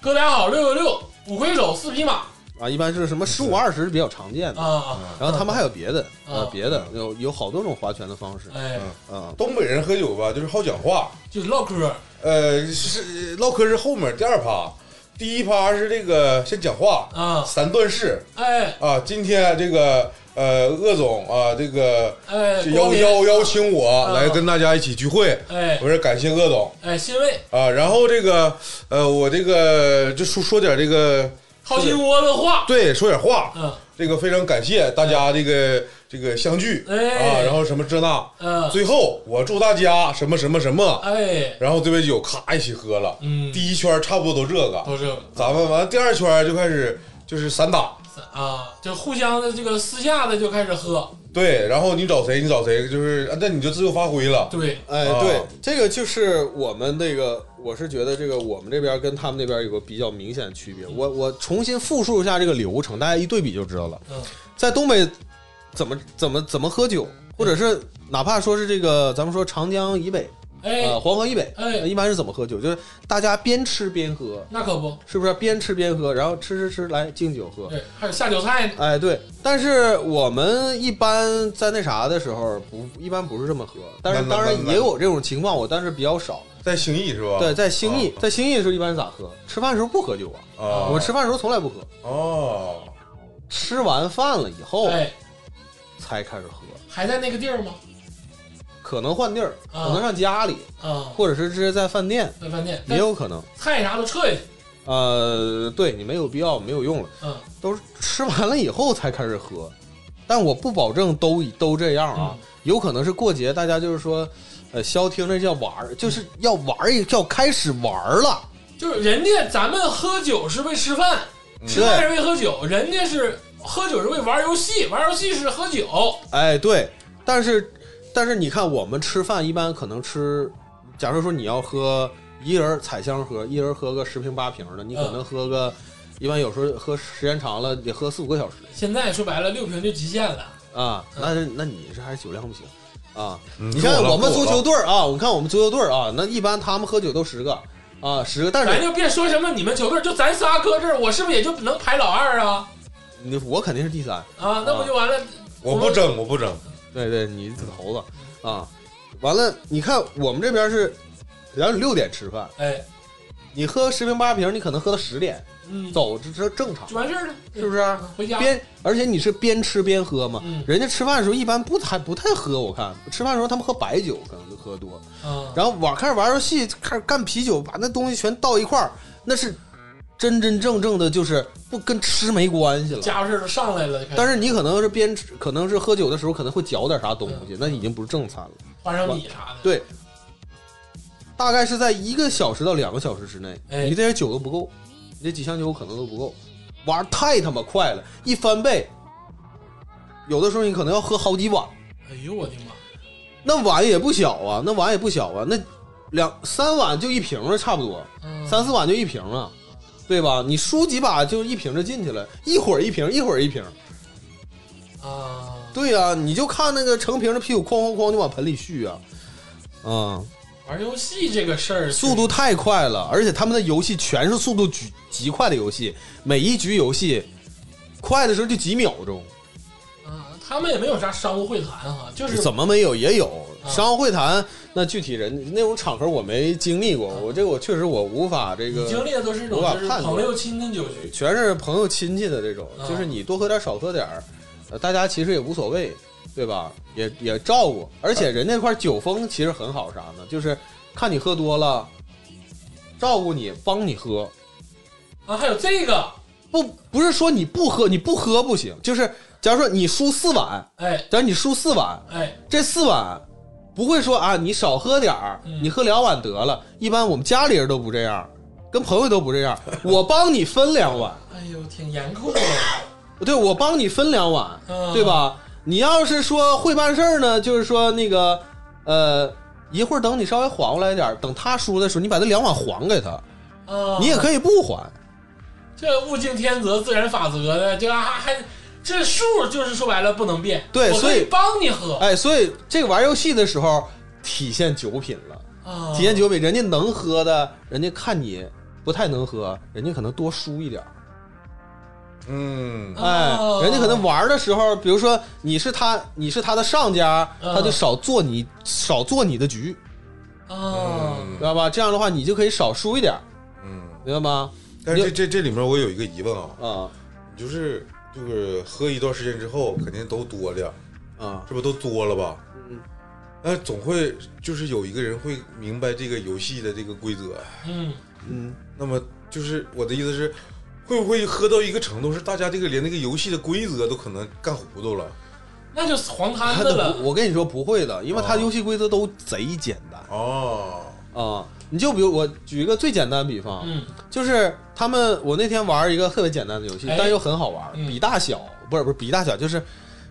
哥俩好，六六六，五魁首，四匹马啊，一般是什么十五二十是比较常见的。啊，然后他们还有别的，啊啊，别的有有好多种划拳的方式，哎，啊，东北人喝酒吧，就是好讲话，就唠嗑，呃，是唠嗑是后面第二趴，第一趴是这个先讲话啊三段式哎啊。今天这个呃，鄂总啊，这个哎，这邀光临啊邀邀，请我来跟大家一起聚会，哎我是感谢鄂总哎，欣慰，啊。然后这个呃，我这个就说说点这个掏心窝子话，对，说点话，嗯这个非常感谢大家这个这个相聚哎啊，然后什么这那，嗯，最后我祝大家什么什么什么。哎，然后这杯酒咔一起喝了，嗯第一圈差不多都这个，都这个咱们完了第二圈就开始就是散打，啊，就互相的这个私下的就开始喝，对，然后你找谁你找谁，就是啊那你就自由发挥了，对，哎，啊对，这个就是我们那个，我是觉得这个我们这边跟他们那边有个比较明显的区别。嗯我我重新复述一下这个流程，大家一对比就知道了。嗯在东北怎么怎么怎么喝酒，或者嗯是哪怕说是这个咱们说长江以北，呃，哎，黄河以北，呃哎一般是怎么喝酒？就是大家边吃边喝，那可不，是不是？边吃边喝，然后吃吃吃，来敬酒喝。对，还有下酒菜呢，哎，对，但是我们一般在那啥的时候不，一般不是这么喝，但是那当然那那也有这种情况，我但是比较少。在兴义是吧？对，在兴义啊，在兴义的时候一般是咋喝？吃饭的时候不喝酒啊，啊，我们吃饭的时候从来不喝，哦，吃完饭了以后哎，才开始喝，还在那个地儿吗？可能换地儿，啊可能上家里，啊，或者是直接在饭店，在饭店，也有可能。菜啥都撤下去，呃，对你没有必要，没有用了，嗯都是吃完了以后才开始喝。但我不保证都都这样啊，有可能是过节，大家就是说，呃，消停着叫玩儿，就是要玩儿，要开始玩儿了。就是人家咱们喝酒是为吃饭，吃饭是为喝酒，人家是喝酒是为玩游戏，玩游戏是喝酒，哎，对，但是但是你看，我们吃饭一般可能吃，假如说你要喝一人采香喝，一人喝个十瓶八瓶的，你可能喝个，一般有时候喝时间长了得喝四五个小时现在说白了六瓶就极限了，啊。那那你这还是酒量不行啊？嗯你看够了我们够足了球队儿啊，我看我们足球队儿啊，那一般他们喝酒都十个啊，十个，但咱是就别说什么你们球队，就咱仨搁这儿，我是不是也就能排老二啊？你我肯定是第三。啊，那不就完了？我不争，我不争，对对，你是头子啊。完了，你看我们这边是，咱六点吃饭，哎，你喝十瓶八瓶，你可能喝到十点。嗯，走，这这正常就，完事儿了，是不是？回家边而且你是边吃边喝嘛，嗯人家吃饭的时候一般不太不太喝，我看吃饭的时候他们喝白酒可能就喝多，啊，然后玩开始玩游戏，开始干啤酒，把那东西全倒一块儿，那是真真正正的就是不跟吃没关系了。家伙事儿都上来了，就开始但是你可能是边吃，可能是喝酒的时候可能会嚼点啥东西，那已经不是正餐了。花生米啥的，对，大概是在一个小时到两个小时之内，哎你这些酒都不够，你这几箱酒可能都不够，玩儿太他妈快了，一翻倍，有的时候你可能要喝好几碗，哎呦我的妈！那碗也不小啊，那碗也不小啊，那两三碗就一瓶了，差不多，嗯三四碗就一瓶了，对吧？你输几把就一瓶就进去了，一会儿一瓶，一会儿一瓶，啊，啊对呀、你就看那个成瓶的啤酒哐哐哐就往盆里续啊，嗯，玩游戏这个事儿，速度太快了，而且他们的游戏全是速度极极快的游戏，每一局游戏快的时候就几秒钟，啊，他们也没有啥商务会谈哈，就是怎么没有也有啊商务会谈。那具体人那种场合我没经历过，我这个我确实我无法这你经个，历的都是这种无法就是判断朋友亲近酒局，全是朋友亲戚的这种，啊就是你多喝点儿少喝点儿，呃，大家其实也无所谓，对吧？也也照顾，而且人那块儿酒风其实很好，啥呢？就是看你喝多了，照顾你，帮你喝，啊，还有这个，不不是说你不喝，你不喝不行，就是假如说你输四碗，哎假如你输四碗，哎，这四碗不会说啊，你少喝点儿，嗯你喝两碗得了。一般我们家里人都不这样，跟朋友都不这样，我帮你分两碗，哎呦，挺严酷的，啊对我帮你分两碗，嗯对吧？你要是说会办事儿呢，就是说那个呃。一会儿等你稍微缓过来点儿，等他输的时候，你把那两碗还给他，啊，你也可以不还。这物竞天择，自然法则的，这还还这数就是说白了不能变，对我可所以帮你喝，哎，所以这个玩游戏的时候体现酒品了。啊，体验酒比人家能喝的，人家看你不太能喝，人家可能多输一点儿。嗯，哎哦，人家可能玩的时候，比如说你是他，你是他的上家，嗯他就少做你少做你的局，啊，知道吧？这样的话，你就可以少输一点儿，嗯，明白吗？但是这这这里面我有一个疑问啊，啊就是就是喝一段时间之后，肯定都多了，啊，这不都多了吧？嗯那总会就是有一个人会明白这个游戏的这个规则。嗯，嗯，那么就是我的意思是，会不会喝到一个程度，是大家这个连那个游戏的规则都可能干糊涂了？那就是黄摊他子的了不，，我跟你说不会的，因为他哦游戏规则都贼简单哦，啊。你就比如我举一个最简单的比方，嗯就是他们，我那天玩一个特别简单的游戏，哎但又很好玩，嗯比大小不是不是比大小，就是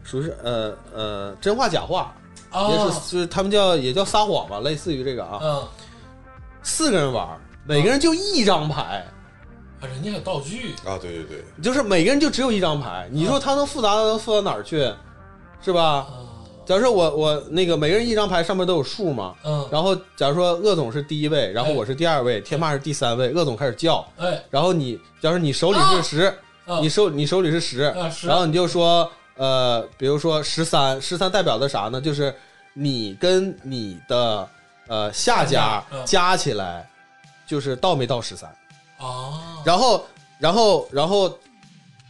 属于是呃呃真话假话，啊，也是就是他们叫也叫撒谎吧，类似于这个啊。嗯，啊，四个人玩，每个人就一张牌，哦人家有道具，啊，对对对，就是每个人就只有一张哦牌。你说它能复杂能复杂哪儿去，是吧？啊，假如说我我那个每个人一张牌上面都有数嘛，嗯，然后假如说鄂总是第一位，然后哎我是第二位，天霸是第三位，鄂总开始叫，哎，然后你假如说你手里是十、啊你手你手里是十、啊十然后你就说，呃，比如说十三，十三代表的啥呢？就是你跟你的呃下家下家嗯加起来，就是到没到十三。啊，然后，然后，然后，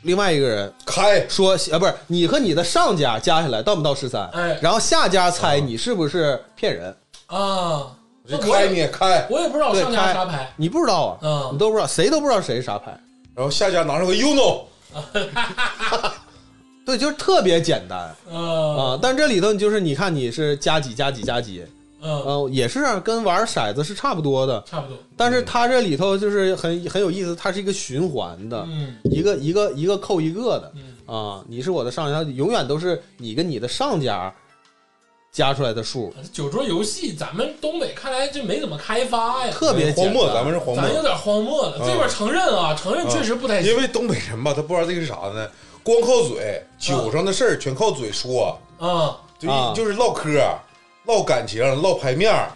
另外一个人开说，呃，不是你和你的上家加起来到没到十三？哎然后下家猜你是不是骗人？啊，这那我开你也也开，我也不知道我对上家开啥牌，你不知道啊，嗯你都不知道，谁都不知道谁是啥牌。然后下家拿上个 Uno，对，就是特别简单啊、啊，但这里头你就是你看你是加几加几加几，嗯，嗯、也是跟玩骰子是差不多的，差不多，但是它这里头就是很很有意思，它是一个循环的，嗯一个一个一个扣一个的嗯啊、你是我的上家，永远都是你跟你的上家加出来的数，啊酒桌游戏，咱们东北看来这没怎么开发呀，特别荒简漠，单咱们是荒咱有漠，点荒漠了。嗯这边承认啊，承认确实不太因行为东北人吧，他不知道这个是啥呢，光靠嘴，酒上的事儿全靠嘴说，啊。就啊一就是唠嗑，唠感情，唠牌面儿，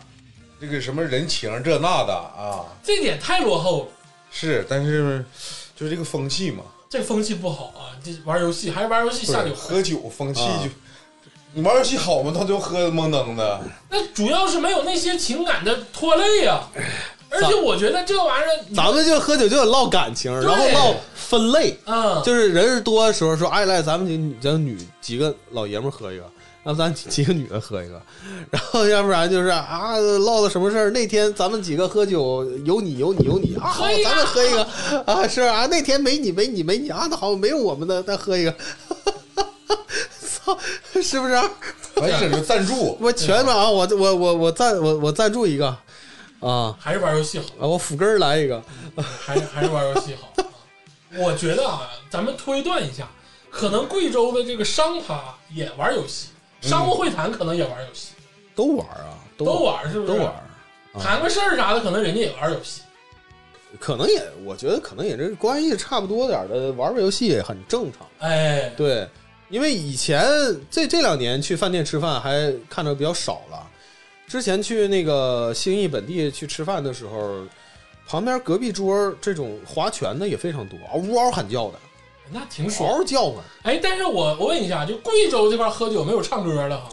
这个什么人情这那的啊，这点太落后了，是，但是就是这个风气嘛，这风气不好啊！这玩游戏还是玩游戏不下是酒，喝酒风气啊就。你玩游戏好吗？他就喝得懵登的，那主要是没有那些情感的拖累呀、哎而且我觉得这玩意儿，你咱们就喝酒就得唠感情，对然后唠分类，嗯，就是人是多的时候说，哎来，咱们几咱女几个老爷们儿喝一个，然后咱几个女的喝一个，然后要不然就是啊唠的什么事儿，那天咱们几个喝酒，有你有你有你啊，好喝一个咱们喝一个啊，是啊，那天没你没你没你啊，那好没有我们的，再喝一个， 操，是不是？完事儿就赞助。我全把啊，我我我我赞我我赞助一个啊还是玩游戏好，啊，我腹根儿来一个，还是还是玩游戏 好。啊我觉得啊，咱们推断一下，可能贵州的这个商趴也玩游戏，商务会谈可能也玩游戏，都玩啊，嗯都都玩是不都是？玩。啊谈个事儿啥的，可能人家也玩游戏。可能也，我觉得可能也是关系差不多点儿的，玩玩游戏也很正常。哎，对，因为以前这这两年去饭店吃饭还看着比较少了，之前去那个兴义本地去吃饭的时候，旁边隔壁桌这种划拳的也非常多，嗷呜嗷喊叫的，那挺嗷爽。嗷叫唤。哎，但是我我问一下，就贵州这块喝酒没有唱歌的哈？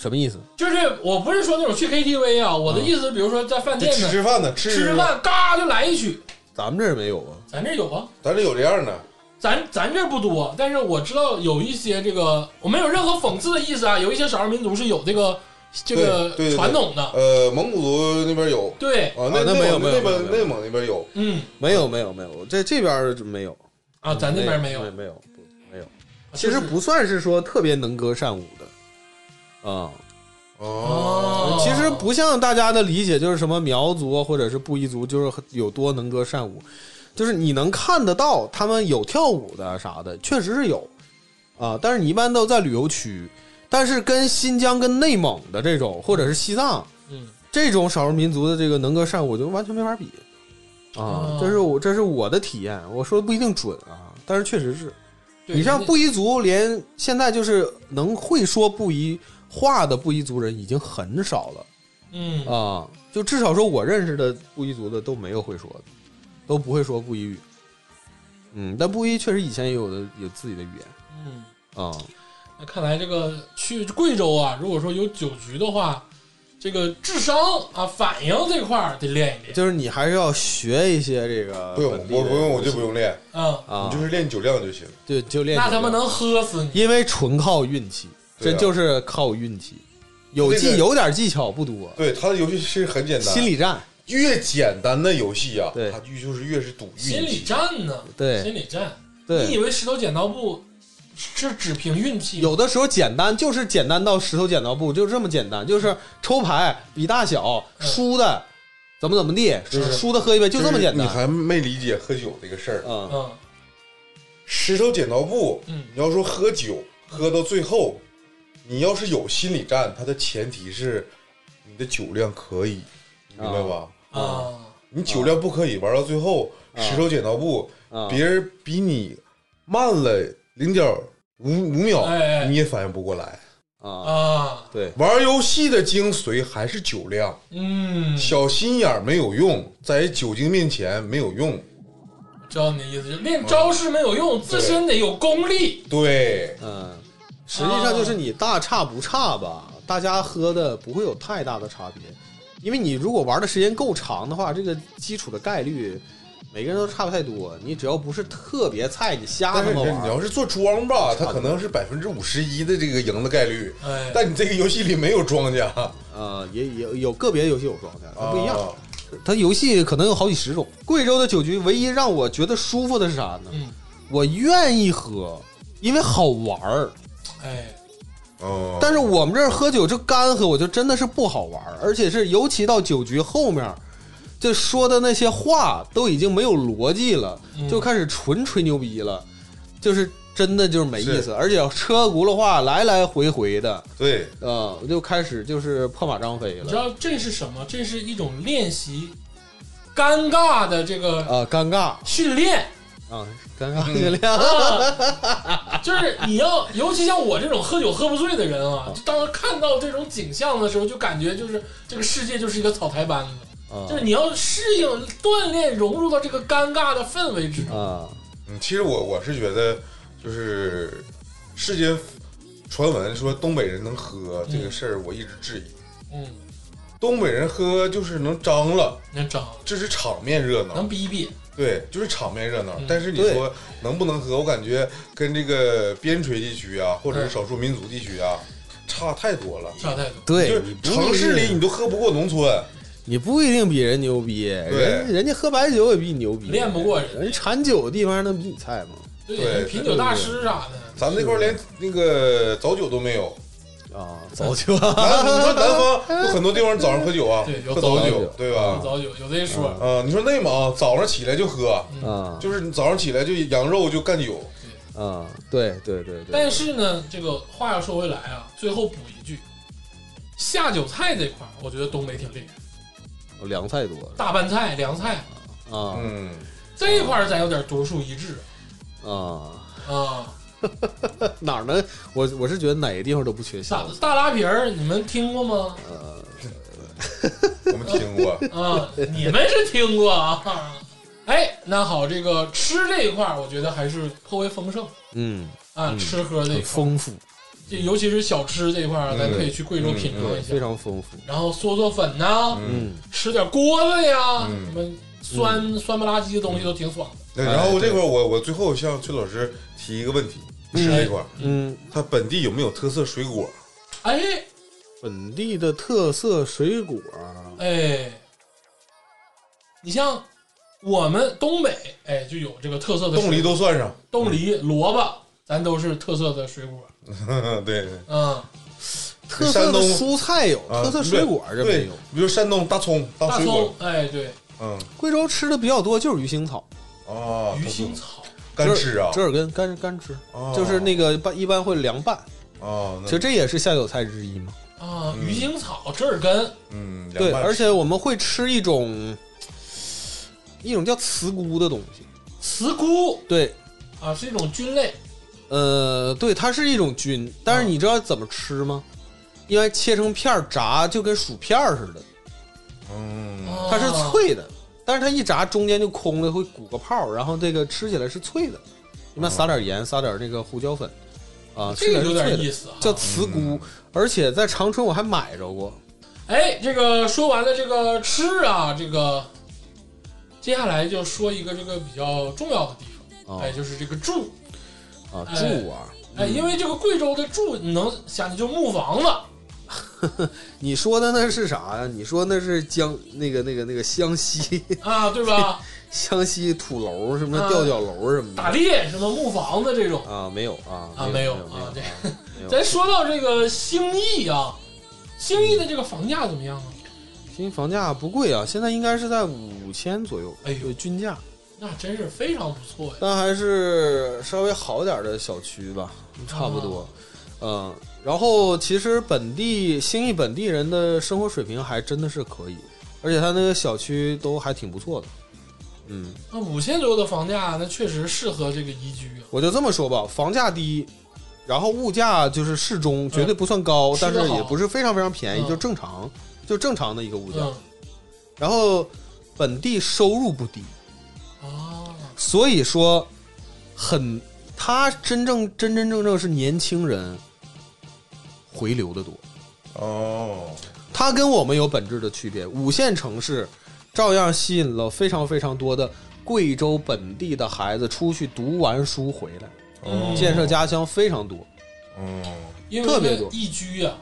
什么意思？就是我不是说那种去 KTV 啊，嗯我的意思是，比如说在饭就店吃呢，吃饭呢，吃吃吃，饭，嘎就来一曲，咱们这儿没有啊。咱这有啊。咱这有这样的，咱咱这儿不多，但是我知道有一些这个，我没有任何讽刺的意思啊。有一些少数民族是有这个这个对对对传统的，呃，蒙古族那边有对，啊，啊那那没有没有内没蒙有没内有蒙那边有，嗯没有没有没有，在这边儿没有，啊，咱这边没有有，，没有，不没有。就其是实不算是说特别能歌善舞的，啊、哦，其实不像大家的理解，就是什么苗族啊或者是布依族，就是很有多能歌善舞，就是你能看得到他们有跳舞的啥的，确实是有啊，但是你一般都在旅游区，但是跟新疆、跟内蒙的这种，或者是西藏嗯这种少数民族的这个能歌善舞，就完全没法比啊哦。这是我这是我的体验，我说的不一定准啊，但是确实是。对你像人家布依族，连现在就是能会说布依话的布依族人已经很少了。嗯啊，就至少说我认识的布依族的都没有会说的，都不会说布依语。嗯，但布依确实以前也有的有自己的语言嗯，啊，那看来这个去贵州啊，如果说有酒局的话，这个智商啊、反应这块儿得练一练就是你还是要学一些这个不用本地我的不用我东西就不用练，啊，啊，你就是练酒量就行。对就练那酒他妈量，能喝死你。因为纯靠运气，对真啊就是靠运气，有那技个有点技巧不多，对，他的游戏是很简单，心理战越简单的游戏啊，对它越就是越是赌运气。心理战呢？对心理战。你以对，为石头剪刀布是只凭运气吗？有的时候简单就是简单到石头剪刀布就这么简单，就是抽牌比大小嗯输的。怎么怎么地，就是输的喝一杯，就这么简单。你还没理解喝酒这个事儿。嗯，嗯石头剪刀布，嗯你要说喝酒，喝到最后，你要是有心理战，它的前提是你的酒量可以，你明白吧？啊。你酒量不可以，玩到最后，啊石头剪刀布，啊别人比你慢了零点五五秒哎哎，你也反应不过来。啊，啊，对，玩游戏的精髓还是酒量。嗯，小心眼儿没有用，在酒精面前没有用。知道你的意思，就练招式没有用，自身得有功力。对，嗯，实际上就是你大差不差吧，大家喝的不会有太大的差别，因为你如果玩的时间够长的话，这个基础的概率每个人都差不太多，你只要不是特别菜，你瞎但他是妈你玩要儿，是做庄吧，它可能是百分之五十一的这个赢的概率，哎，但你这个游戏里没有庄家，呃，也也有个别游戏有状态，它不一样，啊它游戏可能有好几十种。贵州的酒局唯一让我觉得舒服的是啥呢？嗯我愿意喝，因为好玩儿。哎，嗯，但是我们这儿喝酒就干喝，我就真的是不好玩儿，而且是尤其到酒局后面儿，这说的那些话都已经没有逻辑了，嗯就开始纯吹牛逼了，就是真的就是没意是思，而且车轱辘话来来回回的，对，啊、就开始就是破马张飞你知了，啊、道这是什么？这是一种练习尴尬的这个尴尬啊、训 练尴尬嗯训练，啊，就是你要，尤其像我这种喝酒喝不醉的人啊，就当看到这种景象的时候，就感觉就是这个世界就是一个草台班子，啊就是你要适应、锻炼、融入到这个尴尬的氛围之中。啊嗯，其实我我是觉得，就是世间传闻说东北人能喝这个事儿，我一直质疑。嗯，东北人喝就是能张了，能整，这是场面热闹，嗯能逼逼，对，就是场面热闹。嗯但是你说能不能喝，我感觉跟这个边陲地区嗯啊，或者是少数民族地区啊，差太多了。差太多。对，就是你不城市一里定你都喝不过农村，你不一定比人牛逼，人人家喝白酒也比你牛逼，练不过人人产酒的地方能比你菜吗？对，对品酒大师啥的，咱们那块儿连那个早酒都没有。啊，早就 南你说南方有很多地方早上喝酒啊，对有喝早早酒酒，对有吧？早酒有这一说。啊，你说内蒙早上起来就喝，啊就是你早上起来就羊肉就干酒，啊，对对对对，但是呢，这个话要说回来啊，最后补一句，下酒菜这块儿，我觉得东北挺厉害，凉菜多大拌菜、凉菜啊嗯，这一块儿咱有点独树一帜啊，啊。哪儿能？我我是觉得哪个地方都不缺咋镶的？大拉皮儿，你们听过吗？我们听 过，嗯啊，你们是听过啊。哎，那好，这个吃这一块儿，我觉得还是颇为丰盛嗯，啊，吃喝这一很块儿，丰富，就尤其是小吃这一块儿，咱可以去贵州品尝一嗯非下，常丰富。然后做做粉呐，嗯，嗯，吃点锅子呀，嗯什么酸酸不拉几的东西都挺爽的。那然后这块儿我我最后向崔老师提一个问题，吃这块儿，嗯，它本地有没有特色水果？哎本地的特色水果，哎，你像我们东北，哎，就有这个特色的水冻梨都算上，冻梨、萝卜，咱都是特色的水果。对，对嗯，特色山的东蔬菜有，啊特色水果这对没有。，比如山东大葱，大水葱果，，哎，对，嗯贵州吃的比较多就是鱼腥草，啊，鱼腥草，干吃啊，折耳根干干吃，啊就是那个拌一般会凉拌，啊，那其实这也是下酒菜之一嘛。啊，鱼腥草、折耳根，嗯，对，凉拌而且我们会吃一种一种叫茨菇的东西。茨菇对，啊，是一种菌类。呃，对，它是一种菌，嗯但是你知道怎么吃吗？因为切成片儿炸，就跟薯片儿似的，嗯，啊它是，脆的，但是它一炸中间就空了，会鼓个泡儿，然后这个吃起来是脆的。一般哦撒点盐，撒点那个胡椒粉，啊，吃这个有起来是脆点的意思啊。叫茨菇，而且在长春我还买着过。哎，这个说完了这个吃啊，这个接下来就说一个这个比较重要的地方，哦哎，就是这个住，啊，哎住啊，哎，因为这个贵州的住，你能想起就木房子，你说的那是啥呀？你说那是江那个那个那个湘西 啊，对吧？湘西土楼什么啊吊脚楼什么打的猎什么木房子这种，啊？没有啊啊没没有没有啊对没 有咱说到这个兴义啊，兴义的这个房价怎么样啊？新房价不贵啊，现在应该是在五千左右，哎呦对均价，那真是非常不错呀！但还是稍微好点的小区吧，啊差不多，嗯。然后其实本地兴义本地人的生活水平还真的是可以，而且他那个小区都还挺不错的，嗯。那五千左右的房价，那确实适合这个宜居啊。我就这么说吧，房价低，然后物价就是适中，绝对不算高，嗯吃但得是也好不是非常非常便宜，嗯就正常，就正常的一个物价。嗯然后本地收入不低，啊，所以说很，他真正真真正正是年轻人回流的多，哦，他跟我们有本质的区别。五线城市照样吸引了非常非常多的贵州本地的孩子出去读完书回来，嗯建设家乡非常多。哦嗯，因为特别多宜居啊，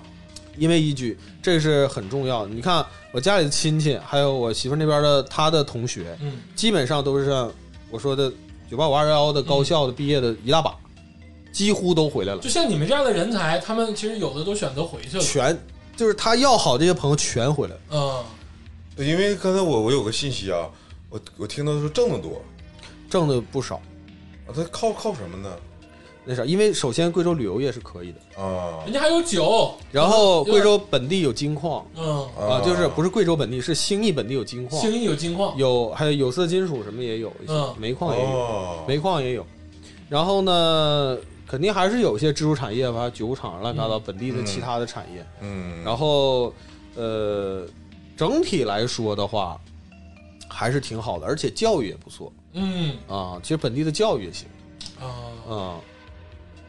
因为依据，这是很重要的。你看我家里的亲戚，还有我媳妇那边的她的同学，嗯，基本上都是像我说的九八五二幺幺的高校的毕业的一大把，几乎都回来了就，像你们这样的人才，他们其实有的都选择回去了。全就是他要好这些朋友全回来了。嗯，因为刚才我我有个信息啊，我我听到说挣得多，挣的不少。啊，他靠靠什么呢？那啥，因为首先贵州旅游业是可以的，啊人家还有酒，然后贵州本地有金矿嗯，啊，就是不是是贵州本地，是兴义本地有金矿，兴义有金矿，有还有有色金属什么也有一些，嗯煤矿也有。哦，煤矿也有，然后呢，肯定还是有一些支柱产业吧，酒厂乱七八嗯糟本地的其他的产业。嗯，然后，呃，整体来说的话，还是挺好的，而且教育也不错嗯啊。其实本地的教育也行啊，啊，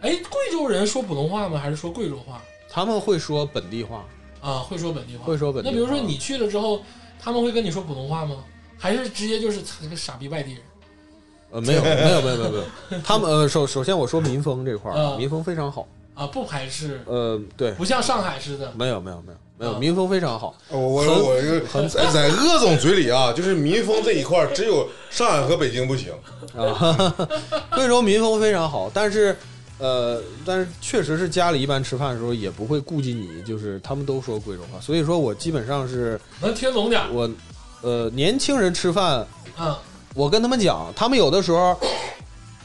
哎，贵州人说普通话吗？还是说贵州话？他们会说本地话，啊，会说本地话，会说本地那比话如说你去了之后，他们会跟你说普通话吗？还是直接就是操这个傻逼外地人？呃，没有，没有，没有，没有，没有。他们呃，首首先我说民风这块儿，嗯民风非常好，啊，不排斥，呃，对，不像上海似的。没有，没有，没有，没有，嗯民风非常好。我我我就在在鄂总嘴里啊，就是民风这一块儿，只有上海和北京不行。啊，贵州民风非常好，但是，呃，但是确实是家里一般吃饭的时候也不会顾及你，就是他们都说贵州话，所以说我基本上是能听懂点儿，我，呃，年轻人吃饭，嗯我跟他们讲，他们有的时候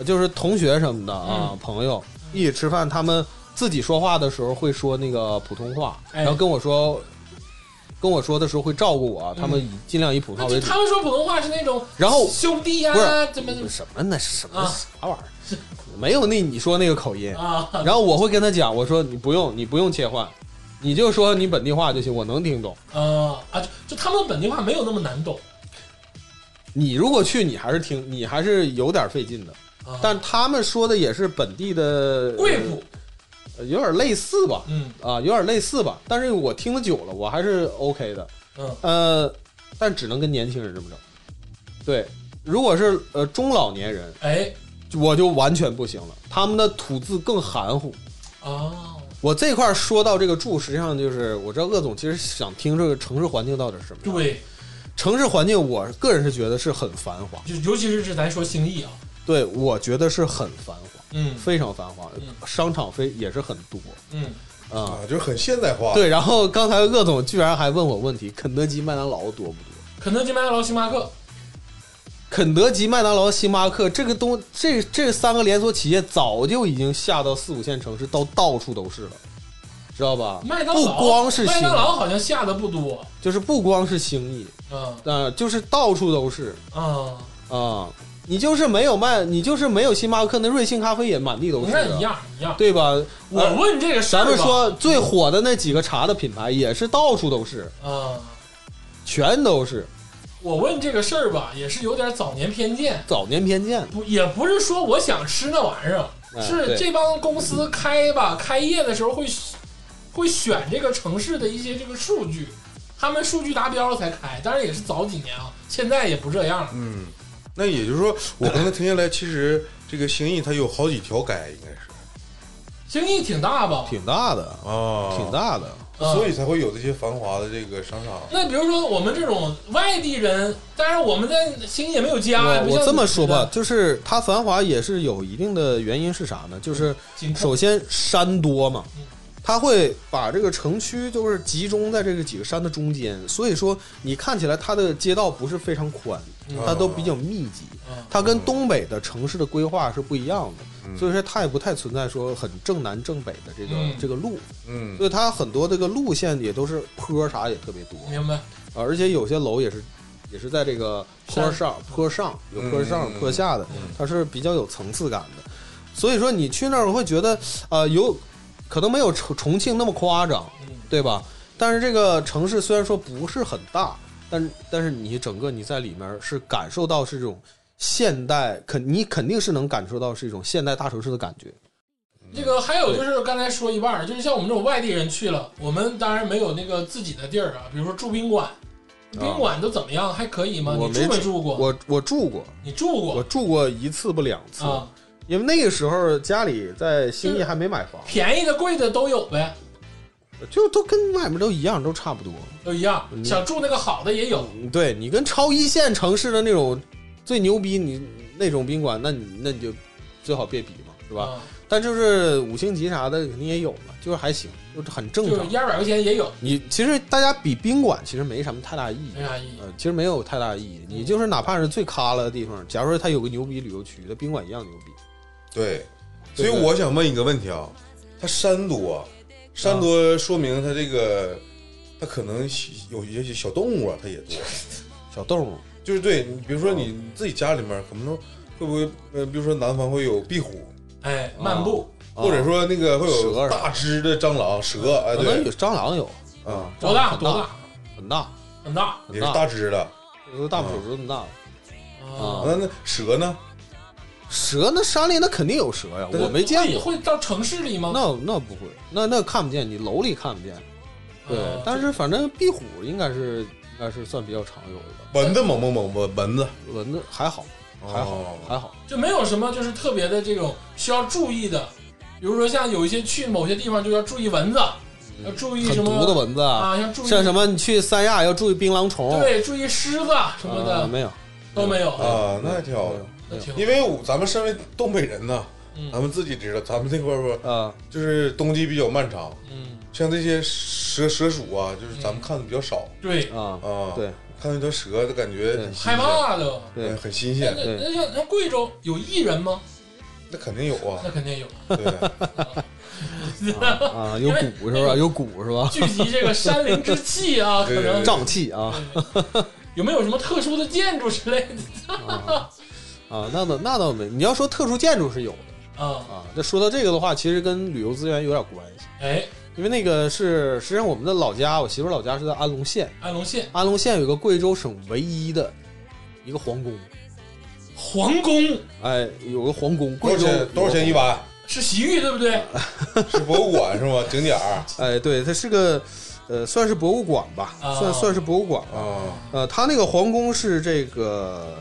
就是同学什么的啊，嗯朋友一起吃饭，他们自己说话的时候会说那个普通话，哎然后跟我说。跟我说的时候会照顾我，他们以尽量以普通话嗯那为就主。他们说普通话是那种然后兄弟呀不是，怎么怎么什么呢？什么啊啥玩意儿？没有那你说那个口音。啊，然后我会跟他讲，我说你不用，你不用切换，你就说你本地话就行，我能听懂。呃啊，就就他们本地话没有那么难懂，你如果去，你还是听，你还是有点费劲的。啊、但他们说的也是本地的贵普，呃有点类似吧，嗯啊，有点类似吧。但是我听得久了，我还是 OK 的。嗯呃，但只能跟年轻人这么整。对，如果是呃中老年人，哎我就完全不行了，他们的吐字更含糊。哦我这块儿说到这个住，实际上就是我知道鄂总其实想听这个城市环境到底是什么样。对，城市环境，我个人是觉得是很繁华，就尤其是是咱说兴义啊，对我觉得是很繁华，嗯非常繁华，嗯商场非也是很多嗯，啊啊。，就是很现代化。对，然后刚才鄂总居然还问我问题：肯德基、麦当劳多不多？肯德基、麦当劳、星巴克，肯德基、麦当劳、星巴克这个东这这三个连锁企业早就已经下到四五线城市，到到处都是了，知道吧？麦当不劳光是麦兴当义，劳好像下的不多，就是不光是兴义，嗯呃，就是到处都是嗯，啊、你就是没有麦，你就是没有星巴克，那瑞幸咖啡也满地都你是看一啊，样一样。对吧？我呃问这个事儿咱吧，们说最火的那几个茶的品牌也是到处都是，嗯，全都是我问这个事儿吧，也是有点早年偏见，早年偏见。不也不是说我想吃那玩意儿，哎是对这帮公司开吧，开业的时候会会选这个城市的一些这个数据，他们数据达标了才开，当然也是早几年啊，现在也不这样了。嗯，那也就是说，我刚才听下来，其实这个兴义它有好几条街，应该是兴义挺大吧？挺大的，啊挺，大的。嗯所以才会有这些繁华的这个商场。那比如说我们这种外地人，当然我们在兴义也没有家呀。我不像我这么你说吧，的，就是它繁华也是有一定的原因是啥呢？就是紧扣首先山多嘛嗯，它会把这个城区就是集中在这个几个山的中间，所以说你看起来它的街道不是非常宽，嗯它都比较密集，嗯它跟东北的城市的规划是不一样的，嗯所以说它也不太存在说很正南正北的这个嗯这个路，嗯所以它很多这个路线也都是坡啥也特别多，明白？啊而且有些楼也是也是在这个坡上、坡上有坡上、嗯坡下的嗯，它是比较有层次感的。所以说你去那儿会觉得，呃，有可能没有重重庆那么夸张，嗯对吧？但是这个城市虽然说不是很大，但但是你整个你在里面是感受到是这种现代，肯你肯定是能感受到是一种现代大城市的感觉。这个还有就是刚才说一半儿，就是像我们这种外地人去了，我们当然没有那个自己的地儿啊，比如说住宾馆，宾馆都怎么样？还可以吗？我啊你住没没住过？我我住过，你住我过住过一次不两次，啊？因为那个时候家里在兴义还没买房。便宜的、贵的都有呗，就都跟外面都一样，都差不多。都一样。嗯想住那个好的也有，对你跟超一线城市的那种最牛逼你那种宾馆，那你那你就最好别比嘛，是是吧？？但就是五星级啥的肯定也有嘛，就是还行，就是很正就是常。一二百块钱也有，你其实大家比宾馆其实没什么太大意义没，啥意义。呃，其实没有太大意义。你就是哪怕是最咖了的地方，假如说它有个牛逼旅游区，它宾馆一样牛逼。对，所对以我想问一个问题啊，它山多，啊山啊多说明它这个，它可能喜有一些小动物啊，它也多。小动物，就是对你，比如说你自己家里面可能会不会，呃，比如说南方会有壁虎，哎，啊漫步，或者说那个会蛇有啊大只的蟑螂、蛇，哎，可能有对，蟑螂有啊，多大？很多大？很大，很大也是很大，大只的。有时候大不手指头那么大了。啊！那那蛇呢？蛇那山里那肯定有蛇呀，对我没见过。会会到城市里吗？那那不会，那那看不见，你楼里看不见。对，啊但是反正壁虎应该是应该是算比较常有的吧，蚊子猛不猛？蚊蚊子蚊子还好，还好，哦还好。就没有什么就是特别的这种需要注意的，比如说像有一些去某些地方就要注意蚊子，要注意嗯很什么毒的蚊子啊，啊，要注意像什么你去三亚要注意槟榔虫，对，注意狮子什么啊的没有，都没有，啊，那还挺好没的有。那挺因为我咱们身为东北人呢嗯，咱们自己知道，咱们这块儿不啊，就是冬季比较漫长，嗯，像这些蛇蛇鼠啊，就是咱们看的比较少对，啊，啊。对，看到一条蛇的感觉对很新害鲜怕的。对嗯很新那鲜，那那像像贵州有艺人吗？那肯定有啊那。肯定有。对，啊，有骨是吧？有骨是吧？ 聚集这个山林之气啊， 可对能对瘴气啊有没有什么特殊的建筑之类的？ 啊啊，那倒那倒没，你要说特殊建筑是有的，嗯，啊。那说到这个的话，其实跟旅游资源有点关系，哎，因为那个是实际上我们的老家，我媳妇儿老家是在安龙县，安龙县安龙县有个贵州省唯一的一个皇宫，皇宫哎，有个皇宫，多贵少州钱？多少钱一把？晚？是洗浴对不对？是博物馆是吗？景点 儿哎，对，它是个呃，算是博物馆吧，啊算算是博物馆吧。啊，呃，它那个皇宫是这个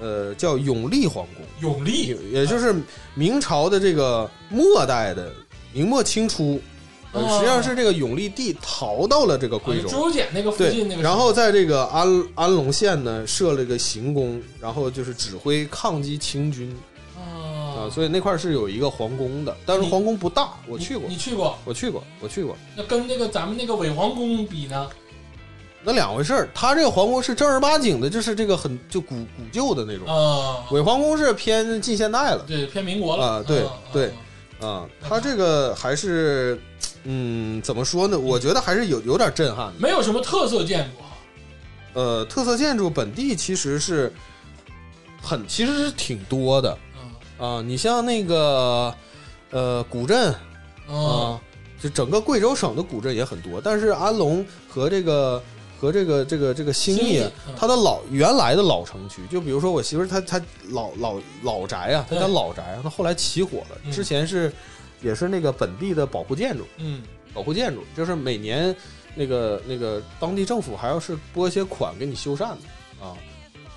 呃叫永历皇宫，永历也就是明朝的这个末代的明末清初，呃哦实际上是这个永历帝逃到了这个贵啊州就。州检那个附对近那，个，然后在这个安安龙县呢设了一个行宫，然后就是指挥抗击清军啊、啊，所以那块儿是有一个皇宫的，但是你皇宫不大，我去过你，你去过？我去过，我去过，那跟那个咱们那个伪皇宫比呢？那两回事儿。他这个皇宫是正儿八经的，就是这个很就古古旧的那种，啊，伪皇宫是偏近现代了对，偏民国了啊对啊啊对啊。他这个还是，嗯，怎么说呢？我觉得还是有有点震撼的。没有什么特色建筑啊，呃，特色建筑本地其实是很，其实是挺多的啊。你像那个呃古镇嗯啊，就整个贵州省的古镇也很多，但是安龙和这个和这个这个这个兴兴义义嗯，它的老原来的老城区，就比如说我媳妇儿她她老老老宅啊，她对家老宅啊，她后来起火嗯了，之前是也是那个本地的保护建筑，嗯保护建筑就是每年那个那个当地政府还要是拨一些款给你修缮的啊，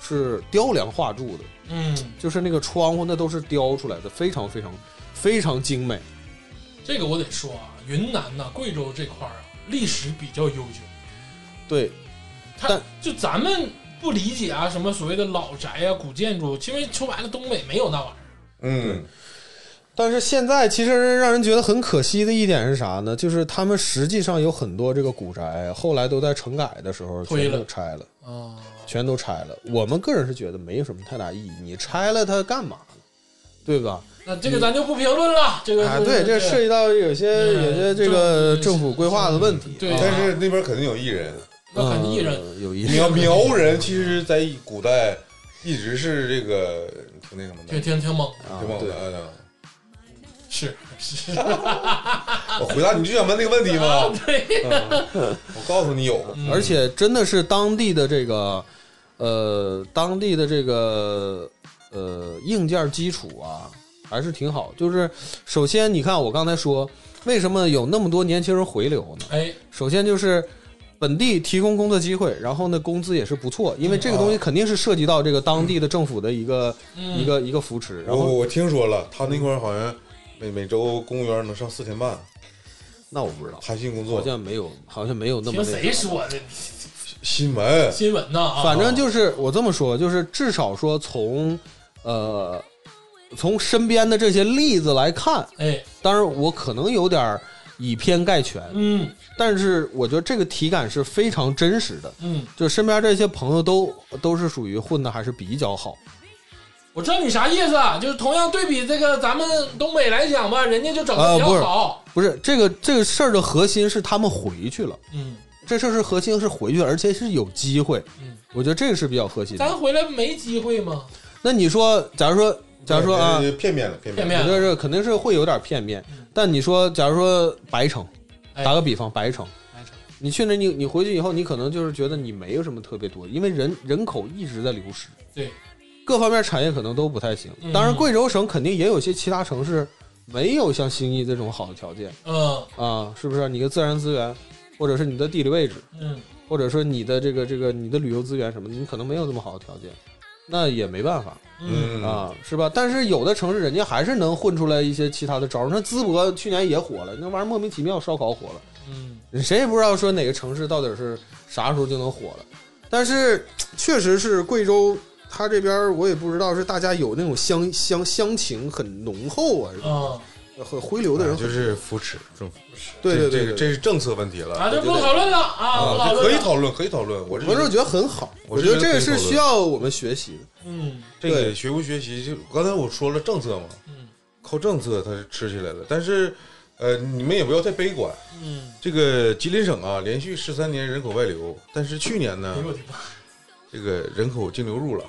是雕梁画柱的，嗯，就是那个窗户那都是雕出来的，非常非常非常精美。这个我得说啊，云南呐、贵州这块儿啊，历史比较悠久。对，它但就咱们不理解啊，什么所谓的老宅啊、古建筑，因为说白了，东北没有那玩意儿。嗯，但是现在其实让人觉得很可惜的一点是啥呢？就是他们实际上有很多这个古宅，后来都在城改的时候推了全都拆了，啊，全都拆了。我们个人是觉得没有什么太大意义，你拆了它干嘛呢？对吧？那这个咱就不评论了。这个啊，就对，是这涉及到有些嗯有些这个政府规划的问题。对啊但是那边肯定有艺人，那肯定艺人呃有意思。苗苗人其实，在古代一直是这个挺那什么的，挺挺挺猛，啊挺猛对的。嗯是是， 我回答你就想问那个问题吗？嗯对，我告诉你有，嗯而且真的是当地的这个，呃，当地的这个呃硬件基础啊，还是挺好。就是首先，你看我刚才说，为什么有那么多年轻人回流呢？哎，首先就是本地提供工作机会，然后呢工资也是不错，因为这个东西肯定是涉及到这个当地的政府的一个、嗯一个一个扶持。我然我后我听说了，他那块儿好像每每周公务员能上四天半，那我不知道，弹性工好作像没有，好像没有那么听那个谁说的新闻，新闻呢？啊，反正就是我这么说，就是至少说从呃从身边的这些例子来看，哎，当然我可能有点儿以偏概全，嗯但是我觉得这个体感是非常真实的。嗯，就身边这些朋友都都是属于混的还是比较好，我知道你啥意思，啊，就是同样对比这个咱们东北来讲吧，人家就整的啊比较不是好，不是这个这个事儿的核心是他们回去了，嗯，这事儿是核心是回去了，而且是有机会，嗯我觉得这个是比较核心咱的。回来没机会吗？那你说，假如说，假如说啊，呃片面了，片片面了，面我了觉得是肯定是会有点片面。但你说，假如说白城，嗯哎打个比方，白城，白城你去那，你你回去以后，你可能就是觉得你没有什么特别多，因为人人口一直在流失，对，各方面产业可能都不太行。当然，嗯贵州省肯定也有些其他城市没有像兴义这种好的条件嗯啊，是不是？你的自然资源，或者是你的地理位置，嗯，或者说你的这个这个你的旅游资源什么的，你可能没有这么好的条件，那也没办法。嗯，啊，是吧？但是有的城市人家还是能混出来一些其他的招儿。那淄博去年也火了，那玩意儿莫名其妙烧烤火了，嗯谁也不知道说哪个城市到底是啥时候就能火了。但是确实是贵州，它这边儿我也不知道是大家有那种乡乡乡情很浓厚啊，嗯。很回流的人啊很，就是扶持政府，对这对对个对，这是政策问题了啊，这不讨论了啊，不啊，讨这可论以了。讨论，可以讨论。我这我是觉得很好，我我是觉得觉得这个可以讨是论需要我们学习的。嗯这个学不学习，就刚才我说了政策嘛，嗯靠政策它是吃起来的。但是，呃，你们也不要太悲观。嗯，这个吉林省啊，连续十三年人口外流，但是去年呢哎呦，我的妈！这个人口净流入了，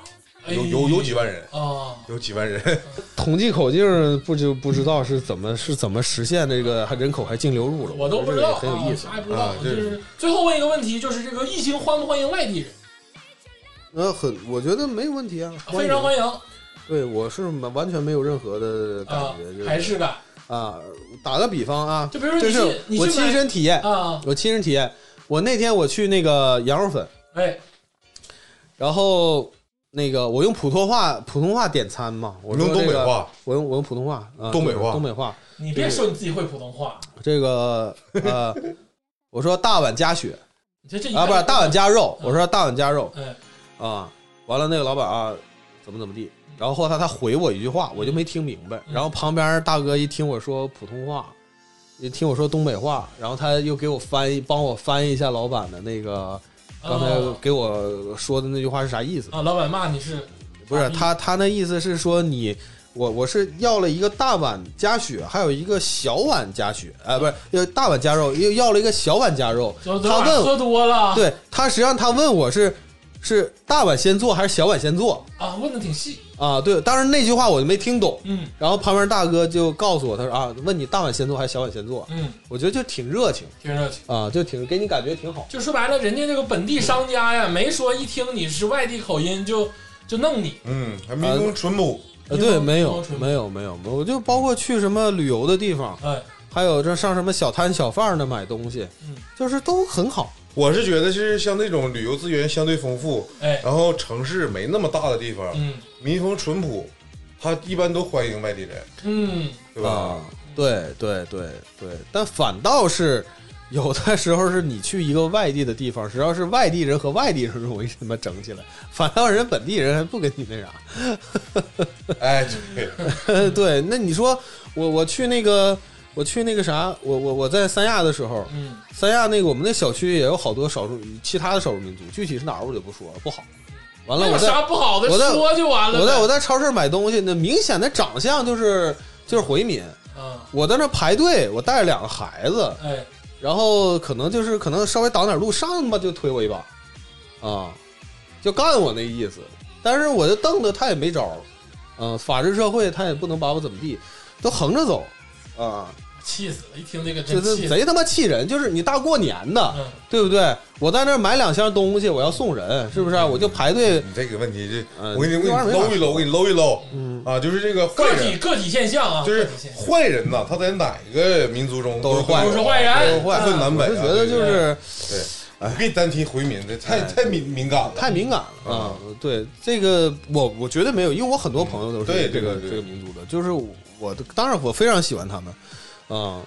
哎有有有几万人，哎啊，有几 万人，统计口径不知不知道是怎么是怎么实现这个人口还净流入了，我都不觉知得道，也很有意思啊。啥也不知道啊。就这是最后问一个问题，就是这个疫情欢不欢迎外地人？那很，我觉得没有问题啊，非常欢迎对，我是完全没有任何的感啊觉，就，是还是的啊，打个比方啊，就比如说这你是去你我去亲买身体验，啊，我亲身体验，我那天我去那个羊肉粉，哎，然后那个我用普通话普通话点餐嘛，我说用东北这个，话，我用我用普通话，啊东北话东北话，你别说你自己会普通话，这个呃，我说大碗加血你这这一啊，看不是大碗加肉，嗯我说大碗加肉哎啊，完了那个老板啊怎么怎么地，然后后来他回我一句话，我就没听明白，嗯然后旁边大哥一听我说普通话。一听我说东北话，然后他又给我翻译，帮我翻译一下老板的那个刚才啊给我说的那句话是啥意思？啊，老板骂你是不是嗯他他那意思是说你我我是要了一个大碗加血，还有一个小碗加血，哎、不是要大碗加肉，又要了一个小碗加肉。昨他昨晚问喝多了，对他实际上他问我是是大碗先做还是小碗先做啊，问的挺细，啊？对，当时那句话我就没听懂。嗯然后旁边大哥就告诉我，他说啊，问你大碗先做还是小碗先做？嗯，我觉得就挺热情挺热情。啊，就挺给你感觉挺好。就说白了，人家这个本地商家呀，没说一听你是外地口音就就弄你，嗯，还啊民工淳朴，呃，柠檬对，没柠有檬，醇没有，没有，我就包括去什么旅游的地方，哎，还有这上什么小摊小贩儿那买东西，嗯，就是都很好。我是觉得是像那种旅游资源相对丰富，哎，然后城市没那么大的地方，嗯民风淳朴，他一般都欢迎外地人，嗯，对吧？啊，对对对对，但反倒是有的时候是你去一个外地的地方，只要是外地人和外地人容易他妈整起来，反倒人本地人还不跟你那啥。哎，对， 对，那你说我我去那个我去那个啥，我我我在三亚的时候，嗯，三亚那个我们那小区也有好多少数其他的少数民族，具体是哪儿我就不说了，不好。完了，那我有在啥不好的我在说就完了呗。我在我在超市买东西，那明显的长相就是就是回民。啊，我在那排队，我带着两个孩子，哎，然后可能就是可能稍微挡点路，上吧就推我一把，啊，就干我那意思。但是我就瞪着他也没招儿，嗯、法治社会他也不能把我怎么地，都横着走，啊，气死了！一听这个就真是气死。贼他妈气人。就是你大过年的，嗯，对不对？我在那儿买两箱东西，我要送人，是嗯不是啊、我就排队， 你这个问题这，嗯我给你我给这玩意你儿没搂法一搂，我给你搂一搂嗯，啊，就是这个坏个体人，个体现象啊，就是个体现象坏人呐，他在哪个民族中都是坏人都是坏人都是坏我不分南北啊，就觉得就对是。对，你别单提回民，这太太敏敏感了，哎太敏感了啊！嗯对这个我，我绝对没有，因为我很多朋友都是对这个对对对这个民族的，就是我的，当然我非常喜欢他们嗯啊，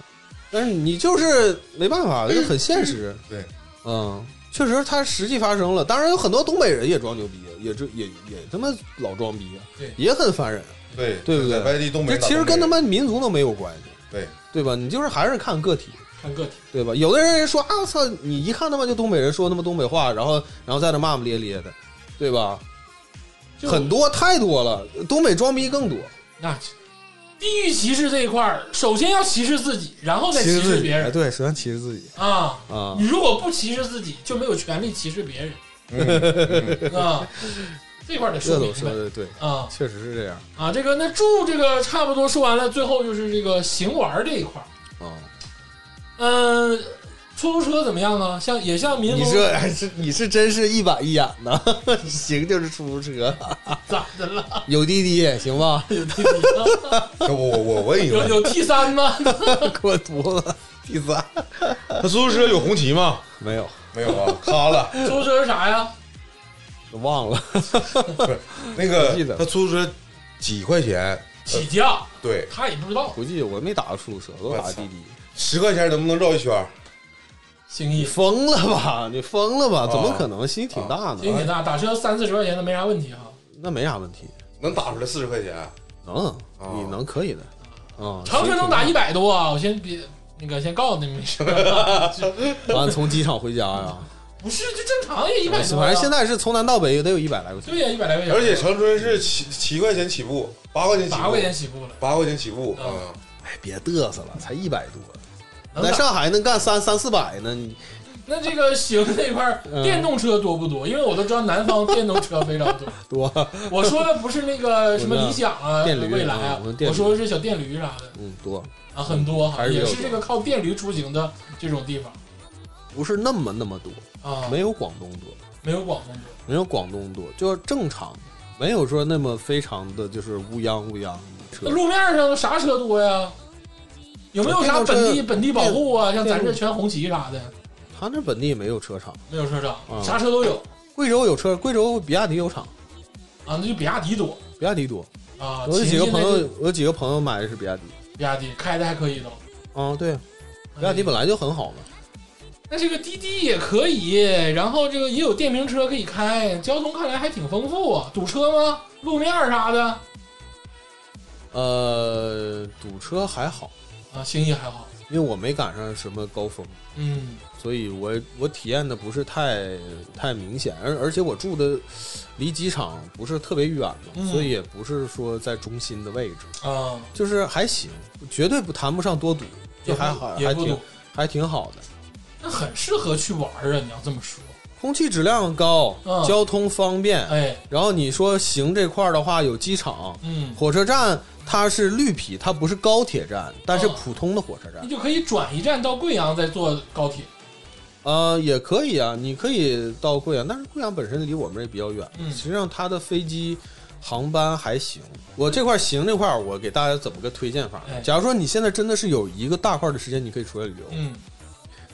但是你就是没办法，这个很现实。哎对，嗯，确实它实际发生了。当然有很多东北人也装牛逼，也这也也他妈老装逼，啊对也很烦人。对对不对在外地东北这打东北人，其实跟他们民族都没有关系，对对吧？你就是还是看个体。看个体。对吧？有的人说啊，我操，你一看他妈就东北人说他妈东北话，然后然后在那骂骂咧咧的，对吧？就很多太多了，东北装逼更多。那地域歧视这一块儿，首先要歧视自己，然后再歧视别哎人对，首先歧视自己啊。啊你如果不歧视自己，就没有权利歧视别人。啊，这块儿得说这明都说白的对，啊确实是这样啊！这个那住这个差不多说完了，最后就是这个行玩儿这一块儿。啊。嗯，出租车怎么样啊？像也像民你风这还是 你是真是一板一眼呐， 行就是出租车，咋的了？有滴滴行吧？ 我我我问一有问，有 T 三吗？ 给我犊子，第三他出租车有红旗吗？没有，没有啊，卡 了。出租车是啥呀？我忘 了，那不记个得他出租车几块钱？呃起价，对，他也不知道。估计我没打过出租车，我都打滴滴。十块钱能不能绕一圈儿？兴你义，疯了吧？你疯了吧？怎么可能？心挺大呢兴，义挺大，打车三四十块钱都没啥问题啊啊哈。那没啥问题，能打出来四十块钱？能，你能可以的。啊，长春能打心一百多啊！我先别那个先告诉你们 一声，挺大完了从机场回家呀，不是就正常也一百多啊。反正现在是从南到北也得有一百来块钱。对呀，一百来块钱，啊而且长春是七七块钱起步，八块钱起步，八块钱起步了，八块钱起步嗯啊！哎，别嘚瑟了，才一百多，能在打上海能干三三四百呢，你那这个行这块儿，嗯电动车多不多？因为我都知道南方电动车非 常多。多我说的不是那个什么理想啊、电驴蔚来啊啊我们，电驴我说的是小电驴啥的 嗯多，啊，很多哈，还是比也较是这个靠电驴出行的这种地方不是那么那么多，啊，没有广东多，没有广东多。没有广东多，就是正常，没有说那么非常的就是乌泱乌泱的车那。路面上啥车多呀？有没有啥本地电动车本地保护啊？像电咱这全红旗啥的，他那本地没有车厂，没有车长，啊啥车都有贵州有车，贵州比亚迪有厂，啊，那就比亚迪多比亚迪多。啊。我有几个秦朋现在友就，我有几个朋友买的是比亚迪。比亚迪开的还可以都，啊，对，比亚迪本来就很好嘛。那这个滴滴也可以，然后这个也有电瓶车可以开，交通看来还挺丰富啊。堵车吗？路面儿啥的呃，堵车还好，啊，兴义还好。因为我没赶上什么高峰，嗯，所以我我体验的不是太太明显，而而且我住的离机场不是特别远嘛，嗯所以也不是说在中心的位置，啊，就是还行，绝对不谈不上多堵，就还好，也还不挺堵，还挺好的。那很适合去玩儿啊。你要这么说，空气质量高，嗯交通方便，哎，然后你说行这块儿的话，有机场、 嗯，火车站，它是绿皮，它不是高铁站，但是嗯普通的火车站你。就可以转一站到贵阳，再坐高铁。呃，也可以啊，你可以到贵阳，但是贵阳本身离我们也比较远，嗯实际上它的飞机航班还行。我这块行这块，我给大家怎么个推荐法呢哎？假如说你现在真的是有一个大块的时间，你可以出来旅游，嗯，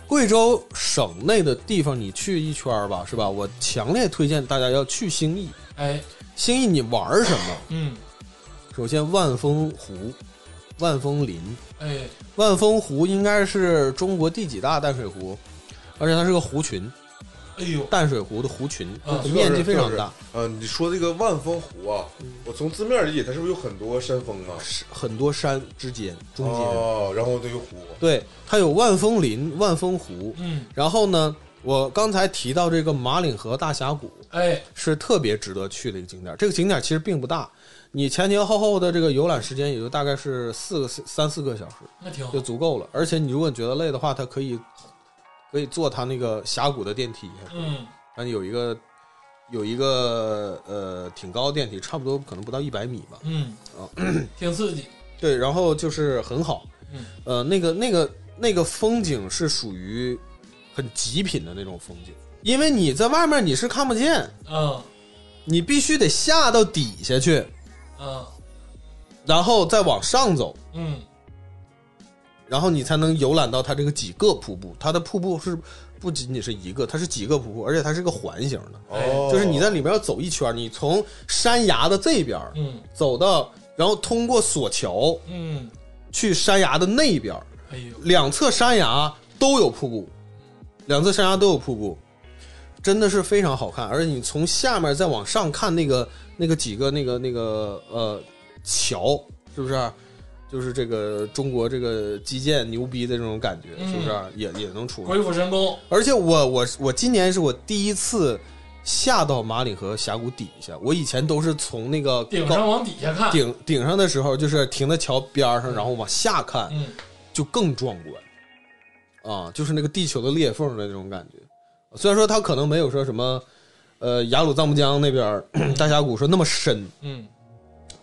贵州省内的地方你去一圈儿吧，是吧？我强烈推荐大家要去兴义。哎，兴义你玩儿什么？嗯，首先万峰湖、万峰林，哎，万峰湖应该是中国第几大淡水湖，而且它是个湖群。哎呦，淡水湖的湖群嗯，面积非常大，嗯啊！你说这个万峰湖啊，我从字面理解，它是不是有很多山峰啊？是很多山之间中间，哦，然后这个湖，对，它有万峰林、万峰湖。嗯，然后呢，我刚才提到这个马岭河大峡谷哎，是特别值得去的一个景点，这个景点其实并不大，你前前后后的这个游览时间也就大概是四个三四个小时那挺好就。足够了。而且你如果觉得累的话，它可以可以坐它那个峡谷的电梯，嗯，它有一个有一个呃挺高的电梯，差不多可能不到一百米吧。嗯啊，挺刺激。对，然后就是很好，嗯，呃，那个那个那个风景是属于很极品的那种风景，因为你在外面你是看不见，嗯你必须得下到底下去，嗯然后再往上走，嗯，然后你才能游览到它这个几个瀑布，它的瀑布是不仅仅是一个，它是几个瀑布，而且它是个环形的，哎哦，就是你在里面要走一圈，你从山崖的这边儿嗯走到，然后通过索桥嗯，去山崖的那边儿。哎呦，两侧山崖都有瀑布，两侧山崖都有瀑布，真的是非常好看。而且你从下面再往上看那个那个几个那个那个呃桥，是不是、就是这个中国这个基建牛逼的这种感觉，嗯是不是、啊也也能出来？鬼斧神工。而且我我我今年是我第一次下到马岭河峡谷底下，我以前都是从那个顶高上往底下看，顶顶上的时候，就是停在桥边儿上，然后往下看，嗯，就更壮观啊，就是那个地球的裂缝的那种感觉。虽然说它可能没有说什么，呃，雅鲁藏布江那边儿大峡谷说那么深，嗯，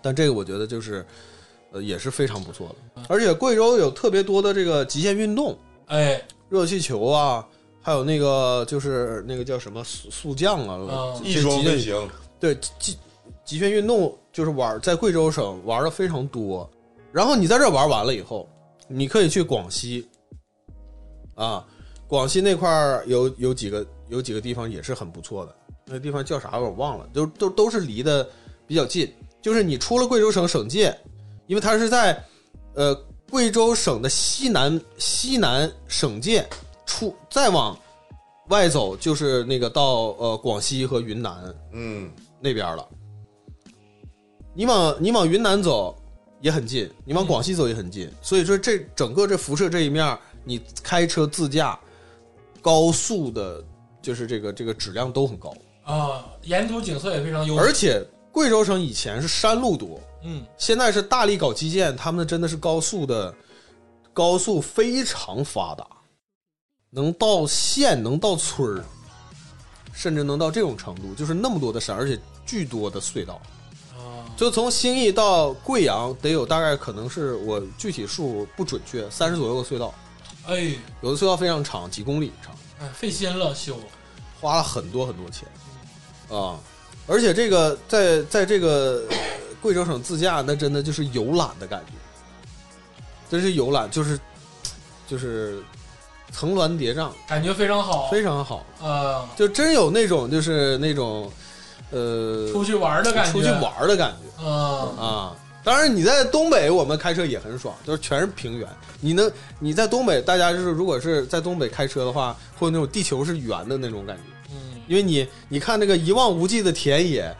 但这个我觉得就是，呃，也是非常不错的。而且贵州有特别多的这个极限运动，哎，热气球啊，还有那个就是那个叫什么速速降啊啊，这翼些装极限飞行，对极极限运动就是玩在贵州省玩的非常多，然后你在这玩完了以后，你可以去广西，啊，广西那块儿有有几个有几个地方也是很不错的，那地方叫啥我忘了，都都都是离得比较近，就是你出了贵州省省界，因为它是在呃贵州省的西南西南省界出再往外走就是那个到呃广西和云南。嗯，那边了。你往你往云南走也很近，你往广西走也很近，所以说这整个这辐射这一面儿，你开车自驾高速的，就是这个这个质量都很高，啊，沿途景色也非常优美。而且贵州省以前是山路多，嗯，现在是大力搞基建，他们真的是高速的高速非常发达，能到县，能到村儿，甚至能到这种程度，就是那么多的山，而且巨多的隧道。啊，就从兴义到贵阳，得有大概可能是我具体数不准确，三十左右的隧道，哎，有的隧道非常长，几公里长，哎，费心了修，花了很多很多钱啊！而且这个在在这个呃贵州省自驾，那真的就是游览的感觉，真是游览，就是就是层峦叠嶂，感觉非常好，非常好，啊，就真有那种就是那种呃出去玩的感觉，出去，玩的感觉。啊，啊。当然，你在东北，我们开车也很爽，就是全是平原。你能你在东北，大家就是如果是在东北开车的话，会有那种地球是圆的那种感觉，嗯，因为你你看那个一望无际的田野，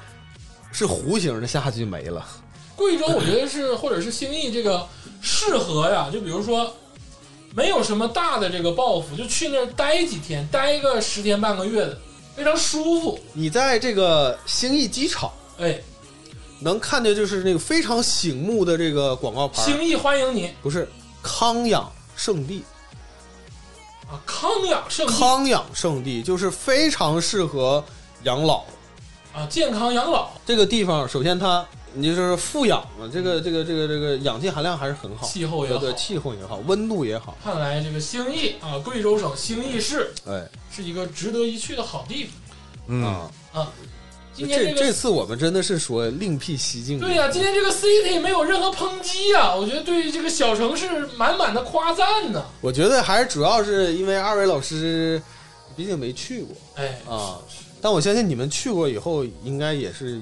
是弧形的，下去就没了。贵州我觉得是或者是兴义这个适合呀，就比如说没有什么大的这个报复，就去那儿待几天，待个十天半个月的，非常舒服，你在这个兴义机场哎，能看见就是那个非常醒目的这个广告牌儿，兴义欢迎你不是康养圣地，啊，康养盛地康养圣地就是非常适合养老啊，健康养老，这个地方，首先它你就是富氧嘛，这个这个这个这个氧气含量还是很好，气候也对好对，。气候也好，温度也好，看来这个兴义啊，贵州省兴义市哎是一个值得一去的好地方。嗯，啊，今天这个这次我们真的是说另辟蹊径，对呀、今天这个 City 没有任何抨击呀、我觉得对于这个小城市满满的夸赞呢、我觉得还是主要是因为二位老师毕竟没去过哎，啊，但我相信你们去过以后，应该也是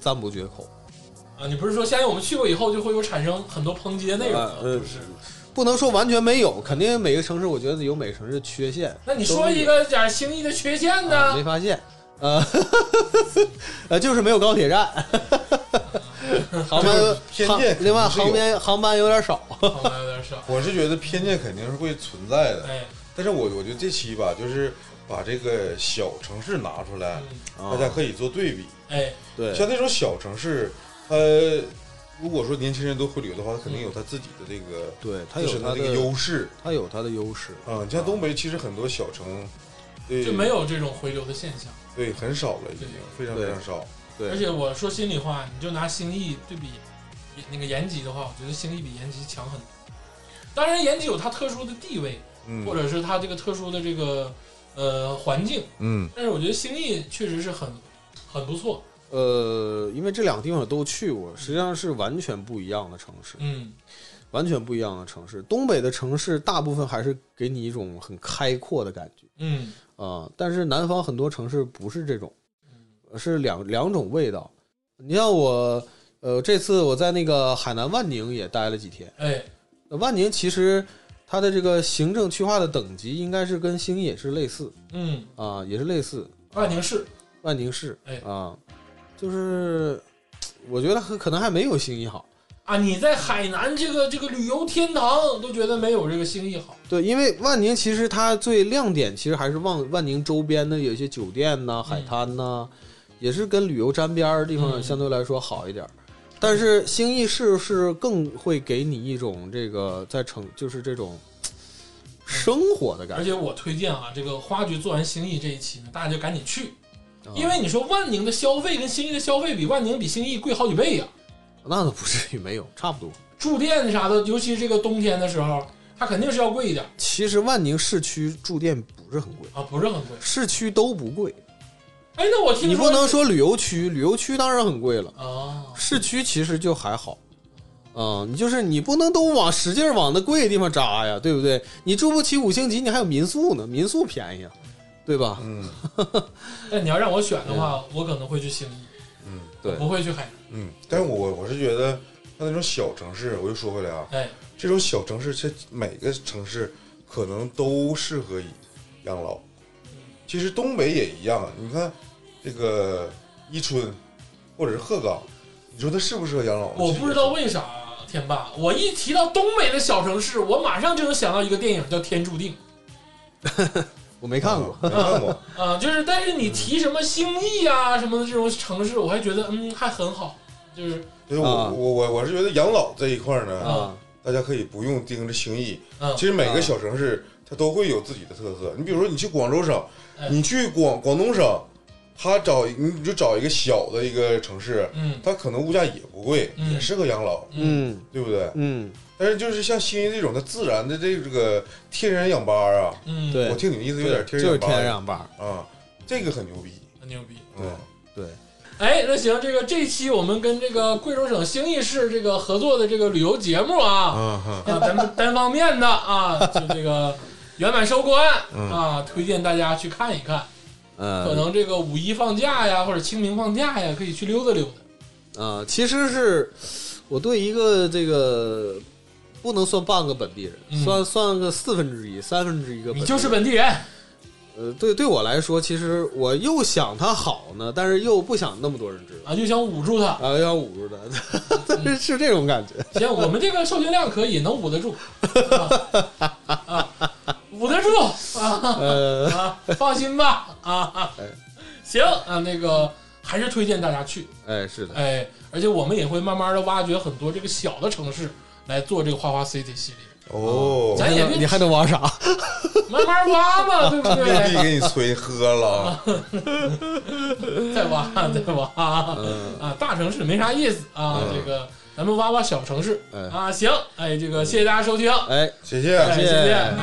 赞不绝口。啊，你不是说相信我们去过以后就会有产生很多抨击的内容吗？啊呃不哎是？不能说完全没有，肯定每个城市，我觉得有每个城市缺陷。那你说一个点儿兴义的缺陷啊，呢没？发现，呃， 呃，就是没有高铁站，航班有偏航见肯定另外是有航班航班有点少， 好吧，有点少。我是觉得偏见肯定是会存在的，哎，但是我我觉得这期吧，就是把这个小城市拿出来，嗯，大家可以做对比。哎，对像那种小城市，呃，如果说年轻人都会旅游的话，它肯定有它自己的这个对，它 自有身它这个的优势它有它的优势，啊。你像东北，其实很多小城，对，就没有这种回流的现象。对很少了，已经非常非对常少。对，而且我说心里话，你就拿兴义对比那个延吉的话，我觉得兴义比延吉强很多。当然，延吉有它特殊的地位，或嗯者是它这个特殊的这个呃环境，嗯，但是我觉得兴义确实是很很不错。呃，因为这两个地方我都去过，实际上是完全不一样的城市，嗯，完全不一样的城市。东北的城市大部分还是给你一种很开阔的感觉。嗯，啊、但是南方很多城市不是这种，呃是两两种味道。你像我，呃，这次我在那个海南万宁也待了几天。哎，那万宁其实它的这个行政区划的等级应该是跟兴义也是类似嗯，啊、也是类似万宁市，万宁市哎啊、就是我觉得可可能还没有兴义好。啊，你在海南这个这个旅游天堂都觉得没有这个兴义好。对，因为万宁其实它最亮点其实还是万万宁周边的有一些酒店呐、海滩呐、也是跟旅游沾边儿的地方嗯相对来说好一点儿。但是兴义市是更会给你一种这个在城就是这种生活的感而觉，且我推荐啊，这个花局做完兴义这一期呢，大家就赶紧去，啊因为你说万宁的消费跟兴义的消费比万宁比兴义贵好几倍呀、那倒不至于没有，差不多。住店啥的，尤其这个冬天的时候，它肯定是要贵一点其实万宁市区住店不是很贵，啊，不是很贵。市区都不贵，哎，那我听你说不能说旅游区，旅游区当然很贵了。啊，市区其实就还好，嗯，你就是你不能都往使劲儿往那贵的地方扎呀，对不对？你住不起五星级，你还有民宿呢，民宿便宜啊，对吧？嗯但你要让我选的话，我可能会去兴义，嗯嗯对不会去海南。嗯，但是我我是觉得，像那种小城市，我又说回来啊，哎，这种小城市，这每个城市可能都适合养老。其实东北也一样，啊你看这个伊春或者是鹤岗，你说它适不适合养老？我不知道为啥天霸，我一提到东北的小城市，我马上就能想到一个电影叫《天注定我没看过，没 看过。》啊、就是但是你提什么兴义啊什么的这种城市，我还觉得嗯还很好，就是所以我、啊我我我是觉得养老这一块呢，啊大家可以不用盯着兴义。嗯其实每个小城市它都会有自己的特色。你比如说，你去广州省哎，你去广广东省，它找你就找一个小的一个城市，嗯它可能物价也不贵，嗯也适合养老，嗯对不对？嗯，但是就是像新一这种，它自然的这个天然氧吧啊，嗯，对我听你的意思有点就天是然天氧然吧，吧啊，这个很牛逼。很牛逼。嗯对，哎，那行，这个这一期我们跟这个贵州省兴义市这个合作的这个旅游节目啊，啊哈，啊，咱们单方面的啊，就这个圆满收官啊，推荐大家去看一看。可嗯能这个五一放假呀，或者清明放假呀，可以去溜达溜达。啊，其实是我对一个这个不能算半个本地嗯人，算算个四分之一、三分之一个，你就是本地人，呃，对对我来说，其实我又想他好呢，但是又不想那么多人知道。啊，就想捂住他。啊，要捂住 他，是是这种感觉。 行，我们这个授权量可以，能捂得住，啊啊，捂得住啊呃，啊，放心吧啊。行啊，那个还是推荐大家去，哎，是的，哎，而且我们也会慢慢的挖掘很多这个小的城市来做这个花花 city 系列，哦，咱也你还能玩啥？慢慢挖嘛，对不未必对？给你催喝了。再挖，再挖啊！大城市没啥意思啊，这个咱们挖挖小城市哎啊。行，哎，这个谢谢大家收听，哎，谢谢，啊哎， 谢谢谢。谢哎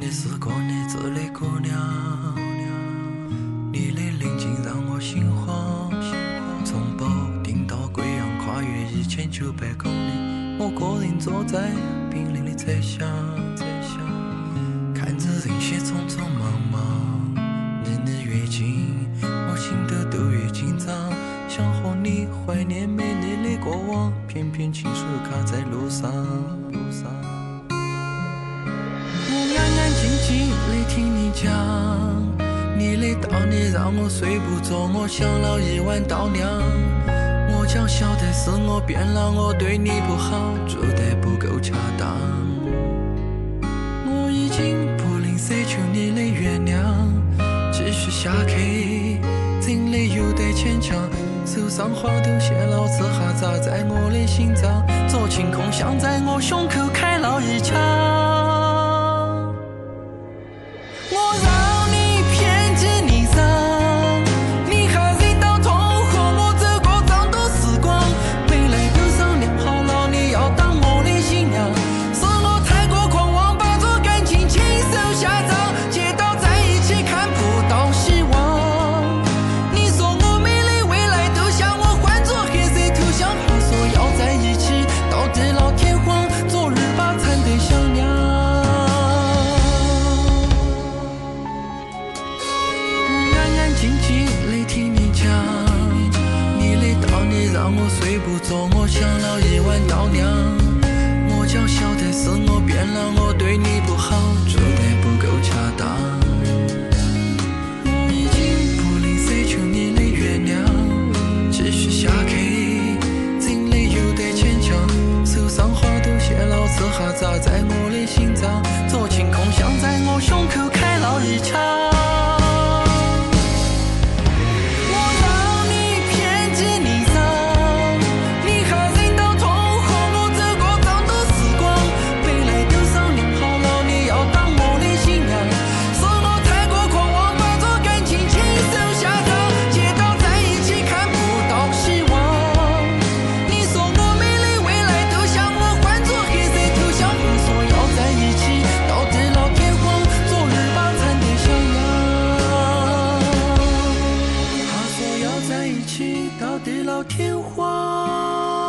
你是国内这里姑娘，你的邻近让我心慌。从保定到贵阳，跨越一千九百公里，我个人坐在冰冷的车厢，看着人些匆匆忙忙。离你越近，我心头都越紧张。想和你怀念美丽的过往，偏偏情书卡在路上。路上我安安静静来听你讲，你的悼念让我睡不着，我想了一晚到亮。我将晓得是我变了，我对你不好，做得不够恰当。我已经不能奢求你的原谅，继续下去真的有点牵强。手上花都谢了，此刻扎在我的心脏，这晴空像在我胸口开了一枪。我让你遍体鳞伤，你还忍到痛和我走过这段时光。本来都商量好了，你要当我的新娘，是我太过狂妄，把这感情亲手下葬。结到在一起看不到希望，你说我美丽未来都向我换作黑色头像，还说要在一起到地老天荒，昨日把残灯相亮。我安安静静来听你讲，你的悼念让我睡不着，我想了一晚到亮。我将晓得是我变了，我对你不好，做得不够恰当。我已经不能奢求你的原谅，继续下去真的有点牵强。手上花都谢了，此刻扎在我的心脏，这晴空像在我胸口开了一枪。我让你遍体鳞伤，你还忍到痛和我走过这段时光。本来都商量好了，你要当我的新娘，是我太过狂妄，把这感情亲手下葬。结到在一起看不到希望，你说我美丽未来都向我换作黑色头像，我说要在一起到地老天荒，昨日把残灯相邀。他说要在一起到地老天荒。